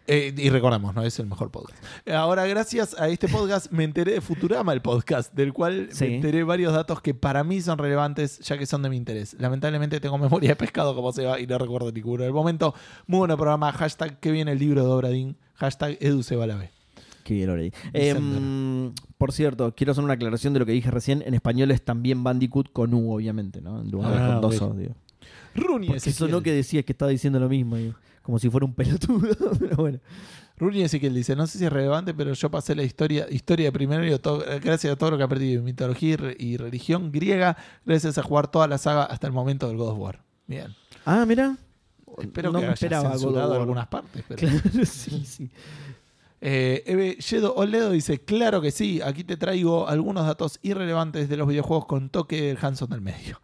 Eh, y recordamos, ¿no? Es el mejor podcast. Ahora, gracias a este podcast, me enteré de Futurama, el podcast, del cual Sí. me enteré varios datos que para mí son relevantes, ya que son de mi interés. Lamentablemente tengo memoria de pescado como se va y no recuerdo ninguno. En el momento, muy bueno programa. Hashtag que viene el libro de Obradín. Hashtag Edu se va a la B. Qué bien lo leí. Vicente. Em, por cierto, quiero hacer una aclaración de lo que dije recién. En español es también Bandicoot con U, obviamente, ¿no? En lugar de Ah, con dos ok. O, digo. Runi Porque Ezequiel. sonó que decías que estaba diciendo lo mismo, digo. como si fuera un pelotudo, pero bueno. Runi Ezequiel dice, no sé si es relevante, pero yo pasé la historia, historia de primero gracias a todo lo que aprendí de mitología y, re- y religión griega, gracias a jugar toda la saga hasta el momento del God of War. Bien. Ah, mira. Espero No que me haya esperaba God of censurado War. algunas partes. Pero... Claro, sí, sí. Eh, Eve Yedo Oledo dice, claro que sí, aquí te traigo algunos datos irrelevantes de los videojuegos con toque del Hanson del medio.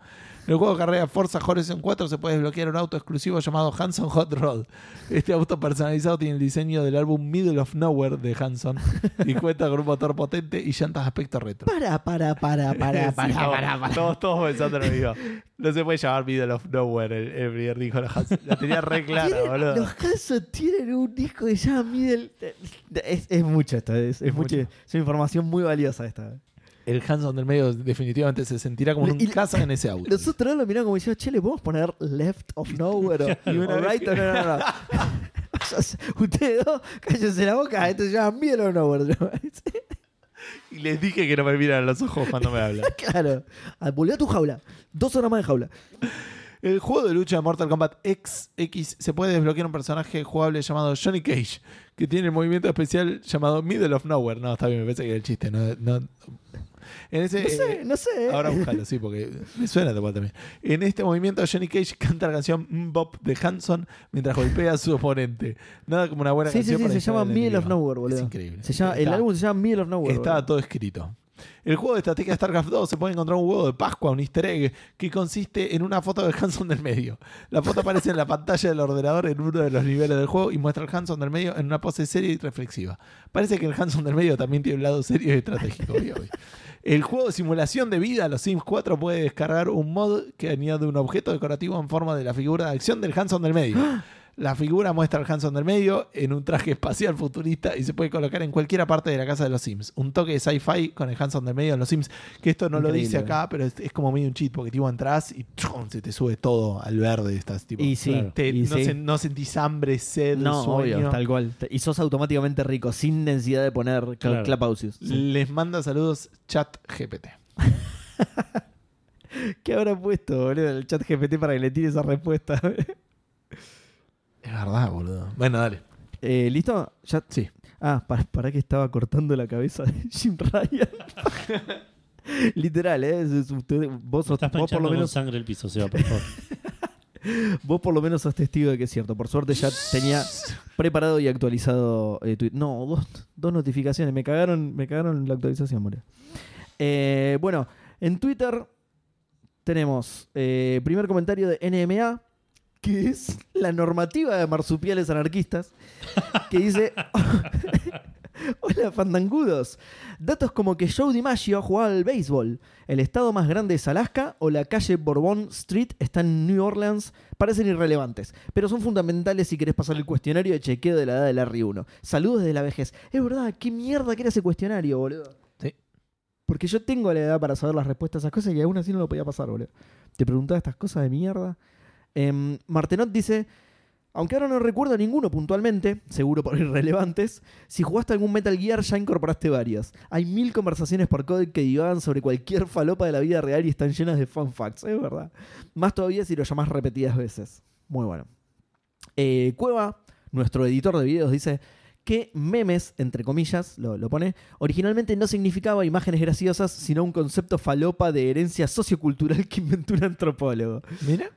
En el juego de carrera Forza Horizon 4 se puede desbloquear un auto exclusivo llamado Hanson Hot Rod. Este auto personalizado tiene el diseño del álbum Middle of Nowhere de Hanson y cuenta con un motor potente y llantas de aspecto retro. Para, para, para, para, Sí, para, como para, para. Todos, todos pensando lo mismo. No se puede llamar Middle of Nowhere el, el primer disco de los Hanson. La tenía re clara, Tienen- boludo. Los Hanson tienen un disco que se llama Middle. Es, es mucho esta, es, es mucho. Mucho. Es una información muy valiosa esta. El Hanson del medio definitivamente se sentirá como en Y- un casa en ese auto. Los otros lo miraron como diciendo, che, le podemos poner left of nowhere. o- Y una o vez right, que- o no, no, no. Ustedes dos, cállense la boca, esto se llama middle of nowhere. Y les dije que no me miran a los ojos cuando me hablan. claro. Ah, Volvé a tu jaula. Dos horas más de jaula. El juego de lucha de Mortal Kombat XX se puede desbloquear un personaje jugable llamado Johnny Cage, que tiene el movimiento especial llamado Middle of Nowhere. No, está bien, me parece que era el chiste. No, no- En ese, No sé, eh, no sé. Ahora búscalo, sí, porque me suena tal cual también. En este movimiento, Johnny Cage canta la canción Bop de Hanson mientras golpea a su oponente. Nada como una buena Sí, sí, canción. sí, para se distraer llama al Middle of enemigo. Nowhere, boludo. Es increíble. Se llama, el Está- álbum se llama Middle of Nowhere. Estaba boludo. todo escrito. El juego de estrategia StarCraft 2 se puede encontrar un huevo de Pascua, un easter egg, que consiste en una foto de Hanson del medio. La foto aparece en la pantalla del ordenador en uno de los niveles del juego y muestra al Hanson del medio en una pose seria y reflexiva. Parece que el Hanson del medio también tiene un lado serio y estratégico. obvio, obvio. El juego de simulación de vida, los Sims 4, puede descargar un mod que añade un objeto decorativo en forma de la figura de acción del Hanson del medio. La figura muestra al Hanson del medio en un traje espacial futurista y se puede colocar en cualquiera parte de la casa de los Sims. Un toque de sci-fi con el Hanson del medio en los Sims, que esto no lo Increíble. dice acá, pero es, es como medio un cheat, porque tipo entras y ¡chum! se te sube todo al verde. Estás tipo. Y sí, Claro. te- y no, sí. sen- no sentís hambre, sed, No, sueño. obvio, tal cual. Y sos automáticamente rico, sin necesidad de poner cl- Claro. clapausios. Les manda saludos chat GPT. ¿Qué habrá puesto, boludo, en el chat GPT para que le tire esa respuesta? Es verdad, boludo. Bueno, dale. Eh, ¿Listo? Ya- Sí. Ah, para, para que estaba cortando la cabeza de Jim Ryan. Literal, ¿eh? Es- es- usted- vos, sos- Estás vos por manchando lo con menos, sangre el piso, Seba, por favor. vos por lo menos sos testigo de que es cierto. Por suerte ya tenía preparado y actualizado eh, Twitter. No, dos, dos notificaciones. Me cagaron, me cagaron la actualización, boludo. Eh, bueno, en Twitter tenemos eh, primer comentario de NMA, que es la normativa de marsupiales anarquistas, que dice... Hola, fandangudos. Datos como que Joe DiMaggio jugaba al béisbol, el estado más grande es Alaska o la calle Bourbon Street está en New Orleans parecen irrelevantes, pero son fundamentales si querés pasar el cuestionario de chequeo de la edad del R1. Saludos desde la vejez. Es verdad, qué mierda que era ese cuestionario, boludo. Sí. Porque yo tengo la edad para saber las respuestas a esas cosas y aún así no lo podía pasar, boludo. Te preguntaba estas cosas de mierda. Em, Martenot dice, aunque ahora no recuerdo ninguno puntualmente, seguro por irrelevantes, si jugaste algún Metal Gear ya incorporaste varias. Hay mil conversaciones por code que divagan sobre cualquier falopa de la vida real y están llenas de fun facts, es verdad. Más todavía si lo llamás repetidas veces. Muy bueno. Eh, Cueva, nuestro editor de videos, dice, que memes, entre comillas, lo, lo pone, originalmente no significaba imágenes graciosas, sino un concepto falopa de herencia sociocultural que inventó un antropólogo. Mira.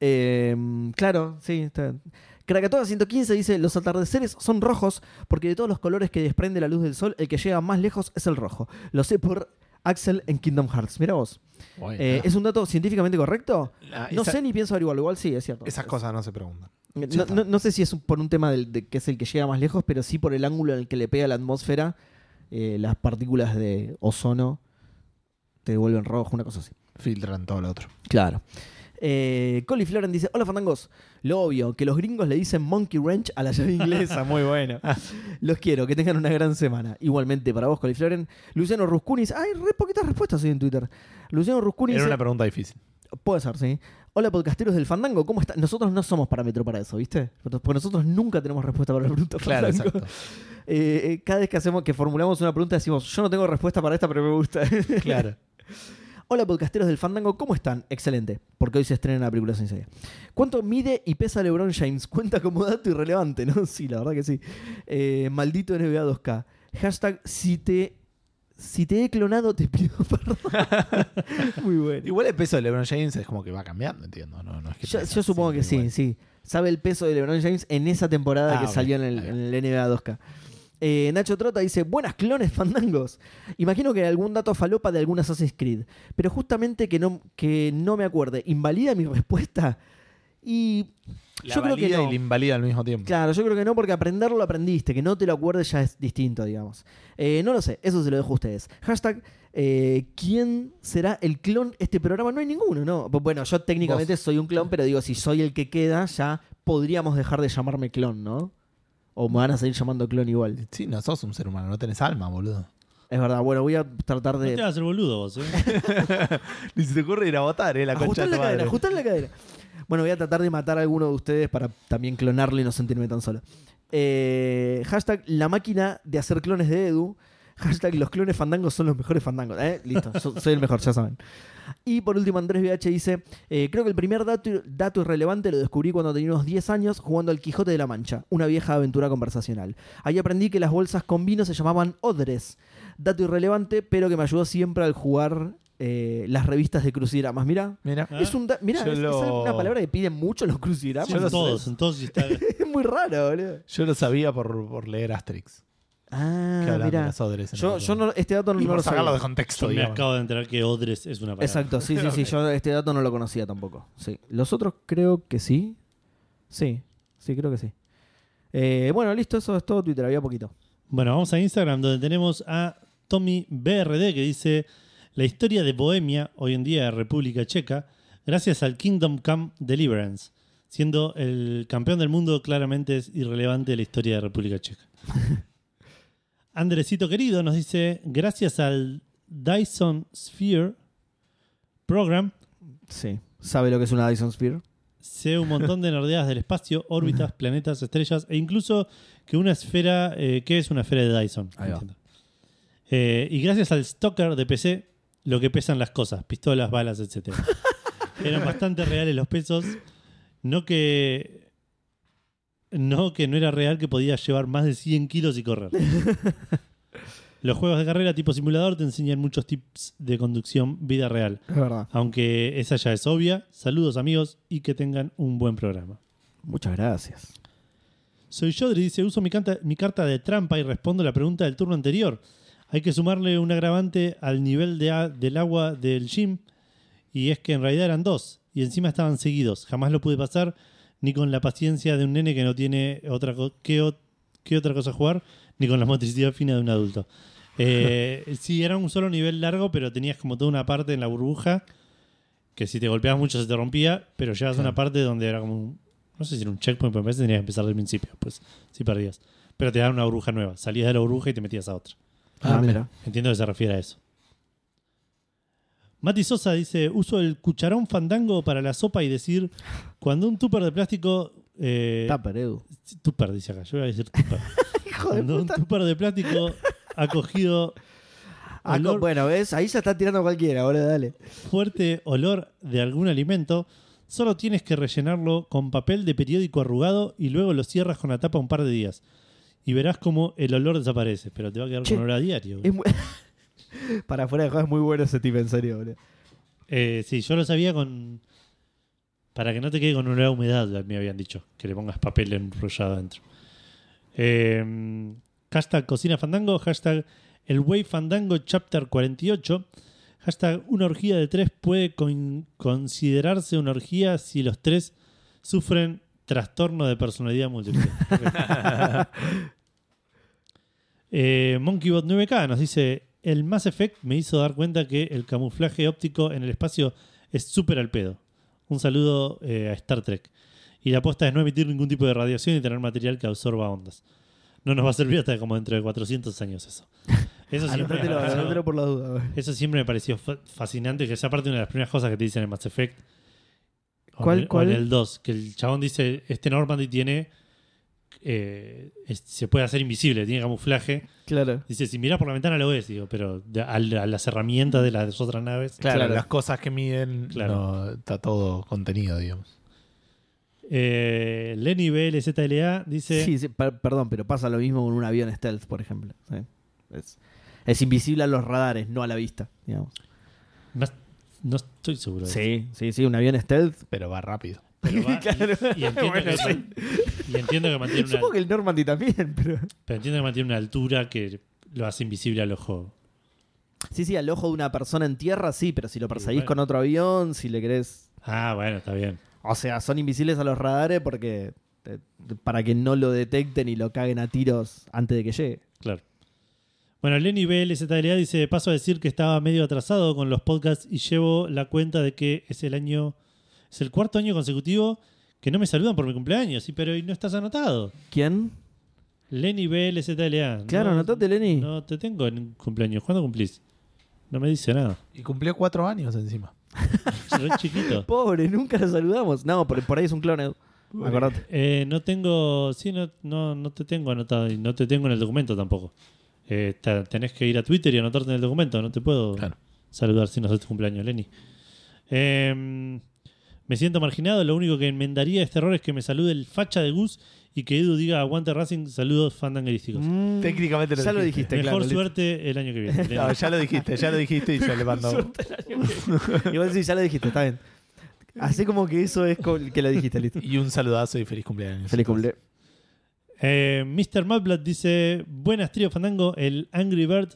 Eh, claro, sí, está bien. Krakatoa 115 dice, los atardeceres son rojos porque de todos los colores que desprende la luz del sol, el que llega más lejos es el rojo. Lo sé por Axel en Kingdom Hearts. Mira vos. Eh, ¿Es un dato científicamente correcto? La- No Ah, esa- sé ni pienso averiguarlo, igual sí, es cierto. Esas cosas no se preguntan. No, no- no sé si es un- por un tema del- de que es el que llega más lejos, pero sí por el ángulo en el que le pega la atmósfera, eh, las partículas de ozono te vuelven rojo, una cosa así. Filtran todo lo otro. Claro. Eh, Colly Floren dice: Hola fandangos. Lo obvio, que los gringos le dicen monkey wrench a la llave inglesa. Muy bueno. Los quiero, que tengan una gran semana. Igualmente para vos, Colly Floren. Luciano Ruscunis. Hay re poquitas respuestas hoy en Twitter. Luciano Ruscunis. Era una pregunta difícil. Puede ser, sí. Hola, podcasteros del Fandango, ¿cómo están? Nosotros no somos parámetro para eso, ¿viste? Porque nosotros nunca tenemos respuesta para la pregunta Claro, Fandango. exacto. Eh, eh, cada vez que hacemos, que formulamos una pregunta decimos, yo no tengo respuesta para esta, pero me gusta. Claro. Hola, podcasteros del Fandango, ¿cómo están? Excelente, porque hoy se estrena la película sin serie. ¿Cuánto mide y pesa LeBron James? Cuenta como dato irrelevante, ¿no? Sí, la verdad que sí. Eh, maldito NBA 2K. Hashtag, si te, si te he clonado, te pido perdón. Muy bueno. Igual el peso de LeBron James es como que va cambiando, entiendo. No, no es que Yo, pesa yo supongo que sí, siempre igual. sí. Sabe el peso de LeBron James en esa temporada Ah, que ok, salió en el, ahí va. en el NBA 2K. Eh, Nacho Trota dice, buenas clones fandangos. Imagino que algún dato falopa de algún Assassin's Creed. Pero justamente que no, que no me acuerde. ¿Invalida mi respuesta? Y La yo creo que valida no. y la invalida al mismo tiempo. Claro, yo creo que no, porque aprenderlo lo aprendiste, que no te lo acuerdes ya es distinto, digamos. Eh, no lo sé, eso se lo dejo a ustedes. Hashtag, eh, ¿quién será el clon este programa? No hay ninguno, ¿no? Bu- Bueno, yo técnicamente soy un clon, pero digo, si soy el que queda, ya podríamos dejar de llamarme clon, ¿no? O me van a seguir llamando clon igual. Sí, no sos un ser humano, no tenés alma, boludo. Es verdad, bueno, voy a tratar No de... te vas a hacer boludo vos, ¿eh? Ni se te ocurre ir a votar, eh, la concha Ajustar de la tu cadera, madre. ajustar la cadera. Bueno, voy a tratar de matar a alguno de ustedes para también clonarlo y no sentirme tan solo. Eh, hashtag la máquina de hacer clones de Edu. Hashtag los clones fandangos son los mejores fandangos. Eh, Listo, yo soy el mejor, ya saben. Y por último, Andrés VH dice: eh, Creo que el primer dato, dato irrelevante lo descubrí cuando tenía unos 10 años jugando al Quijote de la Mancha, una vieja aventura conversacional. Ahí aprendí que las bolsas con vino se llamaban odres. Dato irrelevante, pero que me ayudó siempre al jugar eh, las revistas de crucigramas. Mirá, Mira, Ah, es un da- mirá, yo es, es lo- una palabra que piden mucho los crucigramas. Sí, en todos, en todos. y está- Es muy raro, boludo. yo lo sabía por, por leer Asterix. que Ah, hablan de mirá. las odres en Yo, el- yo no, este dato no, Y no por lo sacarlo de sabía. contexto, Yo me digamos. acabo de enterar que Odres es una palabra. Exacto, sí, sí, sí. Yo este dato no lo conocía tampoco. Sí. Los otros creo que sí. Sí, sí, creo que sí. Eh, bueno, listo, eso es todo Twitter, había poquito. Bueno, vamos a Instagram donde tenemos a Tommy BRD que dice la historia de Bohemia, hoy en día República Checa, gracias al Kingdom Come Deliverance, siendo el campeón del mundo claramente es irrelevante de la historia de República Checa. Andresito querido nos dice gracias al Dyson Sphere Program Sí. ¿Sabe lo que es una Dyson Sphere? sé un montón de nerdeadas del espacio, órbitas, planetas, estrellas e incluso que una esfera, eh, ¿qué es una esfera de Dyson? Ahí va. Entiendo. Eh, y gracias al stalker de PC, lo que pesan las cosas, pistolas, balas, etc. Eran bastante reales los pesos, no que... No, que no era real que podía llevar más de 100 kilos y correr. Los juegos de carrera tipo simulador te enseñan muchos tips de conducción vida real. Es verdad. Aunque esa ya es obvia, saludos amigos y que tengan un buen programa. Muchas gracias. Soy Yodri, dice, uso mi, canta- mi carta de trampa y respondo la pregunta del turno anterior. Hay que sumarle un agravante al nivel de a- del agua del gym y es que en realidad eran dos y encima estaban seguidos. Jamás lo pude pasar ni con la paciencia de un nene que no tiene otra co- que, o- que otra cosa jugar ni con la motricidad fina de un adulto. Eh, sí, era un solo nivel largo, pero tenías como toda una parte en la burbuja que si te golpeabas mucho se te rompía, pero llegabas a una parte donde era como un, no sé si era un checkpoint, pero me parece que tenías que empezar del principio, pues si perdías. Pero te daban una burbuja nueva, salías de la burbuja y te metías a otra. Ah, mira. Entiendo que se refiere a eso. Mati Sosa dice: Uso el cucharón fandango para la sopa y decir, cuando un tupper de plástico. eh, Tupper, Edu. tupper, dice acá, yo voy a decir tupper. Hijo de cuando un puta. tupper de plástico ha cogido Ah, olor- co- bueno, ¿ves? Ahí ya está tirando cualquiera, boludo, dale. fuerte olor de algún alimento, solo tienes que rellenarlo con papel de periódico arrugado y luego lo cierras con la tapa un par de días. y verás cómo el olor desaparece, pero te va a quedar Che, con olor a diario. Es muy- Para afuera de juego es muy bueno ese tipo, en serio, boludo. Eh, sí, yo lo sabía con. Para que no te quede con olor a humedad, me habían dicho. Que le pongas papel enrollado adentro. Eh, hashtag cocina fandango, hashtag el Way Fandango Chapter 48. Hashtag una orgía de tres puede coin- considerarse una orgía si los tres sufren trastorno de personalidad múltiple. Ok. Eh, MonkeyBot 9K nos dice: El Mass Effect me hizo dar cuenta que el camuflaje óptico en el espacio es súper al pedo. Un saludo eh, a Star Trek. Y la apuesta es no emitir ningún tipo de radiación y tener material que absorba ondas. No nos va a servir hasta como dentro de 400 años eso. Eso siempre me Anótatelo, pareció- anótatelo por la duda, boludo. eso siempre me pareció fa- fascinante, que es aparte una de las primeras cosas que te dicen en Mass Effect. O ¿Cuál- en el- o cuál? en el 2, que el chabón dice, este Normandy tiene... eh, es- se puede hacer invisible, tiene camuflaje. Claro. Dice, si miras por la ventana lo ves, digo, pero de- a, la- a las herramientas de las otras naves. Claro, Claro. las cosas que miden, Claro. no, está todo contenido, digamos. Eh, Lenny BLZLA dice, Sí, sí, per- perdón, pero pasa lo mismo con un avión stealth, por ejemplo. ¿sí? Es, es invisible a los radares, no a la vista, digamos. "Más- no estoy seguro. de eso". Sí, sí, sí, un avión stealth. Pero va rápido. Pero va- y- Claro. y, entiendo Bueno, que, y entiendo que mantiene una, Supongo que el Normandy también, pero. pero entiendo que mantiene una altura que lo hace invisible al ojo. Sí, sí, al ojo de una persona en tierra, sí, pero si lo perseguís bueno. con otro avión, si le querés. Ah, bueno, está bien. O sea, son invisibles a los radares porque. eh, para que no lo detecten y lo caguen a tiros antes de que llegue. Claro. Bueno, Lenny BLZLA dice, "De paso a decir que estaba medio atrasado con los podcasts y llevo la cuenta de que es el año, es el cuarto año consecutivo que no me saludan por mi cumpleaños, y pero y no estás anotado. ¿Quién? Lenny BLZLA. Claro, anotate, Lenny. No te tengo en cumpleaños. ¿Cuándo cumplís? No me dice nada. Y cumplió cuatro años encima. Soy chiquito. Pobre, nunca lo saludamos. No, por, por ahí es un clon, Edu. Acordate. Eh, no tengo, sí, no, no, no te tengo anotado y no te tengo en el documento tampoco. Eh, ta- tenés que ir a Twitter y anotarte en el documento, no te puedo Claro. saludar si no es tu cumpleaños, Lenny. Em, me siento marginado, lo único que enmendaría este error es que me salude el facha de Gus y que Edu diga aguante Racing, saludos fandanguerísticos. Mm, Técnicamente lo ya lo dijiste. dijiste, Mejor claro. listo. suerte el año que viene. Lenny. No, ya lo dijiste, ya lo dijiste y se le mandó. Igual sí, ya lo dijiste, está bien. Así como que eso es co- que lo dijiste, listo. Y un saludazo y feliz cumpleaños. Feliz cumple. Eh, Mr. Malblat dice: Buenas, trío Fandango. El Angry Bird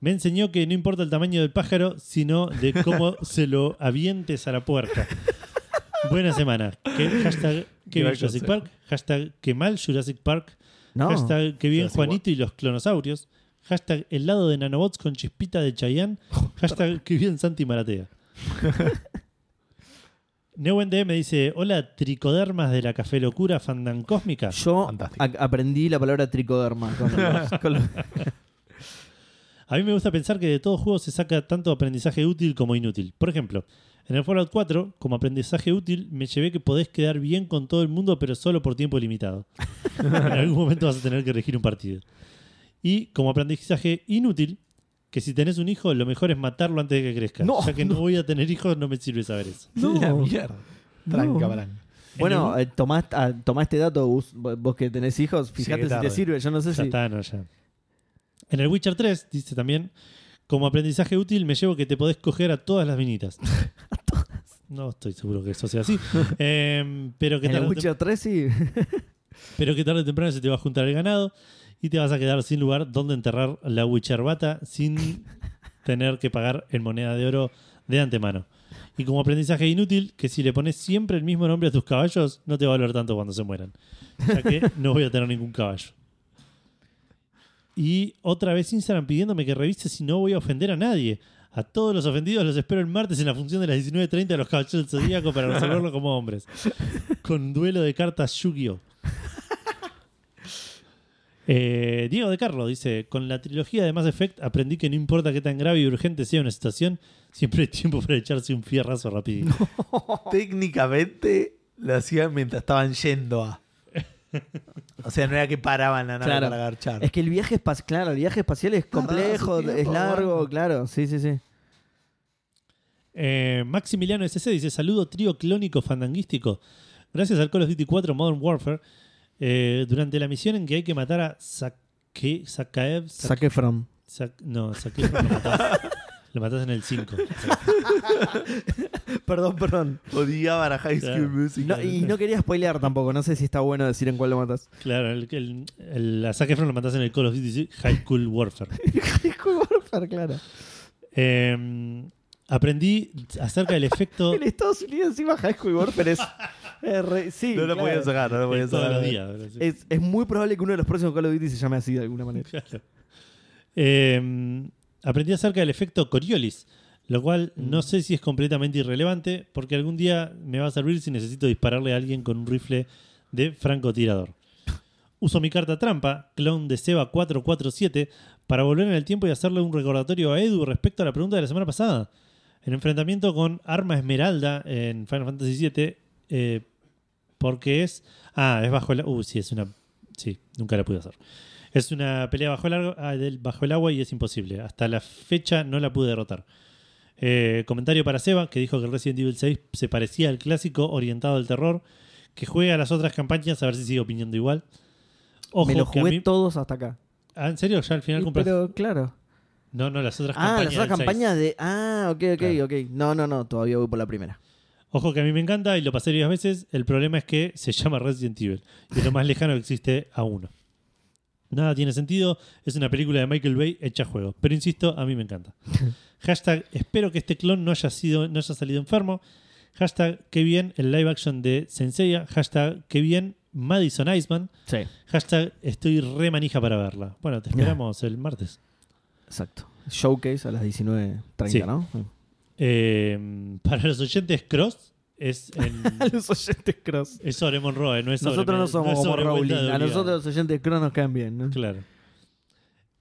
me enseñó que no importa el tamaño del pájaro, sino de cómo se lo avientes a la puerta. Buena semana. Que, hashtag que Gran bien Jurassic consejo. Park. Hashtag que mal Jurassic Park. No. Hashtag que bien Jurassic Juanito y los clonosaurios. Hashtag el lado de nanobots con chispita de Chayanne. Hashtag que bien Santi Maratea. NeoND me dice: Hola, tricodermas de la Café Locura Fandan Cósmica. Yo Fantástico. a- aprendí la palabra tricoderma. con los- con los- A mí me gusta pensar que de todo juego se saca tanto aprendizaje útil como inútil. Por ejemplo, en el Fallout 4, como aprendizaje útil, me llevé que podés quedar bien con todo el mundo, pero solo por tiempo limitado. en algún momento vas a tener que regir un partido. Y como aprendizaje inútil, que si tenés un hijo, lo mejor es matarlo antes de que crezca. No, ya que no. voy a tener hijos, no me sirve saber eso. La mierda. Tranca, Barán. bueno, eh, tomás, ah, tomá este dato, Gus, vos, vos que tenés hijos, fíjate si tarde. te sirve. Yo no sé si. Ya está, no, ya. En el Witcher 3, dice también, como aprendizaje útil me llevo que te podés coger a todas las minitas. ¿A todas? No estoy seguro que eso sea así. Em, pero, que En el tarde o tem- Witcher 3 sí. pero que tarde o temprano se te va a juntar el ganado y te vas a quedar sin lugar donde enterrar la Witcherbata sin tener que pagar en moneda de oro de antemano. Y como aprendizaje inútil, que si le pones siempre el mismo nombre a tus caballos, no te va a doler tanto cuando se mueran. Ya que no voy a tener ningún caballo. Y otra vez Instagram pidiéndome que revise si no voy a ofender a nadie. A todos los ofendidos los espero el martes en la función de las 19.30 de los caballeros del Zodíaco para resolverlo como hombres. Con duelo de cartas Yu-Gi-Oh! Eh, Diego de Carlo dice: Con la trilogía de Mass Effect aprendí que no importa qué tan grave y urgente sea una situación, siempre hay tiempo para echarse un fierrazo rápido. Técnicamente lo hacían mientras estaban yendo a. O sea, no era que paraban la nave Claro. para garchar. Es que el viaje espacial, claro, el viaje espacial es Tardaba complejo, su tiempo, es largo, bueno. claro, sí, sí, sí. Eh, Maximiliano SC dice: Saludo trío clónico fandanguístico. Gracias al Call of Duty 4 Modern Warfare Eh, durante la misión en que hay que matar a Sake, Sakaev. Sa- Saqué From. Sa- no, Sakaev no lo matás. Lo matás en el 5. Perdón, perdón. Odiaba a High School Claro. Music. No, y no quería spoilear tampoco. No sé si está bueno decir en cuál lo matas. Claro, el, el, el- a Zac Efron lo matás en el Call of Duty High School Warfare. claro. Eh, aprendí acerca del efecto En Estados Unidos encima High School Warfare es... es re- sí, No lo claro. podía sacar, no lo podía todos sacar. los días. bro, sí. Es, es muy probable que uno de los próximos Call of Duty se llame así de alguna manera. Claro. Eh, aprendí acerca del efecto Coriolis, lo cual no sé si es completamente irrelevante, porque algún día me va a servir si necesito dispararle a alguien con un rifle de francotirador. Uso mi carta trampa, clon de Seba 447, para volver en el tiempo y hacerle un recordatorio a Edu respecto a la pregunta de la semana pasada. El enfrentamiento con Arma Esmeralda en Final Fantasy VII, eh, porque es. Ah, es bajo la. Uh, sí, es una. Sí, nunca la pude hacer. Es una pelea bajo el, argo- ah, del- bajo el agua y es imposible. Hasta la fecha no la pude derrotar. Eh, comentario para Seba, que dijo que Resident Evil 6 se parecía al clásico orientado al terror, que juega a las otras campañas a ver si sigue opinando igual. Ojo, Me lo que a jugué mí- todos hasta acá. Ah, ¿En serio? ¿Ya al final Y- compras? Pero claro. No, no, las otras Ah, campañas. las otras del seis. campañas de. Ah, ok, ok, Claro. ok. No, no, no, todavía voy por la primera. Ojo que a mí me encanta y lo pasé varias veces. El problema es que se llama Resident Evil y es lo más lejano que existe a uno. Nada tiene sentido, es una película de Michael Bay hecha juego. Pero insisto, a mí me encanta. Hashtag, espero que este clon no haya, sido, no haya salido enfermo. Hashtag, qué bien el live action de Senseiya. Hashtag, qué bien Madison Iceman. Sí, Hashtag, estoy re manija para verla. Bueno, te esperamos el martes. exacto. Showcase a las 19.30, Sí. ¿no? Eh, para los oyentes, Cross es en... los oyentes cross. Es sobre Monroe, no es sobre Nosotros no somos es como sobre Rowling. Vuelta de A Obligado. nosotros los oyentes cross nos caen bien, ¿no? Claro.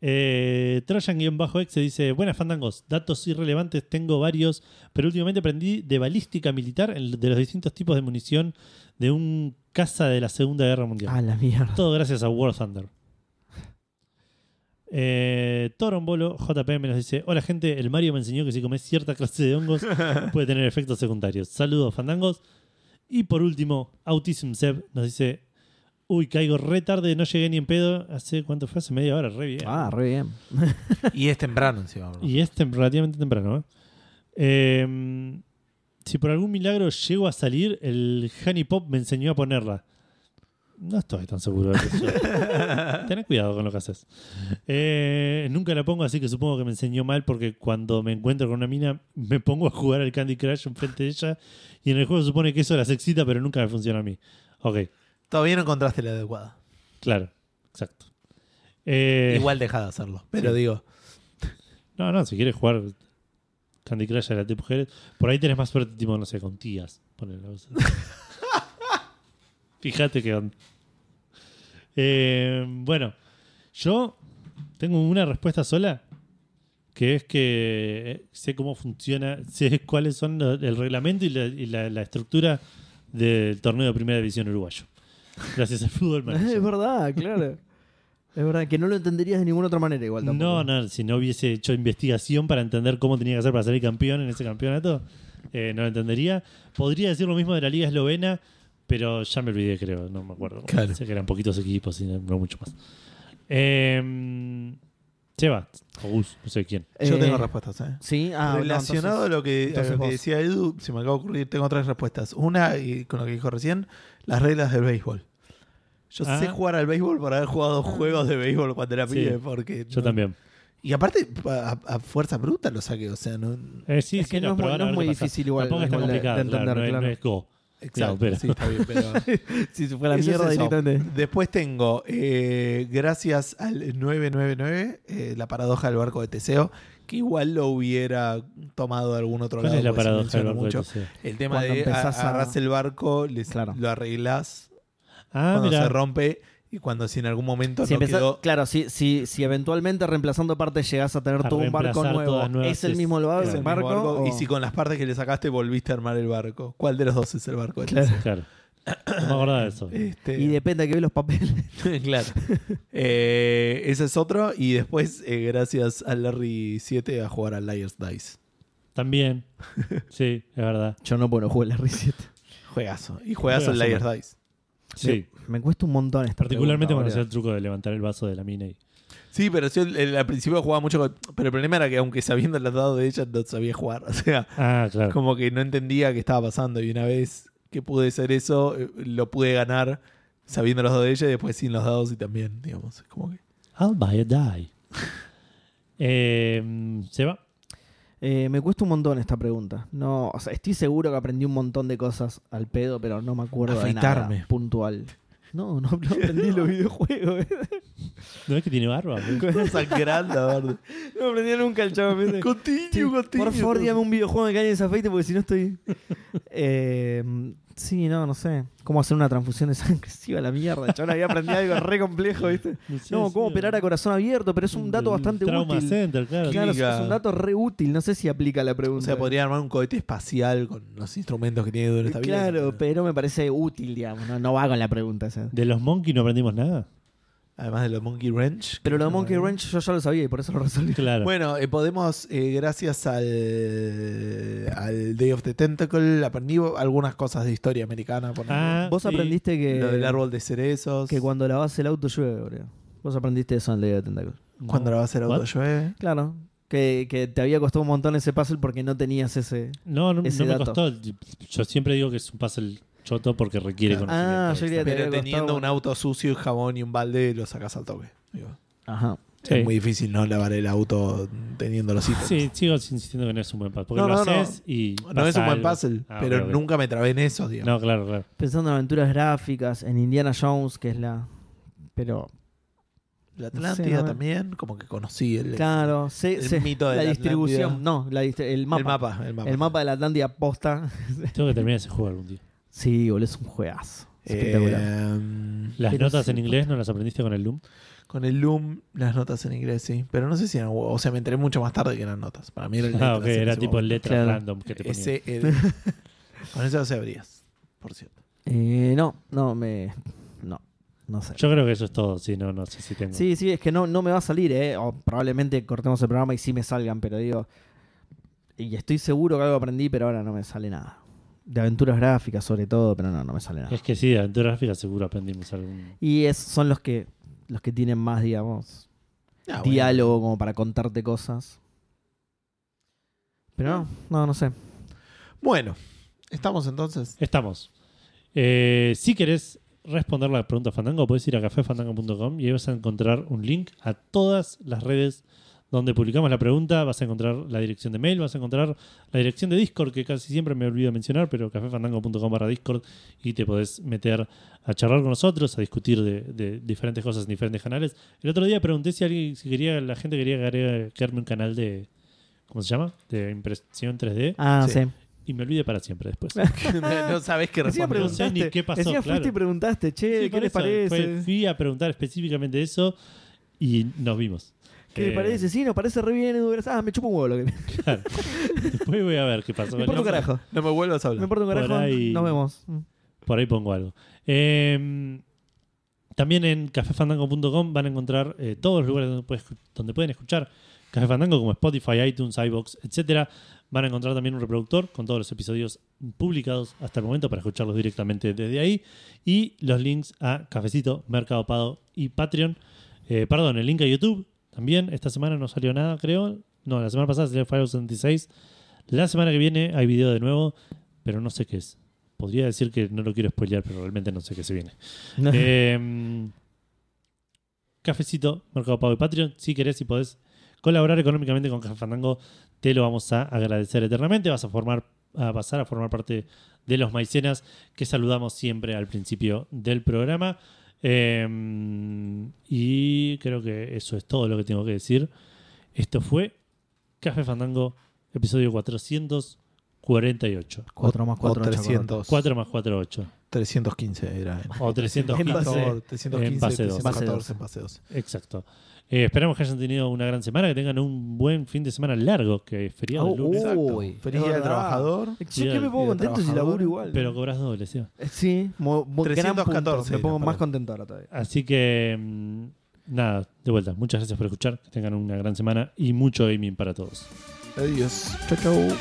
Eh, Trojan-X se dice: Buenas fandangos, datos irrelevantes, tengo varios, pero últimamente aprendí de balística militar, el- de los distintos tipos de munición de un caza de la Segunda Guerra Mundial. Ah, la mierda. Todo gracias a War Thunder. Eh, Torombolo JPM nos dice: Hola gente, el Mario me enseñó que si comes cierta clase de hongos puede tener efectos secundarios. Saludos, fandangos. Y por último, Autism Seb nos dice: Uy, caigo re tarde, no llegué ni en pedo. ¿Hace cuánto fue? Hace media hora, re bien. Ah, re bien. Y es temprano encima. bro. Y es tem- relativamente temprano. ¿eh? Eh, si por algún milagro llego a salir, el Honey Pop me enseñó a ponerla. No estoy tan seguro de eso. Tened cuidado con lo que haces. Eh, nunca la pongo, así que supongo que me enseñó mal porque cuando me encuentro con una mina me pongo a jugar al Candy Crush enfrente de ella y en el juego se supone que eso las excita, pero nunca me funciona a mí. Ok, Todavía no encontraste la adecuada. claro, exacto. Eh, Igual deja de hacerlo. Pero sí. digo, No, no, si quieres jugar Candy Crush a la de mujeres, por ahí tenés más suerte, tipo, no sé, con tías. ponele, no sé. Fíjate qué onda. Eh, bueno, yo tengo una respuesta sola, que es que eh, sé cómo funciona, sé cuáles son lo- el reglamento y la, y la- la estructura del torneo de primera división uruguayo. Gracias al fútbol es manager. verdad, claro. Es verdad que no lo entenderías de ninguna otra manera igual tampoco. No, no, si no hubiese hecho investigación para entender cómo tenía que hacer para salir campeón en ese campeonato, eh, no lo entendería. Podría decir lo mismo de la Liga Eslovena, pero ya me olvidé, creo, no me acuerdo. Claro. Sé que eran poquitos equipos y no mucho más. Eh, Seba, o Gus, no sé quién. yo Eh, tengo respuestas. ¿eh? Sí, ah, no, Relacionado entonces- a lo que, a entonces lo que vos. decía Edu, se me acaba de ocurrir, tengo tres respuestas. Una, y con lo que dijo recién, las reglas del béisbol. Yo Ah. sé jugar al béisbol por haber jugado juegos de béisbol cuando era Sí. pibe, porque... Yo no- también. Y aparte, a, a fuerza bruta lo saqué, o sea, no... Eh, sí, Es sí, que no es pero muy- no ahora es a ver muy qué pasa. difícil igual- Tampoco está igual de- complicado, de claro, no, es- entender, no es Go. Exacto, pero- sí, está bien, pero... Si se fuera la Eso es mierda eso. directamente. Después tengo, eh, gracias al 999, eh, la paradoja del barco de Teseo, que igual lo hubiera tomado de algún otro ¿Cuál lado. es la porque se paradoja del menciona barco de mucho. Teseo? El tema Cuando de empezás a- agarras el barco, les- Claro. lo arreglás Ah, cuando se mira. rompe y cuando si en algún momento Si no empezás- quedó... claro, si, si, si eventualmente reemplazando partes llegas a tener A todo un barco reemplazar nuevo, todas nuevas, ¿es el es- mismo claro. barco? es el mismo barco, barco, o- Y si con las partes que le sacaste volviste a armar el barco. ¿Cuál de los dos es el barco? de Claro. Claro. No me acordaba de eso. Teseo? Este- y depende de que ve los papeles. claro. Eh, ese es otro. Y después, eh, gracias al Larry 7 a jugar al Liars Dice. También. Sí, es verdad. Yo no, bueno, jugué la R7. Juegazo. Y juegazo al Juegazo, Liars Dice. Sí. Me, me cuesta un montón esta Particularmente cuando pregunta, hacía boludo. el truco de levantar el vaso de la mina y. Sí, pero yo el- el- al principio jugaba mucho con- Pero el problema era que aunque sabiendo los dados de ella, no sabía jugar. O sea, Ah, claro. como que no entendía qué estaba pasando. Y una vez que pude hacer eso, eh, lo pude ganar sabiendo los dados de ella y después sin los dados y también, digamos. Como que... I'll buy a die. Eh, se va. Eh, me cuesta un montón esta pregunta. No, o sea, estoy seguro que aprendí un montón de cosas al pedo, pero no me acuerdo de Afeitarme. nada puntual. No, no, no aprendí los videojuegos. eh. ¿No es que tiene barba? boludo? Sangrando, la verdad. No aprendí nunca el chavo. ¿viste? Continue, continue. Por favor, dígame un videojuego en que alguien se afeite porque si no estoy. Eh, sí, no, no sé. ¿Cómo hacer una transfusión de sangre? Sí, a la mierda. Yo había aprendido algo re complejo, ¿viste? sé, No, sí, cómo operar a corazón abierto, pero es un dato del bastante Trauma útil. Center, claro. Claro, es Clínica. un dato re útil. No sé si aplica a la pregunta. O sea, podría armar un cohete espacial con los instrumentos que tiene durante esta vida. Claro, pero me parece útil, digamos. No, no va con la pregunta. o sea. De los Monkey no aprendimos nada. Además de los Monkey Wrench. Pero lo de Monkey Ranch yo ya lo sabía y por eso lo resolví. Claro. Bueno, eh, podemos, eh, gracias al, al Day of the Tentacle, aprendí algunas cosas de historia americana. por Ah, Vos sí. aprendiste que, ejemplo. lo del árbol de cerezos. que cuando lavas el auto llueve, boludo. Vos aprendiste eso en Ley de Tentacle. No. Cuando la va a hacer auto What? llueve. Claro. Que, que te había costado un montón ese puzzle porque no tenías ese. No, no, no ese me dato. costó. Yo siempre digo que es un puzzle choto porque requiere Claro. conocimiento. Ah, yo extra. quería- Te Pero había teniendo costado- un auto sucio, y jabón y un balde, lo sacas al toque. Digo, Ajá. Sí. Es muy difícil no lavar el auto teniendo los ítems. Eh, Sí, sigo insistiendo que no es un buen puzzle. Porque No, lo no, no. haces y. No pasa es un buen algo. puzzle, Ah, pero ok, ok. nunca me trabé en eso, digamos. No, claro, claro. Pensando en aventuras gráficas, en Indiana Jones, que es la. Pero. La No sé, Atlántida no me- también, como que conocí el, Claro, sé- el sé- mito de la la distribución. Atlántida. No, la dist- el mapa. el mapa. El mapa. El mapa de la Atlántida posta. Tengo que terminar ese juego algún día. Sí, boludo, es un juegazo. Eh, Espectacular. Las Pero notas sí. en inglés no las aprendiste con el Loom. con el Loom, las notas en inglés, sí. Pero no sé si eran. O sea, me enteré mucho más tarde que eran notas. Para mí eran Ah, letras ok, en era ese tipo momento. letras Claro. random que te ponían. Ese era- Con eso se abrías, por cierto. Eh, no, no, me. No, no sé. Yo creo que eso es todo, sí, no, no sé si tengo. Sí, sí, es que no, no me va a salir, ¿eh? O probablemente cortemos el programa y sí me salgan, pero digo. Y estoy seguro que algo aprendí, pero ahora no me sale nada. De aventuras gráficas, sobre todo, pero no, no me sale nada. Es que sí, de aventura gráfica seguro aprendimos algún. Y es, son los que, los que tienen más, digamos, Ah, bueno. diálogo como para contarte cosas. Pero no, no, no sé. Bueno, estamos entonces. Estamos. Eh, si querés responder la pregunta Fandango, podés ir a cafefandango.com y ahí vas a encontrar un link a todas las redes donde publicamos la pregunta. Vas a encontrar la dirección de mail, vas a encontrar la dirección de Discord, que casi siempre me olvido de mencionar, pero cafefandango.com barra Discord y te podés meter a charlar con nosotros, a discutir de, de diferentes cosas en diferentes canales. El otro día pregunté si alguien, si quería, la gente quería que agregue- crearme un canal de. ¿Cómo se llama? De impresión 3D. Ah, Sí. sí. Y me olvidé para siempre después. no, no sabes qué Encima responder. pregunta- No sé ni preguntaste, qué pasó, encima claro. fuiste y preguntaste, che, ¿qué Sí, por les eso. parece? Fue- fui a preguntar específicamente eso y nos vimos. ¿Qué Eh, le parece? Sí, nos parece re bien, Edu, gracias. Ah, me chupa un huevo lo que. Me claro. Después voy a ver qué pasó. importa un carajo. No me vuelvas a Me hablar. importa un Por carajo. ahí- Nos vemos. Por ahí pongo algo. Eh, también en cafefandango.com van a encontrar eh, todos los lugares donde, puedes- donde pueden escuchar Café Fandango, como Spotify, iTunes, iBox, etcétera. Van a encontrar también un reproductor con todos los episodios publicados hasta el momento para escucharlos directamente desde ahí. Y los links a Cafecito, Mercado Pago y Patreon. Eh, perdón, el link a YouTube también. Esta semana no salió nada, creo. No, la semana pasada salió Fire 76. La semana que viene hay video de nuevo, pero no sé qué es. Podría decir que no lo quiero spoilear, pero realmente no sé qué se viene. Eh, cafecito, Mercado Pago y Patreon. Si querés y podés colaborar económicamente con Café Fandango, te lo vamos a agradecer eternamente. Vas a formar a pasar a formar parte de los maicenas que saludamos siempre al principio del programa. Eh, y creo que eso es todo lo que tengo que decir. Esto fue Café Fandango, episodio 448. 4 más 4, O 300. 4 más 4, 8. 315 era. en- O 315. Por 315, en base dos. 314 en base dos. Exacto. Eh, esperamos que hayan tenido una gran semana, que tengan un buen fin de semana largo, que es Ah, feriado el Oh, lunes, oh. Exacto. Uy, Feliz es día del verdad. trabajador. Yo Bien. que me pongo Y el contento si trabajador, laburo igual. pero cobras doble, ¿sí? Eh, Sí, mo- mo- gran punto. 314 Me era, pongo más perdón. contento ahora todavía. Así que, mm, nada, de vuelta. Muchas gracias por escuchar, que tengan una gran semana y mucho gaming para todos. Adiós. Chau, chau.